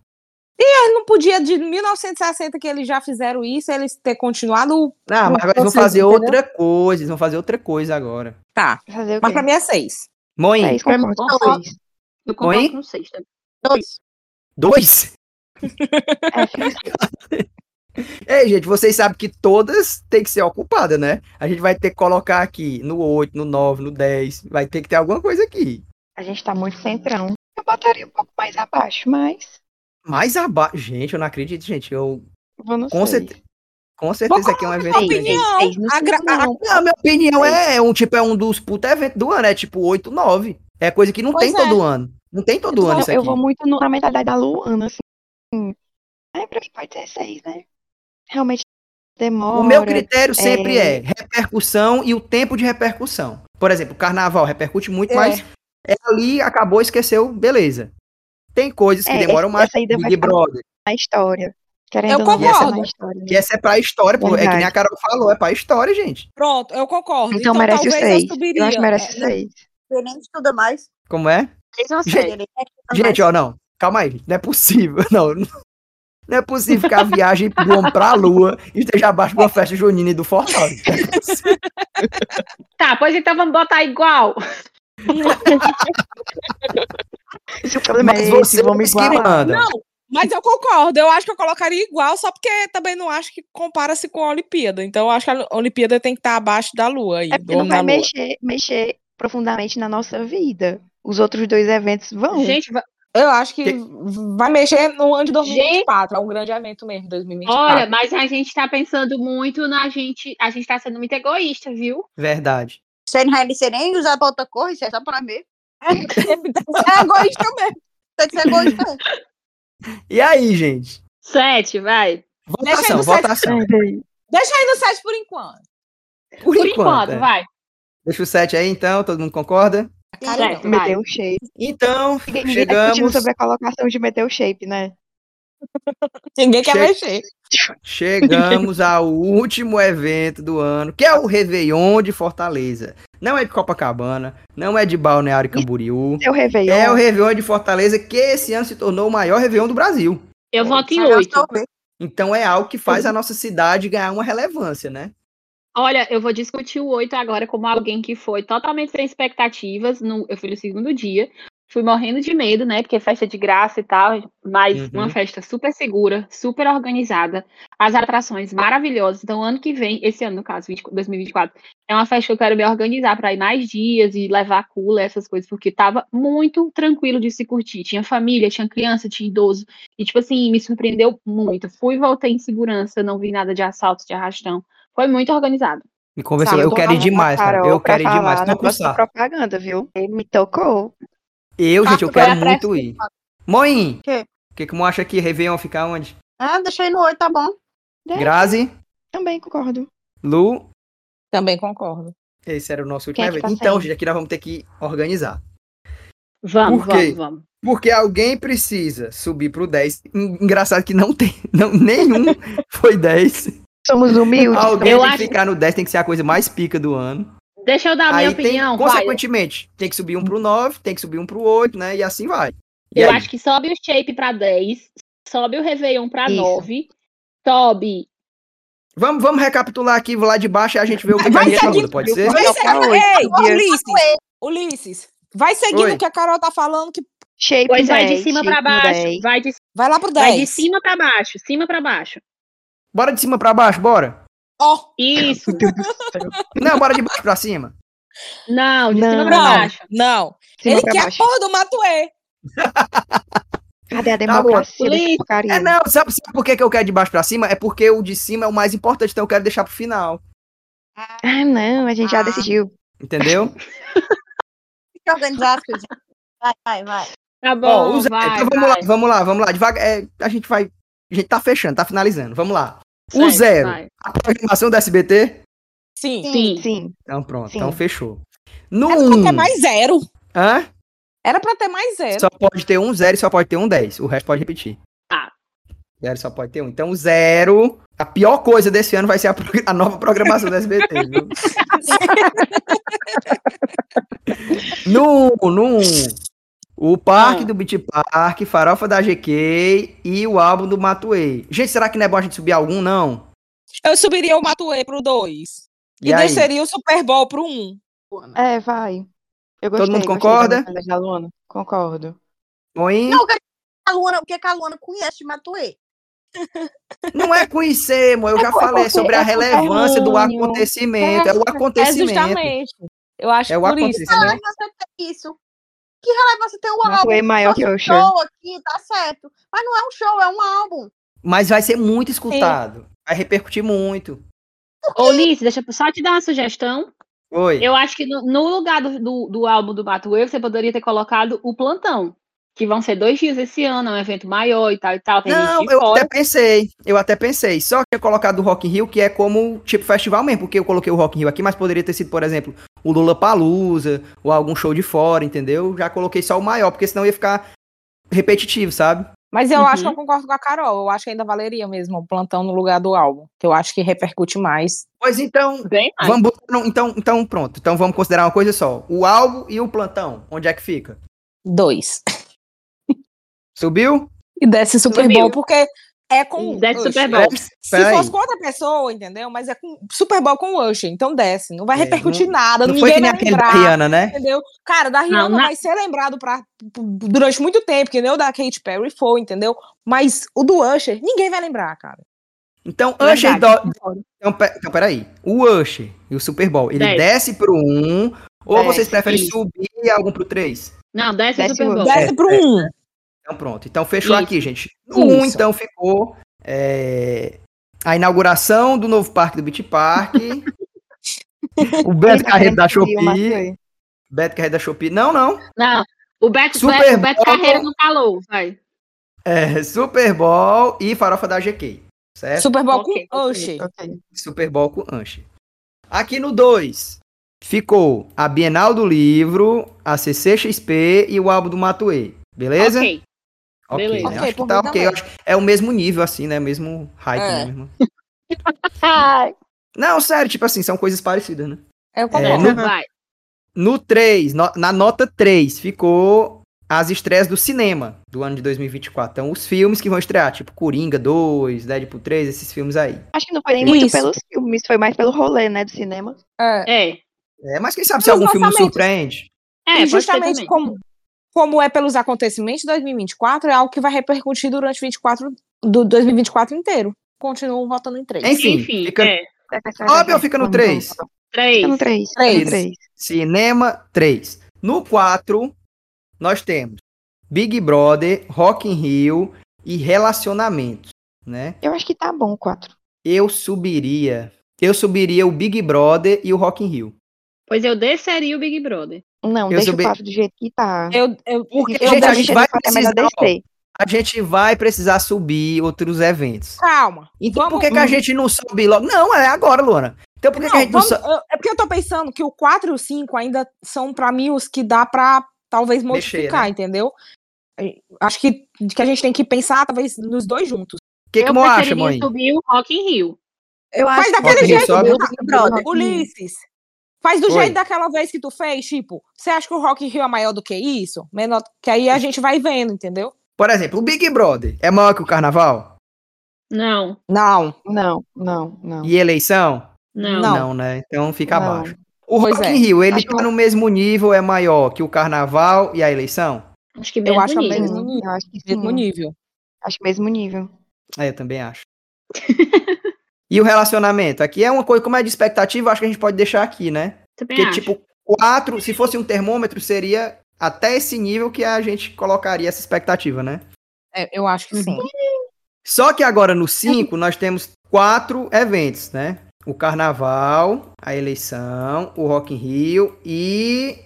[SPEAKER 3] Mas não podia, de 1960 que eles já fizeram isso, eles ter continuado.
[SPEAKER 1] Ah, mas agora eles vão
[SPEAKER 3] consigo,
[SPEAKER 1] fazer
[SPEAKER 3] entendeu?
[SPEAKER 1] outra coisa. Eles vão fazer outra coisa agora.
[SPEAKER 3] Tá.
[SPEAKER 2] Fazer o
[SPEAKER 3] Mas
[SPEAKER 2] quê?
[SPEAKER 3] pra mim é assim, 6. É
[SPEAKER 1] Mãe,
[SPEAKER 2] Seis, concordo com
[SPEAKER 3] tá
[SPEAKER 5] Concordo.
[SPEAKER 2] vocês.
[SPEAKER 5] Eu concordo
[SPEAKER 1] Oi?
[SPEAKER 5] com vocês também.
[SPEAKER 7] Dois.
[SPEAKER 1] dois. (laughs)
[SPEAKER 2] É, fica assim.
[SPEAKER 1] Ei, gente, vocês sabem que todas têm que ser ocupadas, né? A gente vai ter que colocar aqui no 8, no 9, no 10. Vai ter que ter alguma coisa aqui.
[SPEAKER 2] a gente tá muito centrão. Eu botaria um pouco mais abaixo, mas
[SPEAKER 1] Mais abaixo. Gente, eu não acredito, gente. Eu,
[SPEAKER 2] vou no
[SPEAKER 1] Com
[SPEAKER 2] seis.
[SPEAKER 1] certeza. com certeza aqui é um evento.
[SPEAKER 3] Minha opinião.
[SPEAKER 2] seis, não sei
[SPEAKER 3] agra-
[SPEAKER 2] não.
[SPEAKER 3] a-
[SPEAKER 1] Não, minha opinião é um tipo, é um dos puta evento do ano, é tipo 8, 9. É coisa que não
[SPEAKER 3] Pois
[SPEAKER 1] tem
[SPEAKER 3] é.
[SPEAKER 1] todo ano. Não tem todo ano
[SPEAKER 2] Eu-
[SPEAKER 1] isso aqui.
[SPEAKER 2] eu vou muito no- na mentalidade da Luana, assim. É, pra mim pode ser seis, né? Realmente demora.
[SPEAKER 1] O meu critério sempre é... repercussão e o tempo de repercussão. Por exemplo, carnaval repercute muito,
[SPEAKER 3] É.
[SPEAKER 1] mas é ali, acabou, esqueceu, beleza. Tem coisas que
[SPEAKER 2] É,
[SPEAKER 1] demoram
[SPEAKER 2] essa-
[SPEAKER 1] mais.
[SPEAKER 2] essa ainda vai
[SPEAKER 1] Big
[SPEAKER 2] ficar-
[SPEAKER 1] Brother.
[SPEAKER 2] na história. Querendo
[SPEAKER 3] Eu
[SPEAKER 2] ou não, vai ser
[SPEAKER 3] concordo.
[SPEAKER 2] na história, né?
[SPEAKER 1] Que essa é pra história, pô. É que nem a
[SPEAKER 2] Verdade.
[SPEAKER 1] Carol falou, é pra história, gente.
[SPEAKER 3] Pronto, eu concordo.
[SPEAKER 2] Então, merece o
[SPEAKER 3] talvez
[SPEAKER 2] seis.
[SPEAKER 3] Eu,
[SPEAKER 2] Eu,
[SPEAKER 3] subiria.
[SPEAKER 2] acho que merece o
[SPEAKER 3] É,
[SPEAKER 2] seis.
[SPEAKER 7] Ele nem estuda mais.
[SPEAKER 1] Como é?
[SPEAKER 5] Vocês não
[SPEAKER 1] Gente,
[SPEAKER 5] sei.
[SPEAKER 7] Ele nem é estuda mais.
[SPEAKER 1] Gente, ó, não. Calma aí, gente. Não é possível. (laughs) Não, não é possível que a viagem do homem pra lua esteja abaixo de uma festa junina e do Fortaleza. Não é possível.
[SPEAKER 5] Tá, pois então vamos botar igual.
[SPEAKER 2] Se o problema
[SPEAKER 1] Mas
[SPEAKER 2] é
[SPEAKER 1] você
[SPEAKER 2] esse, vamos
[SPEAKER 1] que
[SPEAKER 2] igual.
[SPEAKER 1] manda.
[SPEAKER 3] Não, mas eu concordo. Eu acho que eu colocaria igual, só porque também não acho que compara-se com a Olimpíada. Então, eu acho que a Olimpíada tem que estar abaixo da Lua aí.
[SPEAKER 2] É
[SPEAKER 3] do
[SPEAKER 2] porque não
[SPEAKER 1] um
[SPEAKER 3] homem na
[SPEAKER 2] vai
[SPEAKER 3] Lua.
[SPEAKER 2] mexer, mexer profundamente na nossa vida. Os outros dois eventos vão.
[SPEAKER 5] Gente, va-
[SPEAKER 3] Eu acho que
[SPEAKER 1] Que-
[SPEAKER 3] vai mexer no ano de 2024.
[SPEAKER 5] 2024,
[SPEAKER 3] É um grande evento mesmo, 2024. (laughs)
[SPEAKER 5] olha, mas a gente tá pensando muito na gente. A gente tá sendo muito egoísta, viu?
[SPEAKER 1] Verdade.
[SPEAKER 7] Você não vai você nem usar pra outra coisa, isso é só pra mim.
[SPEAKER 3] é egoísta mesmo.
[SPEAKER 7] Você é que você gosta.
[SPEAKER 1] E aí, gente?
[SPEAKER 5] Sete, vai.
[SPEAKER 3] Deixa
[SPEAKER 1] Votação,
[SPEAKER 3] aí no site.
[SPEAKER 1] votação.
[SPEAKER 2] Ai, Deus.
[SPEAKER 3] Deixa aí no site por enquanto.
[SPEAKER 1] Por,
[SPEAKER 5] Por
[SPEAKER 1] enquanto.
[SPEAKER 5] enquanto,
[SPEAKER 1] é.
[SPEAKER 5] vai.
[SPEAKER 1] Deixa o 7 aí, então. Todo mundo concorda?
[SPEAKER 5] Sete,
[SPEAKER 2] Meteu
[SPEAKER 5] vai.
[SPEAKER 2] o shape.
[SPEAKER 1] Então,
[SPEAKER 2] Ninguém, ninguém tá discutindo
[SPEAKER 1] chegamos,
[SPEAKER 2] sobre a colocação de meter o shape, né?
[SPEAKER 3] Ninguém quer
[SPEAKER 1] Chega.
[SPEAKER 3] mexer.
[SPEAKER 1] chegamos ao último evento do ano, que é o Réveillon de Fortaleza. Não é de Copacabana, não é de Balneário Camboriú.
[SPEAKER 2] É o Réveillon.
[SPEAKER 1] É o Réveillon de Fortaleza, que esse ano se tornou o maior Réveillon do Brasil.
[SPEAKER 5] É, Eu voto em
[SPEAKER 7] Agora
[SPEAKER 5] oito.
[SPEAKER 7] só ver.
[SPEAKER 1] Então é algo que
[SPEAKER 2] Uhum.
[SPEAKER 1] faz a nossa cidade ganhar uma relevância, né?
[SPEAKER 5] Olha, eu vou discutir o 8 agora como alguém que foi totalmente sem expectativas. no- eu fui no segundo dia, fui morrendo de medo, né? Porque festa de graça e tal, mas
[SPEAKER 1] Uhum.
[SPEAKER 5] uma festa super segura, super organizada, as atrações maravilhosas. Então, ano que vem, esse ano, no caso, 20 2024, é uma festa que eu quero me organizar para ir mais dias e levar cooler, essas coisas, porque tava muito tranquilo de se curtir. Tinha família, tinha criança, tinha idoso. E, tipo assim, me surpreendeu muito. Fui e voltei em segurança, não vi nada de assalto, de arrastão. Foi muito organizado.
[SPEAKER 1] Me convenceu,
[SPEAKER 2] Sabe,
[SPEAKER 1] eu quero ir
[SPEAKER 2] totalmente a
[SPEAKER 1] demais, cara.
[SPEAKER 2] Carol
[SPEAKER 1] Eu
[SPEAKER 2] pra
[SPEAKER 1] quero ir
[SPEAKER 2] falar um
[SPEAKER 1] demais.
[SPEAKER 2] Na
[SPEAKER 1] Tô
[SPEAKER 2] próxima
[SPEAKER 1] cruzado.
[SPEAKER 2] propaganda, viu? Ele me tocou.
[SPEAKER 1] Eu, gente, eu
[SPEAKER 7] Agora
[SPEAKER 1] quero
[SPEAKER 2] é
[SPEAKER 5] presta-
[SPEAKER 2] assim,
[SPEAKER 1] muito ir. Moin, o
[SPEAKER 7] Quê?
[SPEAKER 1] que que o Mo acha que Réveillon fica onde?
[SPEAKER 7] Ah, deixa aí no oito, tá bom.
[SPEAKER 2] É.
[SPEAKER 1] Grazi,
[SPEAKER 2] Também concordo.
[SPEAKER 1] Lu,
[SPEAKER 3] Também concordo.
[SPEAKER 1] esse era o nosso último
[SPEAKER 2] Quem é que
[SPEAKER 1] evento.
[SPEAKER 2] tá
[SPEAKER 1] então,
[SPEAKER 2] saindo?
[SPEAKER 1] gente, aqui nós vamos ter que organizar.
[SPEAKER 5] Vamos,
[SPEAKER 1] Por quê?
[SPEAKER 5] vamos, vamos.
[SPEAKER 1] Porque alguém precisa subir pro 10. En- Engraçado que não tem, não,
[SPEAKER 2] (laughs)
[SPEAKER 1] nenhum foi 10.
[SPEAKER 2] Somos
[SPEAKER 1] (laughs)
[SPEAKER 2] humildes.
[SPEAKER 1] Alguém
[SPEAKER 5] Eu
[SPEAKER 1] tem
[SPEAKER 5] acho-
[SPEAKER 1] que ficar no 10, tem que ser a coisa mais pica do ano.
[SPEAKER 5] Deixa eu dar a minha
[SPEAKER 1] Aí tem,
[SPEAKER 5] opinião, vai.
[SPEAKER 1] consequentemente, tem que subir um pro 9, tem que subir um pro 8, né? E assim vai. E
[SPEAKER 5] Eu
[SPEAKER 1] aí?
[SPEAKER 5] acho que sobe o shape pra 10, sobe o Réveillon pra
[SPEAKER 2] Isso.
[SPEAKER 5] 9 Sobe.
[SPEAKER 1] Vamos, vamos recapitular aqui lá de baixo e a gente vê o que, que a
[SPEAKER 3] Vai
[SPEAKER 1] gente
[SPEAKER 3] seguir.
[SPEAKER 1] falou, pode ser?
[SPEAKER 3] Vai
[SPEAKER 2] Tá
[SPEAKER 3] seguir. é Ei, Ulisses. Ulisses. Vai seguindo
[SPEAKER 1] Oi.
[SPEAKER 3] o que a Carol tá falando. Que...
[SPEAKER 2] Shape
[SPEAKER 5] Pois vai
[SPEAKER 2] 10,
[SPEAKER 5] de cima
[SPEAKER 2] shape
[SPEAKER 5] pra baixo.
[SPEAKER 2] 10.
[SPEAKER 5] Vai de,
[SPEAKER 3] Vai lá pro 10.
[SPEAKER 5] vai de cima pra baixo. Cima pra baixo.
[SPEAKER 1] Bora de cima pra baixo, bora?
[SPEAKER 3] Ó,
[SPEAKER 5] Isso.
[SPEAKER 1] Não, bora de baixo pra
[SPEAKER 5] (laughs)
[SPEAKER 1] cima.
[SPEAKER 5] Não, de cima
[SPEAKER 2] Não.
[SPEAKER 5] pra
[SPEAKER 3] não,
[SPEAKER 5] baixo.
[SPEAKER 3] não.
[SPEAKER 2] Cima
[SPEAKER 3] Ele
[SPEAKER 2] pra
[SPEAKER 3] quer a
[SPEAKER 2] baixo.
[SPEAKER 3] porra do Matuê.
[SPEAKER 2] Cadê a
[SPEAKER 1] bom.
[SPEAKER 2] democracia desse
[SPEAKER 5] Please.
[SPEAKER 2] porcaria?
[SPEAKER 1] É não, sabe, sabe por que, que eu quero de baixo pra cima? É porque o de cima é o mais importante, então eu quero deixar pro final.
[SPEAKER 2] Ah, não, a gente já
[SPEAKER 7] Ah.
[SPEAKER 2] decidiu.
[SPEAKER 1] Entendeu?
[SPEAKER 7] Deixa eu organizar as coisas. Vai, vai, vai.
[SPEAKER 5] Tá (laughs) bom,
[SPEAKER 1] Ó, o Zé,
[SPEAKER 5] vai,
[SPEAKER 1] então vamos
[SPEAKER 5] vai.
[SPEAKER 1] lá, vamos lá, vamos lá. Devagar, é, a gente vai. A gente tá fechando, tá finalizando. Vamos lá. O
[SPEAKER 5] Segue,
[SPEAKER 1] zero.
[SPEAKER 5] vai.
[SPEAKER 1] A programação do SBT?
[SPEAKER 3] Sim.
[SPEAKER 5] Sim.
[SPEAKER 2] Sim.
[SPEAKER 1] Então pronto,
[SPEAKER 2] Sim.
[SPEAKER 1] então fechou. No
[SPEAKER 3] Era pra ter
[SPEAKER 1] 1.
[SPEAKER 3] é mais zero.
[SPEAKER 1] Hã?
[SPEAKER 3] Era pra ter mais zero.
[SPEAKER 1] Só pode ter um zero e só pode ter um 10. O resto pode repetir.
[SPEAKER 5] Tá.
[SPEAKER 1] Zero só pode ter um. Então, o zero. A pior coisa desse ano vai ser a, pro- a nova programação do SBT, viu? no, um, no O Parque do Beach Park, Farofa da GK e o álbum do Matuei. Gente, será que não é bom a gente subir algum, não?
[SPEAKER 3] Eu subiria o Matuê pro 2. E,
[SPEAKER 1] E aí?
[SPEAKER 3] desceria o Super Bowl pro 1. Um.
[SPEAKER 2] É, vai. Eu gostei,
[SPEAKER 1] Todo mundo
[SPEAKER 2] gostei da
[SPEAKER 1] concorda?
[SPEAKER 2] recomendação da Luana. Concordo.
[SPEAKER 1] Oi?
[SPEAKER 7] Não, porque a Luana, porque que a Luana conhece de Matuê.
[SPEAKER 1] Não é conhecer, amor. Eu já
[SPEAKER 2] porque-
[SPEAKER 1] falei sobre a
[SPEAKER 2] é porque é
[SPEAKER 1] relevância do
[SPEAKER 2] ruim.
[SPEAKER 1] acontecimento. É o
[SPEAKER 3] É
[SPEAKER 1] acontecimento.
[SPEAKER 3] justamente. Eu acho
[SPEAKER 1] É o
[SPEAKER 3] por isso.
[SPEAKER 1] acontecimento.
[SPEAKER 7] Você tem isso. Que é relevância tem o um álbum?
[SPEAKER 1] é
[SPEAKER 2] Matuê maior que
[SPEAKER 7] Nosso
[SPEAKER 2] Ocean.
[SPEAKER 7] show aqui, tá certo. Mas não é um show, é um álbum.
[SPEAKER 1] Mas vai ser muito escutado. Vai repercutir muito.
[SPEAKER 5] Ô, Ulisses, deixa eu só te dar uma sugestão.
[SPEAKER 1] Oi.
[SPEAKER 5] Eu acho que no, no lugar do, do, do álbum do Matuê, você poderia ter colocado o plantão. Que vão ser dois dias esse ano, é um evento maior e tal e tal. Tem
[SPEAKER 1] Não,
[SPEAKER 5] gente de
[SPEAKER 1] eu
[SPEAKER 5] fora.
[SPEAKER 1] até pensei. Eu até pensei. Só que eu colocado o Rock in Rio, que é como tipo festival mesmo, porque eu coloquei o Rock in Rio aqui, mas poderia ter sido, por exemplo, o Lula Palusa ou algum show de fora, entendeu? Já coloquei só o maior, porque senão ia ficar repetitivo, sabe?
[SPEAKER 3] Mas eu
[SPEAKER 5] Uhum.
[SPEAKER 3] acho que eu concordo com a Carol. Eu acho que ainda valeria mesmo o plantão no lugar do álbum. Que eu acho que repercute mais.
[SPEAKER 1] Pois então,
[SPEAKER 5] Bem mais.
[SPEAKER 1] vamos botar no- então, então pronto. Então vamos considerar uma coisa só. O álbum e o plantão, onde é que fica?
[SPEAKER 3] Dois.
[SPEAKER 1] Subiu?
[SPEAKER 3] E desce Super
[SPEAKER 5] Subiu.
[SPEAKER 3] Bowl, porque é com.
[SPEAKER 5] Desce
[SPEAKER 3] o Usher.
[SPEAKER 5] Super Bowl.
[SPEAKER 3] Se
[SPEAKER 1] Peraí.
[SPEAKER 3] fosse com outra pessoa, entendeu? Mas é com Super Bowl com o Usher. Então desce. Não vai
[SPEAKER 1] É,
[SPEAKER 3] repercutir nada.
[SPEAKER 1] Não
[SPEAKER 3] ninguém
[SPEAKER 1] foi que nem
[SPEAKER 3] vai
[SPEAKER 1] aquele da
[SPEAKER 3] lembrar.
[SPEAKER 1] Rihanna, né?
[SPEAKER 3] Entendeu? Cara, da Rihanna
[SPEAKER 5] na-
[SPEAKER 3] vai ser lembrado pra, durante muito tempo, que nem o da Katy Perry foi, entendeu? Mas o do Usher, ninguém vai lembrar, cara.
[SPEAKER 1] Então, Usher,
[SPEAKER 5] Verdade.
[SPEAKER 1] do- Então, pe- então, peraí. O Usher e o Super Bowl, ele
[SPEAKER 5] Desce.
[SPEAKER 1] desce pro 1, ou
[SPEAKER 2] Desce,
[SPEAKER 1] vocês preferem
[SPEAKER 5] isso.
[SPEAKER 1] subir algum pro 3?
[SPEAKER 5] Não, desce,
[SPEAKER 2] Desce
[SPEAKER 5] o Super
[SPEAKER 2] o-
[SPEAKER 5] Bowl.
[SPEAKER 1] desce.
[SPEAKER 3] Desce pro um.
[SPEAKER 1] Então pronto. Então fechou
[SPEAKER 5] Isso.
[SPEAKER 1] aqui, gente. No 1,
[SPEAKER 3] Isso.
[SPEAKER 1] então, ficou é, a inauguração do novo parque do Beach Park.
[SPEAKER 5] (laughs)
[SPEAKER 1] o Beto Carreira da Shopee.
[SPEAKER 2] Shopee.
[SPEAKER 1] Beto Carreira da Shopee. Não, não.
[SPEAKER 5] Não, o Beto,
[SPEAKER 1] Super
[SPEAKER 5] Beto, o Beto
[SPEAKER 1] Bowl.
[SPEAKER 5] Carreira não falou, vai.
[SPEAKER 1] É, Super Bowl e farofa da GK. Certo?
[SPEAKER 3] Super Bowl
[SPEAKER 5] Ok,
[SPEAKER 3] com
[SPEAKER 5] ok.
[SPEAKER 3] Usher.
[SPEAKER 1] Super Bowl com Anche. Aqui no 2, ficou a Bienal do Livro, a CCXP e o álbum do Matuê. Beleza?
[SPEAKER 5] Ok.
[SPEAKER 1] Ok,
[SPEAKER 5] beleza.
[SPEAKER 1] né?
[SPEAKER 3] Ok,
[SPEAKER 1] acho
[SPEAKER 3] por
[SPEAKER 1] que tá
[SPEAKER 3] mim
[SPEAKER 1] ok.
[SPEAKER 3] também.
[SPEAKER 1] acho que é o mesmo nível, assim, né? Mesmo hype, né?
[SPEAKER 3] É.
[SPEAKER 1] Mesmo... Não, sério, tipo assim, são coisas parecidas, né? (laughs)
[SPEAKER 3] Eu
[SPEAKER 1] É,
[SPEAKER 3] concordo.
[SPEAKER 1] no-
[SPEAKER 5] Vai.
[SPEAKER 1] No 3, na nota 3, ficou as estreias do cinema do ano de 2024. Então, os filmes que vão estrear, tipo Coringa 2, Deadpool 3, esses filmes aí.
[SPEAKER 2] Acho que não foi nem muito
[SPEAKER 3] Isso.
[SPEAKER 2] pelos filmes, foi mais pelo rolê, né, do cinema.
[SPEAKER 3] É.
[SPEAKER 5] É.
[SPEAKER 1] É, mas quem sabe se
[SPEAKER 3] Pelos
[SPEAKER 1] algum filme nos
[SPEAKER 3] lançamentos.
[SPEAKER 1] surpreende?
[SPEAKER 5] É,
[SPEAKER 3] e
[SPEAKER 5] pode ser
[SPEAKER 3] justamente
[SPEAKER 5] também.
[SPEAKER 3] como, como é pelos acontecimentos de 2024, é algo que vai repercutir durante 24, do 2024 inteiro. Continuam votando em três.
[SPEAKER 1] Enfim,
[SPEAKER 5] Enfim,
[SPEAKER 1] fica
[SPEAKER 5] é.
[SPEAKER 1] Sobe ou fica no
[SPEAKER 2] Vamos, vamos,
[SPEAKER 1] três?
[SPEAKER 2] vamos.
[SPEAKER 5] Três.
[SPEAKER 2] Fica no 3.
[SPEAKER 3] Três.
[SPEAKER 1] Cinema 3. No 4, nós temos Big Brother, Rock in Rio e Relacionamentos, né?
[SPEAKER 2] Eu acho que tá bom o 4.
[SPEAKER 1] Eu subiria, eu subiria o Big Brother e o Rock in Rio.
[SPEAKER 5] Pois eu desceria o Big Brother.
[SPEAKER 2] Não,
[SPEAKER 1] Eu
[SPEAKER 2] deixa
[SPEAKER 1] subi- É
[SPEAKER 2] o 4 do jeito que tá.
[SPEAKER 3] Eu, eu,
[SPEAKER 1] Porque,
[SPEAKER 2] Eu
[SPEAKER 1] gente, a
[SPEAKER 2] acho
[SPEAKER 1] gente
[SPEAKER 2] que
[SPEAKER 1] vai
[SPEAKER 2] o 4 é melhor
[SPEAKER 1] precisar, ó,
[SPEAKER 2] descer.
[SPEAKER 1] a gente vai precisar subir outros eventos.
[SPEAKER 3] calma.
[SPEAKER 1] Então
[SPEAKER 3] Vamos-
[SPEAKER 1] por que, que a gente não sobe logo? Não, é agora, Luana. Então por que, que a
[SPEAKER 3] Não,
[SPEAKER 1] gente não
[SPEAKER 3] vamos-
[SPEAKER 1] sobe?
[SPEAKER 3] eu- é porque eu tô pensando que o 4 e o 5 ainda são, pra mim, os que dá pra talvez
[SPEAKER 1] Mexer, né?
[SPEAKER 3] modificar, entendeu? É, Acho que, que a gente tem que pensar, talvez, nos dois juntos.
[SPEAKER 1] O que, que
[SPEAKER 5] eu
[SPEAKER 1] tu acha,
[SPEAKER 5] preferiria
[SPEAKER 1] mãe?
[SPEAKER 5] subir o Rock in Rio.
[SPEAKER 7] Eu
[SPEAKER 3] Mas
[SPEAKER 7] acho
[SPEAKER 3] daquele
[SPEAKER 1] Rock in Rio
[SPEAKER 3] jeito,
[SPEAKER 1] sobe?
[SPEAKER 3] viu?
[SPEAKER 7] tá? Brother.
[SPEAKER 3] Ulisses, faz do
[SPEAKER 1] Oi.
[SPEAKER 3] jeito daquela vez que tu fez, tipo, você acha que o Rock in Rio é maior do que isso?
[SPEAKER 1] (laughs)
[SPEAKER 3] Menor, que aí a gente vai vendo, entendeu?
[SPEAKER 1] Por exemplo, o Big Brother é maior que o Carnaval?
[SPEAKER 5] Não,
[SPEAKER 1] Não.
[SPEAKER 2] Não, não, não.
[SPEAKER 1] E eleição?
[SPEAKER 5] não.
[SPEAKER 1] Não, né? Então fica
[SPEAKER 2] Não.
[SPEAKER 1] abaixo. O
[SPEAKER 3] Pois
[SPEAKER 1] Rock
[SPEAKER 3] é.
[SPEAKER 1] in Rio, ele
[SPEAKER 2] Acho
[SPEAKER 1] tá no mesmo nível, é maior que o carnaval e a eleição?
[SPEAKER 5] Acho que é mesmo
[SPEAKER 3] acho a
[SPEAKER 5] nível.
[SPEAKER 3] mesma- mesmo
[SPEAKER 2] Sim,
[SPEAKER 3] nível.
[SPEAKER 2] Eu acho que
[SPEAKER 3] mesmo
[SPEAKER 2] sim.
[SPEAKER 3] nível.
[SPEAKER 2] Acho que mesmo nível.
[SPEAKER 1] É, eu também
[SPEAKER 3] (laughs)
[SPEAKER 1] acho. e o relacionamento? Aqui é uma coisa, como é de expectativa, eu acho que a gente pode deixar aqui, né?
[SPEAKER 3] Hum,
[SPEAKER 5] Também
[SPEAKER 1] Porque,
[SPEAKER 5] acho.
[SPEAKER 1] tipo, quatro, se fosse um termômetro, seria até esse nível que a gente colocaria essa expectativa, né?
[SPEAKER 3] É, eu acho que sim.
[SPEAKER 1] Só que agora no 5 nós temos quatro eventos, né? O carnaval, a eleição, o Rock in Rio e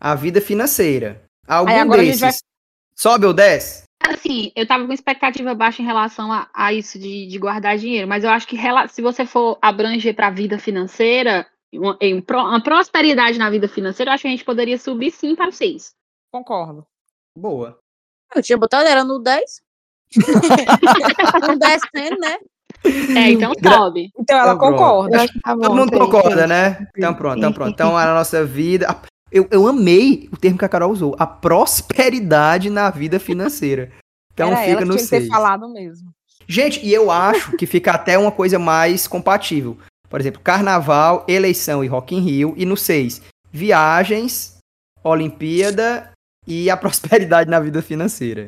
[SPEAKER 1] a vida financeira. Algum
[SPEAKER 3] Aí agora a gente
[SPEAKER 1] desses
[SPEAKER 3] vai-
[SPEAKER 1] sobe ou desce?
[SPEAKER 5] Assim, eu tava com expectativa baixa em relação a, a isso de, de guardar dinheiro, mas eu acho que rela- se você for abranger para a vida financeira, uma, em um pro- uma prosperidade na vida financeira, eu acho que a gente poderia subir sim para seis.
[SPEAKER 3] Concordo.
[SPEAKER 1] Boa.
[SPEAKER 7] Eu tinha botado, era no (laughs) 10. no 10 né?
[SPEAKER 5] É, então
[SPEAKER 1] Gra-
[SPEAKER 5] sobe.
[SPEAKER 3] Então
[SPEAKER 1] Tá
[SPEAKER 3] ela
[SPEAKER 1] bom.
[SPEAKER 3] concorda.
[SPEAKER 2] Eu acho que tá bom.
[SPEAKER 1] Todo mundo
[SPEAKER 2] sei,
[SPEAKER 1] concorda,
[SPEAKER 2] gente.
[SPEAKER 1] né? Então pronto, então pronto. Então a nossa vida. a- Eu, eu amei o termo que a Carol usou, a prosperidade na vida financeira. Então
[SPEAKER 3] Era ela
[SPEAKER 1] fica
[SPEAKER 3] que
[SPEAKER 1] no
[SPEAKER 3] tinha que ter
[SPEAKER 1] 6.
[SPEAKER 3] falado mesmo.
[SPEAKER 1] Gente, e eu acho que fica até uma coisa mais compatível. Por exemplo, carnaval, eleição e Rock in Rio. E no 6, viagens, Olimpíada e a prosperidade na vida financeira.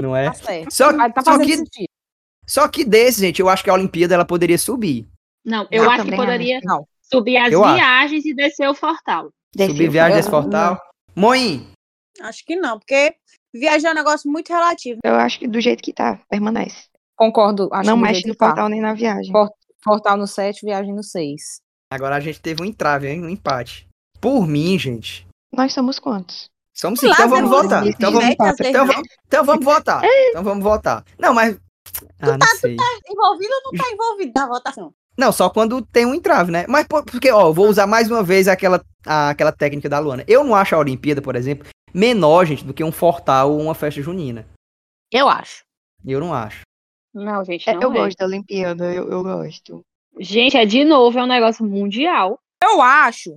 [SPEAKER 1] Não é?
[SPEAKER 3] (laughs) Tá certo.
[SPEAKER 1] Só,
[SPEAKER 3] Mas tá
[SPEAKER 1] só,
[SPEAKER 3] fazendo
[SPEAKER 1] que,
[SPEAKER 3] sentido.
[SPEAKER 1] só que desse, gente, eu acho que a Olimpíada ela poderia subir.
[SPEAKER 5] Não, eu,
[SPEAKER 2] Eu
[SPEAKER 5] acho que
[SPEAKER 2] também
[SPEAKER 5] poderia
[SPEAKER 3] acho. Não.
[SPEAKER 5] subir as
[SPEAKER 1] Eu acho.
[SPEAKER 5] viagens e descer o Fortal.
[SPEAKER 2] Desceu.
[SPEAKER 1] subir viagem é
[SPEAKER 3] né?
[SPEAKER 2] Eu-
[SPEAKER 1] desse portal. Moim,
[SPEAKER 7] Acho que não, porque viajar é um negócio muito relativo.
[SPEAKER 2] Eu acho que do jeito que tá, permanece.
[SPEAKER 3] Concordo. Acho
[SPEAKER 2] não
[SPEAKER 3] que do
[SPEAKER 2] mexe
[SPEAKER 3] jeito
[SPEAKER 2] no
[SPEAKER 3] que tá.
[SPEAKER 2] portal nem na viagem.
[SPEAKER 3] Por- Portal no 7, viagem no 6.
[SPEAKER 1] agora a gente teve um entrave, hein? Um empate. Por mim, gente.
[SPEAKER 2] Nós somos quantos?
[SPEAKER 1] Somos cinco. Então vamos
[SPEAKER 2] Lázaro,
[SPEAKER 1] votar.
[SPEAKER 2] existe,
[SPEAKER 1] Então vamos,
[SPEAKER 2] né?
[SPEAKER 1] então vamos, então vamos votar.
[SPEAKER 3] É.
[SPEAKER 1] Então vamos votar. Não, mas.
[SPEAKER 3] tá,
[SPEAKER 1] Ah, não sei.
[SPEAKER 7] Envolvido ou não tá envolvido na votação?
[SPEAKER 1] Não, só quando tem um entrave, né? Mas por- porque, ó, eu vou usar mais uma vez aquela, a- aquela técnica da Luana. Eu não acho a Olimpíada, por exemplo, menor, gente, do que um fortal ou uma festa junina.
[SPEAKER 3] Eu acho.
[SPEAKER 1] Eu não acho.
[SPEAKER 5] Não, gente,
[SPEAKER 2] É,
[SPEAKER 5] não
[SPEAKER 2] eu
[SPEAKER 5] é.
[SPEAKER 2] gosto da Olimpíada, eu, eu gosto.
[SPEAKER 5] Gente, é de novo, é um negócio mundial.
[SPEAKER 3] Eu acho.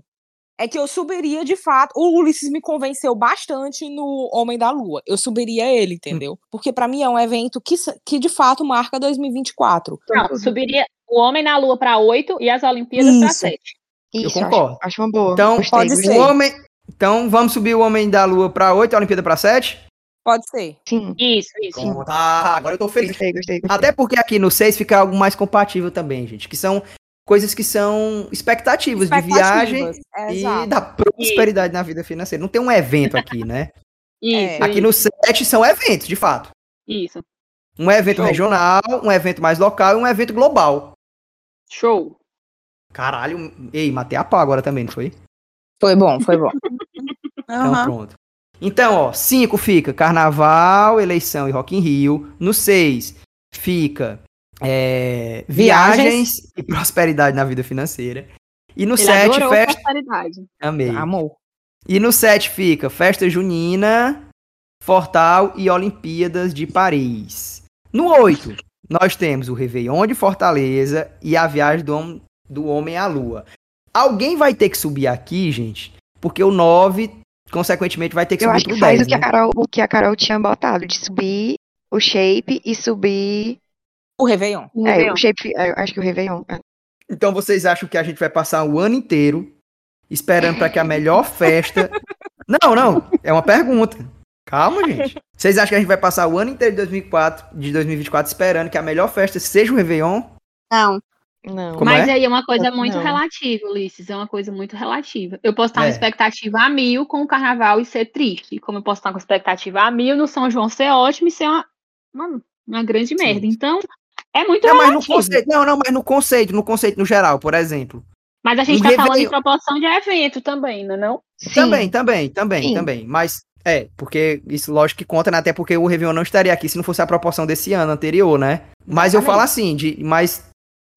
[SPEAKER 3] É que eu subiria de fato. O Ulisses me convenceu bastante no Homem da Lua. Eu subiria ele, entendeu?
[SPEAKER 1] Hum.
[SPEAKER 3] Porque pra mim é um evento que, s- que de fato marca 2024.
[SPEAKER 5] Não, subiria o Homem na Lua para oito e as Olimpíadas para
[SPEAKER 3] Isso.
[SPEAKER 5] sete.
[SPEAKER 2] Isso, acho-
[SPEAKER 1] concordo.
[SPEAKER 2] Acho, uma boa.
[SPEAKER 1] Então,
[SPEAKER 2] gostei,
[SPEAKER 3] pode
[SPEAKER 2] gostei.
[SPEAKER 1] O
[SPEAKER 3] Sei.
[SPEAKER 1] homem. Então vamos subir o Homem da Lua pra 8, a Olimpíada pra 7?
[SPEAKER 3] Pode ser.
[SPEAKER 2] Sim,
[SPEAKER 5] Isso, isso.
[SPEAKER 2] Sim.
[SPEAKER 1] Tá, agora eu tô feliz.
[SPEAKER 2] gostei, gostei. gostei.
[SPEAKER 1] Até porque aqui no 6 fica algo mais compatível também, gente. Que são coisas que são expectativas, de viagem
[SPEAKER 3] Expectativas, é,
[SPEAKER 1] e
[SPEAKER 3] exato.
[SPEAKER 1] da prosperidade na vida financeira. Não tem um evento aqui,
[SPEAKER 3] (laughs)
[SPEAKER 1] né?
[SPEAKER 3] É.
[SPEAKER 5] Isso,
[SPEAKER 1] Aqui no 7 são eventos, de fato.
[SPEAKER 5] isso.
[SPEAKER 1] Um evento
[SPEAKER 5] Show.
[SPEAKER 1] regional, um evento mais local e um evento global.
[SPEAKER 5] Show.
[SPEAKER 1] Caralho, ei, matei a pau agora também, não foi?
[SPEAKER 3] Foi bom,
[SPEAKER 1] (laughs)
[SPEAKER 3] foi bom.
[SPEAKER 1] Então
[SPEAKER 7] Aham.
[SPEAKER 1] pronto. Então, ó, 5 fica Carnaval, Eleição e Rock in Rio. No 6 fica é, viagens,
[SPEAKER 3] Viagens.
[SPEAKER 1] e Prosperidade na Vida Financeira. E no
[SPEAKER 5] Ele
[SPEAKER 1] 7,
[SPEAKER 5] adorou
[SPEAKER 1] festa...
[SPEAKER 5] prosperidade.
[SPEAKER 1] Amei.
[SPEAKER 3] Amor.
[SPEAKER 1] E no 7 fica Festa Junina, Fortal e Olimpíadas de Paris. No 8, nós temos o Réveillon de Fortaleza e a viagem do, hom- do Homem à Lua. Alguém vai ter que subir aqui, gente, porque o 9, consequentemente, vai ter que
[SPEAKER 2] Eu
[SPEAKER 1] subir
[SPEAKER 2] acho que
[SPEAKER 1] pro
[SPEAKER 2] faz
[SPEAKER 1] 10,
[SPEAKER 2] o, que a
[SPEAKER 1] né?
[SPEAKER 2] Carol, o que a Carol tinha botado, de subir o shape e subir.
[SPEAKER 3] O Réveillon.
[SPEAKER 2] É,
[SPEAKER 5] Entendeu?
[SPEAKER 2] o shape, é, eu acho que o Réveillon. é.
[SPEAKER 1] Então vocês acham que a gente vai passar o ano inteiro esperando para que a melhor festa... Não, não, é uma pergunta. Calma, gente. Vocês acham que a gente vai passar o ano inteiro de 2004, de 2024 esperando que a melhor festa seja o Réveillon?
[SPEAKER 7] Não.
[SPEAKER 2] Não.
[SPEAKER 1] Como
[SPEAKER 5] Mas
[SPEAKER 1] é?
[SPEAKER 5] aí é uma coisa
[SPEAKER 2] Não.
[SPEAKER 5] muito relativa, Ulisses. É uma coisa muito relativa. Eu posso estar
[SPEAKER 1] É.
[SPEAKER 5] com expectativa a mil com o carnaval e ser triste. Como eu posso estar com expectativa a mil no São João ser ótimo e ser uma, uma, uma grande merda. Então, é muito
[SPEAKER 1] Não, mas no
[SPEAKER 5] relativo. Mas,
[SPEAKER 1] conceito, não, não, mas no conceito, no conceito no geral, por exemplo.
[SPEAKER 5] a gente
[SPEAKER 1] no
[SPEAKER 5] está falando em
[SPEAKER 1] Réveillon-
[SPEAKER 5] proporção de evento também, não é não?
[SPEAKER 2] Sim,
[SPEAKER 1] Também, também, também,
[SPEAKER 2] Sim.
[SPEAKER 1] também. Mas é, porque isso lógico que conta, né? até porque o Réveillon não estaria aqui se não fosse a proporção desse ano anterior, né? Mas eu falo assim, de, mas,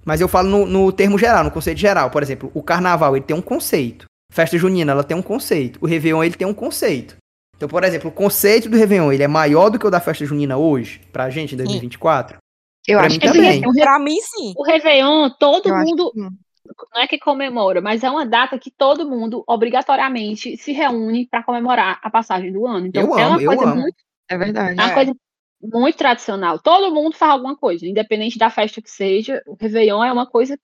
[SPEAKER 1] mas eu falo no, no termo geral, no conceito geral. Por exemplo, o carnaval, ele tem um conceito. Festa junina, ela tem um conceito. O Réveillon, ele tem um conceito. Então, por exemplo, o conceito do Réveillon, ele é maior do que o da festa junina hoje, pra gente, em 2024?
[SPEAKER 2] eu
[SPEAKER 1] pra
[SPEAKER 2] acho
[SPEAKER 1] mim
[SPEAKER 2] que
[SPEAKER 1] também.
[SPEAKER 2] sim.
[SPEAKER 5] O, Re-
[SPEAKER 3] Pra mim, sim.
[SPEAKER 5] o Réveillon, todo
[SPEAKER 2] Eu acho
[SPEAKER 5] mundo,
[SPEAKER 2] que sim.
[SPEAKER 5] não é que comemora, mas é uma data que todo mundo, obrigatoriamente, se reúne para comemorar a passagem do ano. Então,
[SPEAKER 1] Eu
[SPEAKER 5] é
[SPEAKER 1] amo,
[SPEAKER 5] uma
[SPEAKER 1] eu
[SPEAKER 5] coisa
[SPEAKER 1] amo.
[SPEAKER 5] muito.
[SPEAKER 2] É verdade.
[SPEAKER 5] É uma coisa Muito tradicional. Todo mundo faz alguma coisa, independente da festa que seja. O Réveillon é uma coisa.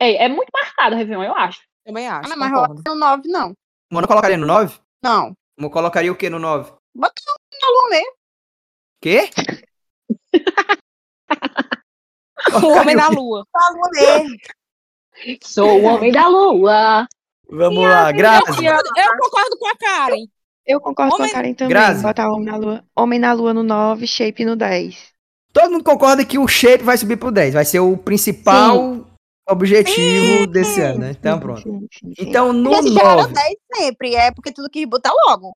[SPEAKER 5] É, é muito marcado o Réveillon, eu acho.
[SPEAKER 3] Também
[SPEAKER 7] Ah,
[SPEAKER 3] acho.
[SPEAKER 7] não, mas
[SPEAKER 3] concordo.
[SPEAKER 7] rola no 9, não.
[SPEAKER 1] Mano, eu colocaria no 9?
[SPEAKER 7] Não.
[SPEAKER 1] Eu colocaria o quê no 9?
[SPEAKER 7] Bota um no Lumê.
[SPEAKER 1] Quê?
[SPEAKER 3] O Homem da Lua.
[SPEAKER 7] Fala Lumê.
[SPEAKER 5] Sou o homem da lua.
[SPEAKER 1] Vamos lá, Grazi.
[SPEAKER 3] Eu concordo com a Karen.
[SPEAKER 2] Eu concordo
[SPEAKER 3] Homem-
[SPEAKER 2] com a Karen também.
[SPEAKER 1] Grazi.
[SPEAKER 2] Botar Homem na Lua, Homem na Lua no 9, Shape no 10.
[SPEAKER 1] Todo mundo concorda que o shape vai subir pro 10. Vai ser o principal objetivo desse ano, né? Então,
[SPEAKER 2] Sim,
[SPEAKER 1] pronto.
[SPEAKER 2] sim, sim, sim.
[SPEAKER 1] Então, no
[SPEAKER 7] Eles chegaram
[SPEAKER 1] 9.
[SPEAKER 7] 10 sempre. É porque tudo quis botar logo.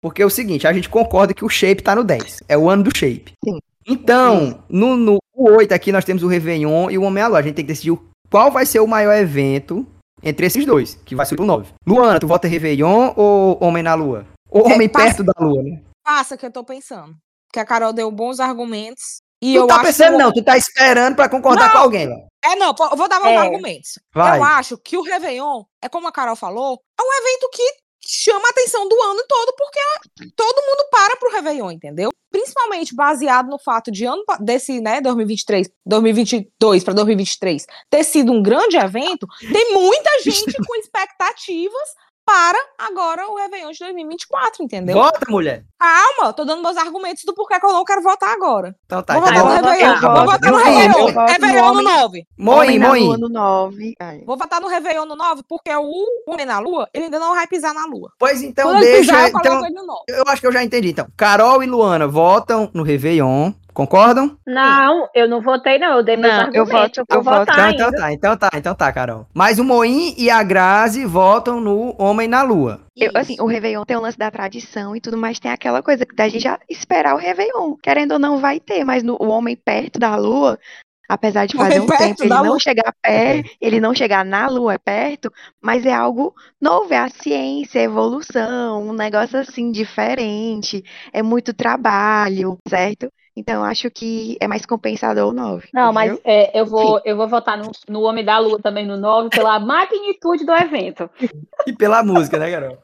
[SPEAKER 1] Porque é o seguinte, a gente concorda que o shape tá no 10. É o ano do shape.
[SPEAKER 2] Sim.
[SPEAKER 1] Então, no, no 8 aqui nós temos o Réveillon e o Homem à Lua. A gente tem que decidir o- qual vai ser o maior evento entre esses dois, que vai subir pro 9. Luana, tu vota Réveillon ou Homem na Lua? Ou
[SPEAKER 3] É,
[SPEAKER 1] Homem
[SPEAKER 3] passa-
[SPEAKER 1] perto da Lua, né?
[SPEAKER 3] Passa que eu tô pensando. Que a Carol deu bons argumentos. E
[SPEAKER 1] Tu
[SPEAKER 3] eu
[SPEAKER 1] tá
[SPEAKER 3] acho
[SPEAKER 1] pensando não, tu tá esperando pra concordar com alguém. Lá.
[SPEAKER 3] É, não, pô, eu vou dar meus
[SPEAKER 5] É.
[SPEAKER 3] argumentos.
[SPEAKER 1] Vai.
[SPEAKER 3] Eu acho que o Réveillon, é como a Carol falou, é um evento que chama a atenção do ano todo, porque todo mundo para pro Réveillon, entendeu? Principalmente baseado no fato de ano pa- desse, né, 2023, 2022 para 2023, ter sido um grande evento, tem (laughs) muita gente com expectativas para agora o Réveillon de 2024, entendeu?
[SPEAKER 1] Vota, mulher.
[SPEAKER 3] Calma, tô dando meus argumentos do porquê que eu não quero votar agora.
[SPEAKER 1] Então tá,
[SPEAKER 3] vou
[SPEAKER 1] então
[SPEAKER 3] votar
[SPEAKER 2] eu
[SPEAKER 3] no
[SPEAKER 2] voto-
[SPEAKER 3] Réveillon.
[SPEAKER 2] eu
[SPEAKER 3] Vou
[SPEAKER 2] voto
[SPEAKER 3] votar no
[SPEAKER 2] no homem, eu
[SPEAKER 3] Réveillon.
[SPEAKER 2] voto no
[SPEAKER 3] Réveillon no
[SPEAKER 2] homem.
[SPEAKER 3] 9.
[SPEAKER 1] Moin,
[SPEAKER 2] homem na Lua
[SPEAKER 1] moin.
[SPEAKER 2] no 9. Ai.
[SPEAKER 3] Vou votar no Réveillon no 9, porque é o Homem na Lua, ele ainda não vai pisar na Lua.
[SPEAKER 1] Pois então
[SPEAKER 3] Quando ele
[SPEAKER 1] deixa,
[SPEAKER 3] pisar, eu coloco
[SPEAKER 1] então
[SPEAKER 3] ele no 9.
[SPEAKER 1] eu acho que eu já entendi então. Carol e Luana votam no Réveillon, concordam?
[SPEAKER 8] Não, eu não votei, não. Eu dei meus
[SPEAKER 2] Não, eu
[SPEAKER 8] argumentos.
[SPEAKER 2] voto-
[SPEAKER 8] vou
[SPEAKER 2] eu voto.
[SPEAKER 8] votar
[SPEAKER 1] Então,
[SPEAKER 8] ainda.
[SPEAKER 1] então tá, então tá, então tá, Carol. Mas o Moim e a Grazi votam no Homem na Lua.
[SPEAKER 2] Eu, assim, o Réveillon tem o lance da tradição e tudo, mas tem aquela coisa da gente já esperar o Réveillon. Querendo ou não, vai ter, mas no, o homem perto da Lua, apesar de
[SPEAKER 3] Homem
[SPEAKER 2] fazer um
[SPEAKER 3] perto
[SPEAKER 2] tempo, ele
[SPEAKER 3] da
[SPEAKER 2] não
[SPEAKER 3] Lua.
[SPEAKER 2] chegar perto, ele não chegar na Lua, é perto, mas é algo novo, é a ciência, a evolução, um negócio assim, diferente, é muito trabalho, certo? Então, eu acho que é mais compensador o 9.
[SPEAKER 5] Não, mas é, eu, vou, eu vou votar no, no Homem da Lua também, no 9,
[SPEAKER 8] (laughs)
[SPEAKER 5] pela magnitude do evento.
[SPEAKER 1] E pela música, né, Carol?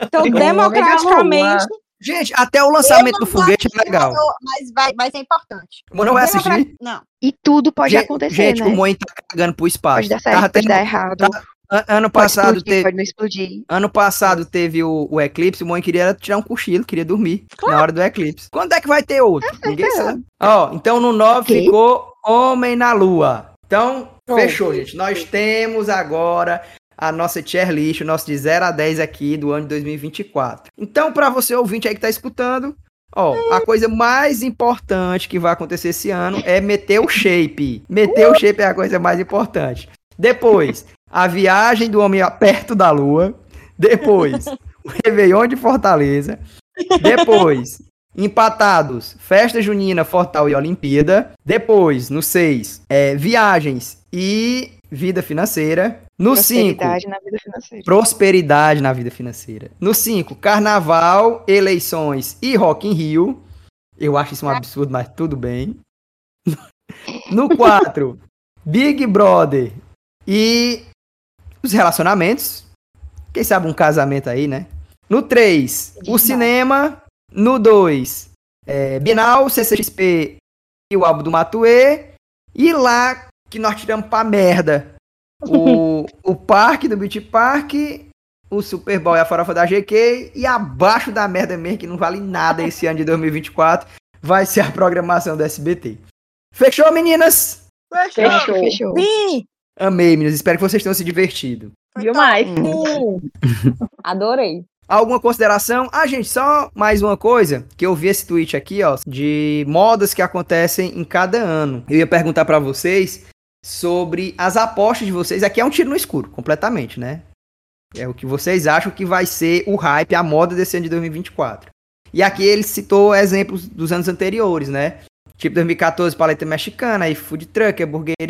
[SPEAKER 3] Então,
[SPEAKER 5] Homem da
[SPEAKER 3] democraticamente,
[SPEAKER 1] Gente, até o lançamento do foguete é legal.
[SPEAKER 7] Mas, vai, mas é importante.
[SPEAKER 1] O Moim não vai
[SPEAKER 7] Tem uma
[SPEAKER 1] assistir.
[SPEAKER 7] Não.
[SPEAKER 2] E tudo pode
[SPEAKER 1] Gente-
[SPEAKER 2] acontecer,
[SPEAKER 1] Gente,
[SPEAKER 2] né?
[SPEAKER 1] o Moim tá cagando pro espaço.
[SPEAKER 2] Pode dar
[SPEAKER 1] Tava
[SPEAKER 2] certo, pode
[SPEAKER 1] tendo-
[SPEAKER 2] dar errado,
[SPEAKER 1] Tá- An- Ano
[SPEAKER 2] pode
[SPEAKER 1] passado,
[SPEAKER 2] explodir,
[SPEAKER 1] teve,
[SPEAKER 2] pode não explodir.
[SPEAKER 1] ano passado teve o, o eclipse, o Moim queria era tirar um cochilo, queria dormir na hora do eclipse. Quando é que vai ter outro? Ninguém sabe. Ó, então no 9
[SPEAKER 2] Ok.
[SPEAKER 1] ficou Homem na Lua. Então,
[SPEAKER 3] Pronto.
[SPEAKER 1] fechou, gente. Nós temos agora a nossa tier list, o nosso de 0 a 10 aqui do ano de 2024. Então, pra você ouvinte aí que tá escutando, ó, a coisa mais importante que vai acontecer esse ano é meter o shape. Meter o shape é a coisa mais importante. Depois, a viagem do homem a- perto da lua. Depois, o Réveillon de Fortaleza. Depois, Empatados, Festa Junina, Fortal e Olimpíada. Depois, no 6, viagens e vida financeira. No 5,
[SPEAKER 2] Prosperidade na vida financeira.
[SPEAKER 1] prosperidade na vida financeira. No 5, carnaval, eleições e Rock in Rio. Eu acho isso um absurdo, mas tudo bem. No 4, Big Brother e os relacionamentos. Quem sabe um casamento aí, né? No 3, o
[SPEAKER 2] Demais.
[SPEAKER 1] cinema. No é, 2, Binal, CCXP e o álbum do Matuê. E lá que nós tiramos pra merda. O, o parque do Beach Park, o Super Bowl e a farofa da GQ. E abaixo da merda mesmo, que não vale nada esse ano de 2024, vai ser a programação do SBT. Fechou, meninas?
[SPEAKER 5] Fechou.
[SPEAKER 2] Fechou.
[SPEAKER 3] sim,
[SPEAKER 1] Amei, meninas. Espero que vocês tenham se divertido.
[SPEAKER 5] Demais.
[SPEAKER 2] Hum,
[SPEAKER 3] sim. Adorei.
[SPEAKER 1] Alguma consideração? Ah, gente, só mais uma coisa, que eu vi esse tweet aqui, ó, de modas que acontecem em cada ano. Eu ia perguntar pra vocês sobre as apostas de vocês. Aqui é um tiro no escuro, completamente, né? É o que vocês acham que vai ser o hype, a moda desse ano de 2024. E aqui ele citou exemplos dos anos anteriores, né? Tipo 2014, paleta mexicana, aí food truck,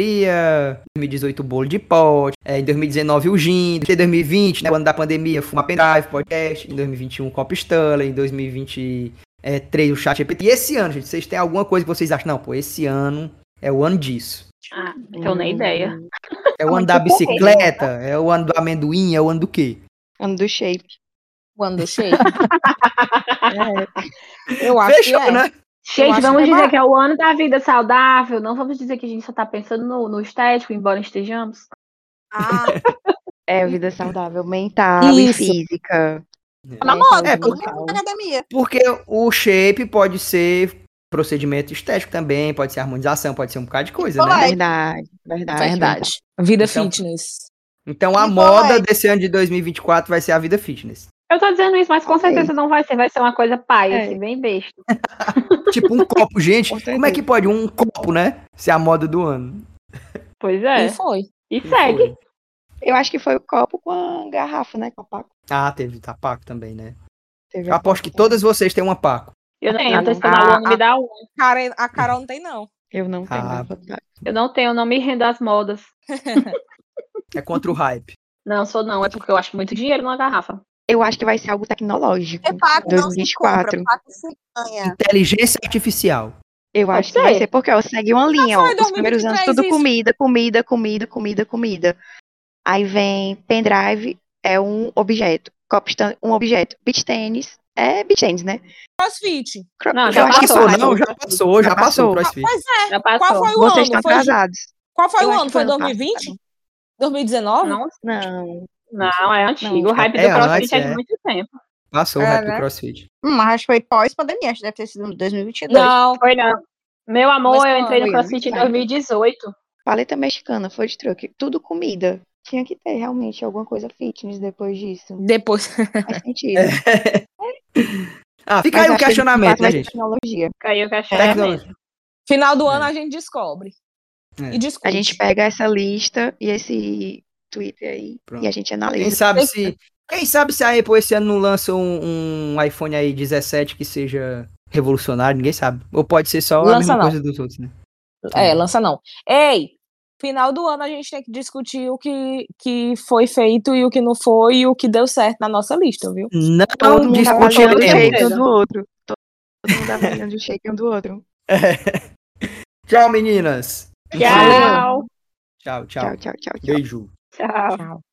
[SPEAKER 1] hamburgueria, 2018, bolo de pote, é, em 2019, o gin, em 2020, né, o ano da pandemia, fuma pendrive, podcast, em 2021, Cop um, Stanley, em 2023, o chat GPT. E esse ano, gente, vocês têm alguma coisa que vocês acham, não, pô, esse ano é o ano disso.
[SPEAKER 5] Ah, não tenho nem ideia.
[SPEAKER 1] É o ano da bicicleta, é o ano do amendoim, é o ano do quê?
[SPEAKER 2] Ano do shape.
[SPEAKER 3] Quando cheio. Eu acho
[SPEAKER 1] Fechou,
[SPEAKER 3] que é.
[SPEAKER 1] né?
[SPEAKER 8] Eu
[SPEAKER 5] Gente,
[SPEAKER 8] acho
[SPEAKER 5] vamos
[SPEAKER 8] que é
[SPEAKER 5] dizer
[SPEAKER 8] barato.
[SPEAKER 5] que é o ano da vida saudável. Não vamos dizer que a gente só tá pensando no, no estético, embora estejamos.
[SPEAKER 7] Ah,
[SPEAKER 2] É vida saudável mental
[SPEAKER 3] Isso.
[SPEAKER 2] e física.
[SPEAKER 7] na moda,
[SPEAKER 1] É,
[SPEAKER 7] todo
[SPEAKER 1] porque-
[SPEAKER 7] mundo na academia.
[SPEAKER 1] Porque o shape pode ser procedimento estético também, pode ser harmonização, pode ser um bocado de coisa,
[SPEAKER 7] Olá,
[SPEAKER 1] né?
[SPEAKER 2] Verdade, verdade.
[SPEAKER 3] Verdade.
[SPEAKER 1] é
[SPEAKER 3] Vida
[SPEAKER 1] Então-
[SPEAKER 3] fitness.
[SPEAKER 1] Então a
[SPEAKER 7] E
[SPEAKER 1] moda
[SPEAKER 7] vai.
[SPEAKER 1] desse ano de 2024 vai ser a vida fitness.
[SPEAKER 5] Eu tô dizendo isso, mas com
[SPEAKER 2] Ok.
[SPEAKER 5] certeza não vai ser. Vai ser uma coisa paia,
[SPEAKER 2] É.
[SPEAKER 5] assim, bem besta.
[SPEAKER 1] Tipo um copo, (laughs) gente.
[SPEAKER 2] Com
[SPEAKER 1] Como é que pode um copo, né? Ser a moda do ano.
[SPEAKER 5] Pois é.
[SPEAKER 3] E foi.
[SPEAKER 5] E segue.
[SPEAKER 2] Eu acho que foi o copo com a garrafa, né? Com a Paco.
[SPEAKER 1] Ah, teve tapaco também, né?
[SPEAKER 2] Teve
[SPEAKER 1] Eu
[SPEAKER 2] a
[SPEAKER 1] aposto que
[SPEAKER 2] Paco.
[SPEAKER 1] todas vocês têm uma paco.
[SPEAKER 5] Eu não
[SPEAKER 3] Tem.
[SPEAKER 5] tenho, eu tô esperando
[SPEAKER 2] Ah,
[SPEAKER 5] o ano me dar um.
[SPEAKER 3] Cara, a Carol não tem, não. (laughs)
[SPEAKER 2] Eu não tenho.
[SPEAKER 1] Ah.
[SPEAKER 2] vontade.
[SPEAKER 5] Eu não tenho, eu não me rendo às modas.
[SPEAKER 1] É contra o hype.
[SPEAKER 5] Não, sou não. É porque eu acho muito dinheiro numa garrafa.
[SPEAKER 2] Eu acho que vai ser algo tecnológico.
[SPEAKER 7] Porque É Paco não se
[SPEAKER 2] 2024.
[SPEAKER 7] compra, Paco se ganha.
[SPEAKER 1] Inteligência artificial.
[SPEAKER 2] Eu
[SPEAKER 5] Pode
[SPEAKER 2] acho que vai
[SPEAKER 5] ser.
[SPEAKER 2] ser porque ó, segue uma linha, ó.
[SPEAKER 3] foi
[SPEAKER 2] Os primeiros anos
[SPEAKER 3] 2023
[SPEAKER 2] tudo
[SPEAKER 3] isso.
[SPEAKER 2] comida, comida, comida, comida, comida. Aí vem pendrive, é um objeto. Copo stand, um objeto. Beach tênis, é beach tênis, né?
[SPEAKER 3] Crossfit.
[SPEAKER 2] Cro-
[SPEAKER 5] Não,
[SPEAKER 1] Já
[SPEAKER 5] já
[SPEAKER 2] eu acho que
[SPEAKER 1] passou,
[SPEAKER 2] foi.
[SPEAKER 1] não? Já passou, já
[SPEAKER 2] né? Já
[SPEAKER 1] passou o
[SPEAKER 2] passou.
[SPEAKER 1] CrossFit.
[SPEAKER 3] Pois é.
[SPEAKER 5] Já passou.
[SPEAKER 3] Qual foi o
[SPEAKER 2] Vocês
[SPEAKER 3] ano?
[SPEAKER 2] estão
[SPEAKER 3] Foi,
[SPEAKER 2] atrasados.
[SPEAKER 3] qual foi
[SPEAKER 2] Eu
[SPEAKER 3] o
[SPEAKER 2] acho
[SPEAKER 3] ano?
[SPEAKER 2] que
[SPEAKER 3] Foi
[SPEAKER 2] ano
[SPEAKER 3] 2020? 2019?
[SPEAKER 5] Não,
[SPEAKER 2] Não.
[SPEAKER 5] não, é antigo. o hype
[SPEAKER 1] é
[SPEAKER 5] do
[SPEAKER 1] antes,
[SPEAKER 5] CrossFit é
[SPEAKER 1] é.
[SPEAKER 5] de muito tempo.
[SPEAKER 1] Passou o hype
[SPEAKER 2] É,
[SPEAKER 1] do
[SPEAKER 2] né?
[SPEAKER 7] Caraca.
[SPEAKER 1] CrossFit.
[SPEAKER 7] Hum, mas acho que foi pós-pandemia, acho que deve ter sido um em 2022.
[SPEAKER 3] Não.
[SPEAKER 5] Foi não. Meu amor,
[SPEAKER 3] Mas
[SPEAKER 5] eu entrei no
[SPEAKER 2] foi,
[SPEAKER 5] CrossFit em
[SPEAKER 2] foi.
[SPEAKER 5] 2018.
[SPEAKER 2] Paleta mexicana, food truck, tudo comida. Tinha que ter realmente alguma coisa fitness depois
[SPEAKER 1] (laughs)
[SPEAKER 2] disso.
[SPEAKER 3] Depois. (laughs)
[SPEAKER 2] Faz sentido.
[SPEAKER 1] Ah, fica
[SPEAKER 2] Mas
[SPEAKER 1] aí
[SPEAKER 2] acho
[SPEAKER 1] É, o
[SPEAKER 2] que é,
[SPEAKER 1] questionamento,
[SPEAKER 2] vai
[SPEAKER 1] né,
[SPEAKER 2] ser
[SPEAKER 1] gente?
[SPEAKER 2] tecnologia.
[SPEAKER 5] Caiu o cachorro.
[SPEAKER 1] Tecnologia.
[SPEAKER 3] Final do
[SPEAKER 1] É.
[SPEAKER 3] ano a gente descobre.
[SPEAKER 1] É.
[SPEAKER 3] E discute.
[SPEAKER 2] A gente pega essa lista e esse Twitter aí
[SPEAKER 1] Pronto.
[SPEAKER 2] e a gente
[SPEAKER 1] Quem
[SPEAKER 2] analisa.
[SPEAKER 1] sabe se. Quem sabe se a Apple esse ano não lança um, um iPhone aí 17 que seja revolucionário, ninguém sabe. Ou pode ser só a
[SPEAKER 3] Lança
[SPEAKER 1] mesma
[SPEAKER 3] não.
[SPEAKER 1] coisa dos outros, né?
[SPEAKER 3] É, lança não. Ei, final do ano a gente tem que discutir o que, que foi feito e o que não foi e o que deu certo na nossa lista, viu?
[SPEAKER 2] Todo
[SPEAKER 1] Não
[SPEAKER 2] mundo avaliando o shake um
[SPEAKER 1] discutiremos.
[SPEAKER 2] do outro. Todo mundo avaliando o shake um do outro.
[SPEAKER 1] (laughs) Tchau, meninas.
[SPEAKER 5] Tchau.
[SPEAKER 1] Tchau, tchau.
[SPEAKER 2] Tchau, tchau, tchau. tchau.
[SPEAKER 1] Beijo.
[SPEAKER 5] Tchau.
[SPEAKER 3] Tchau.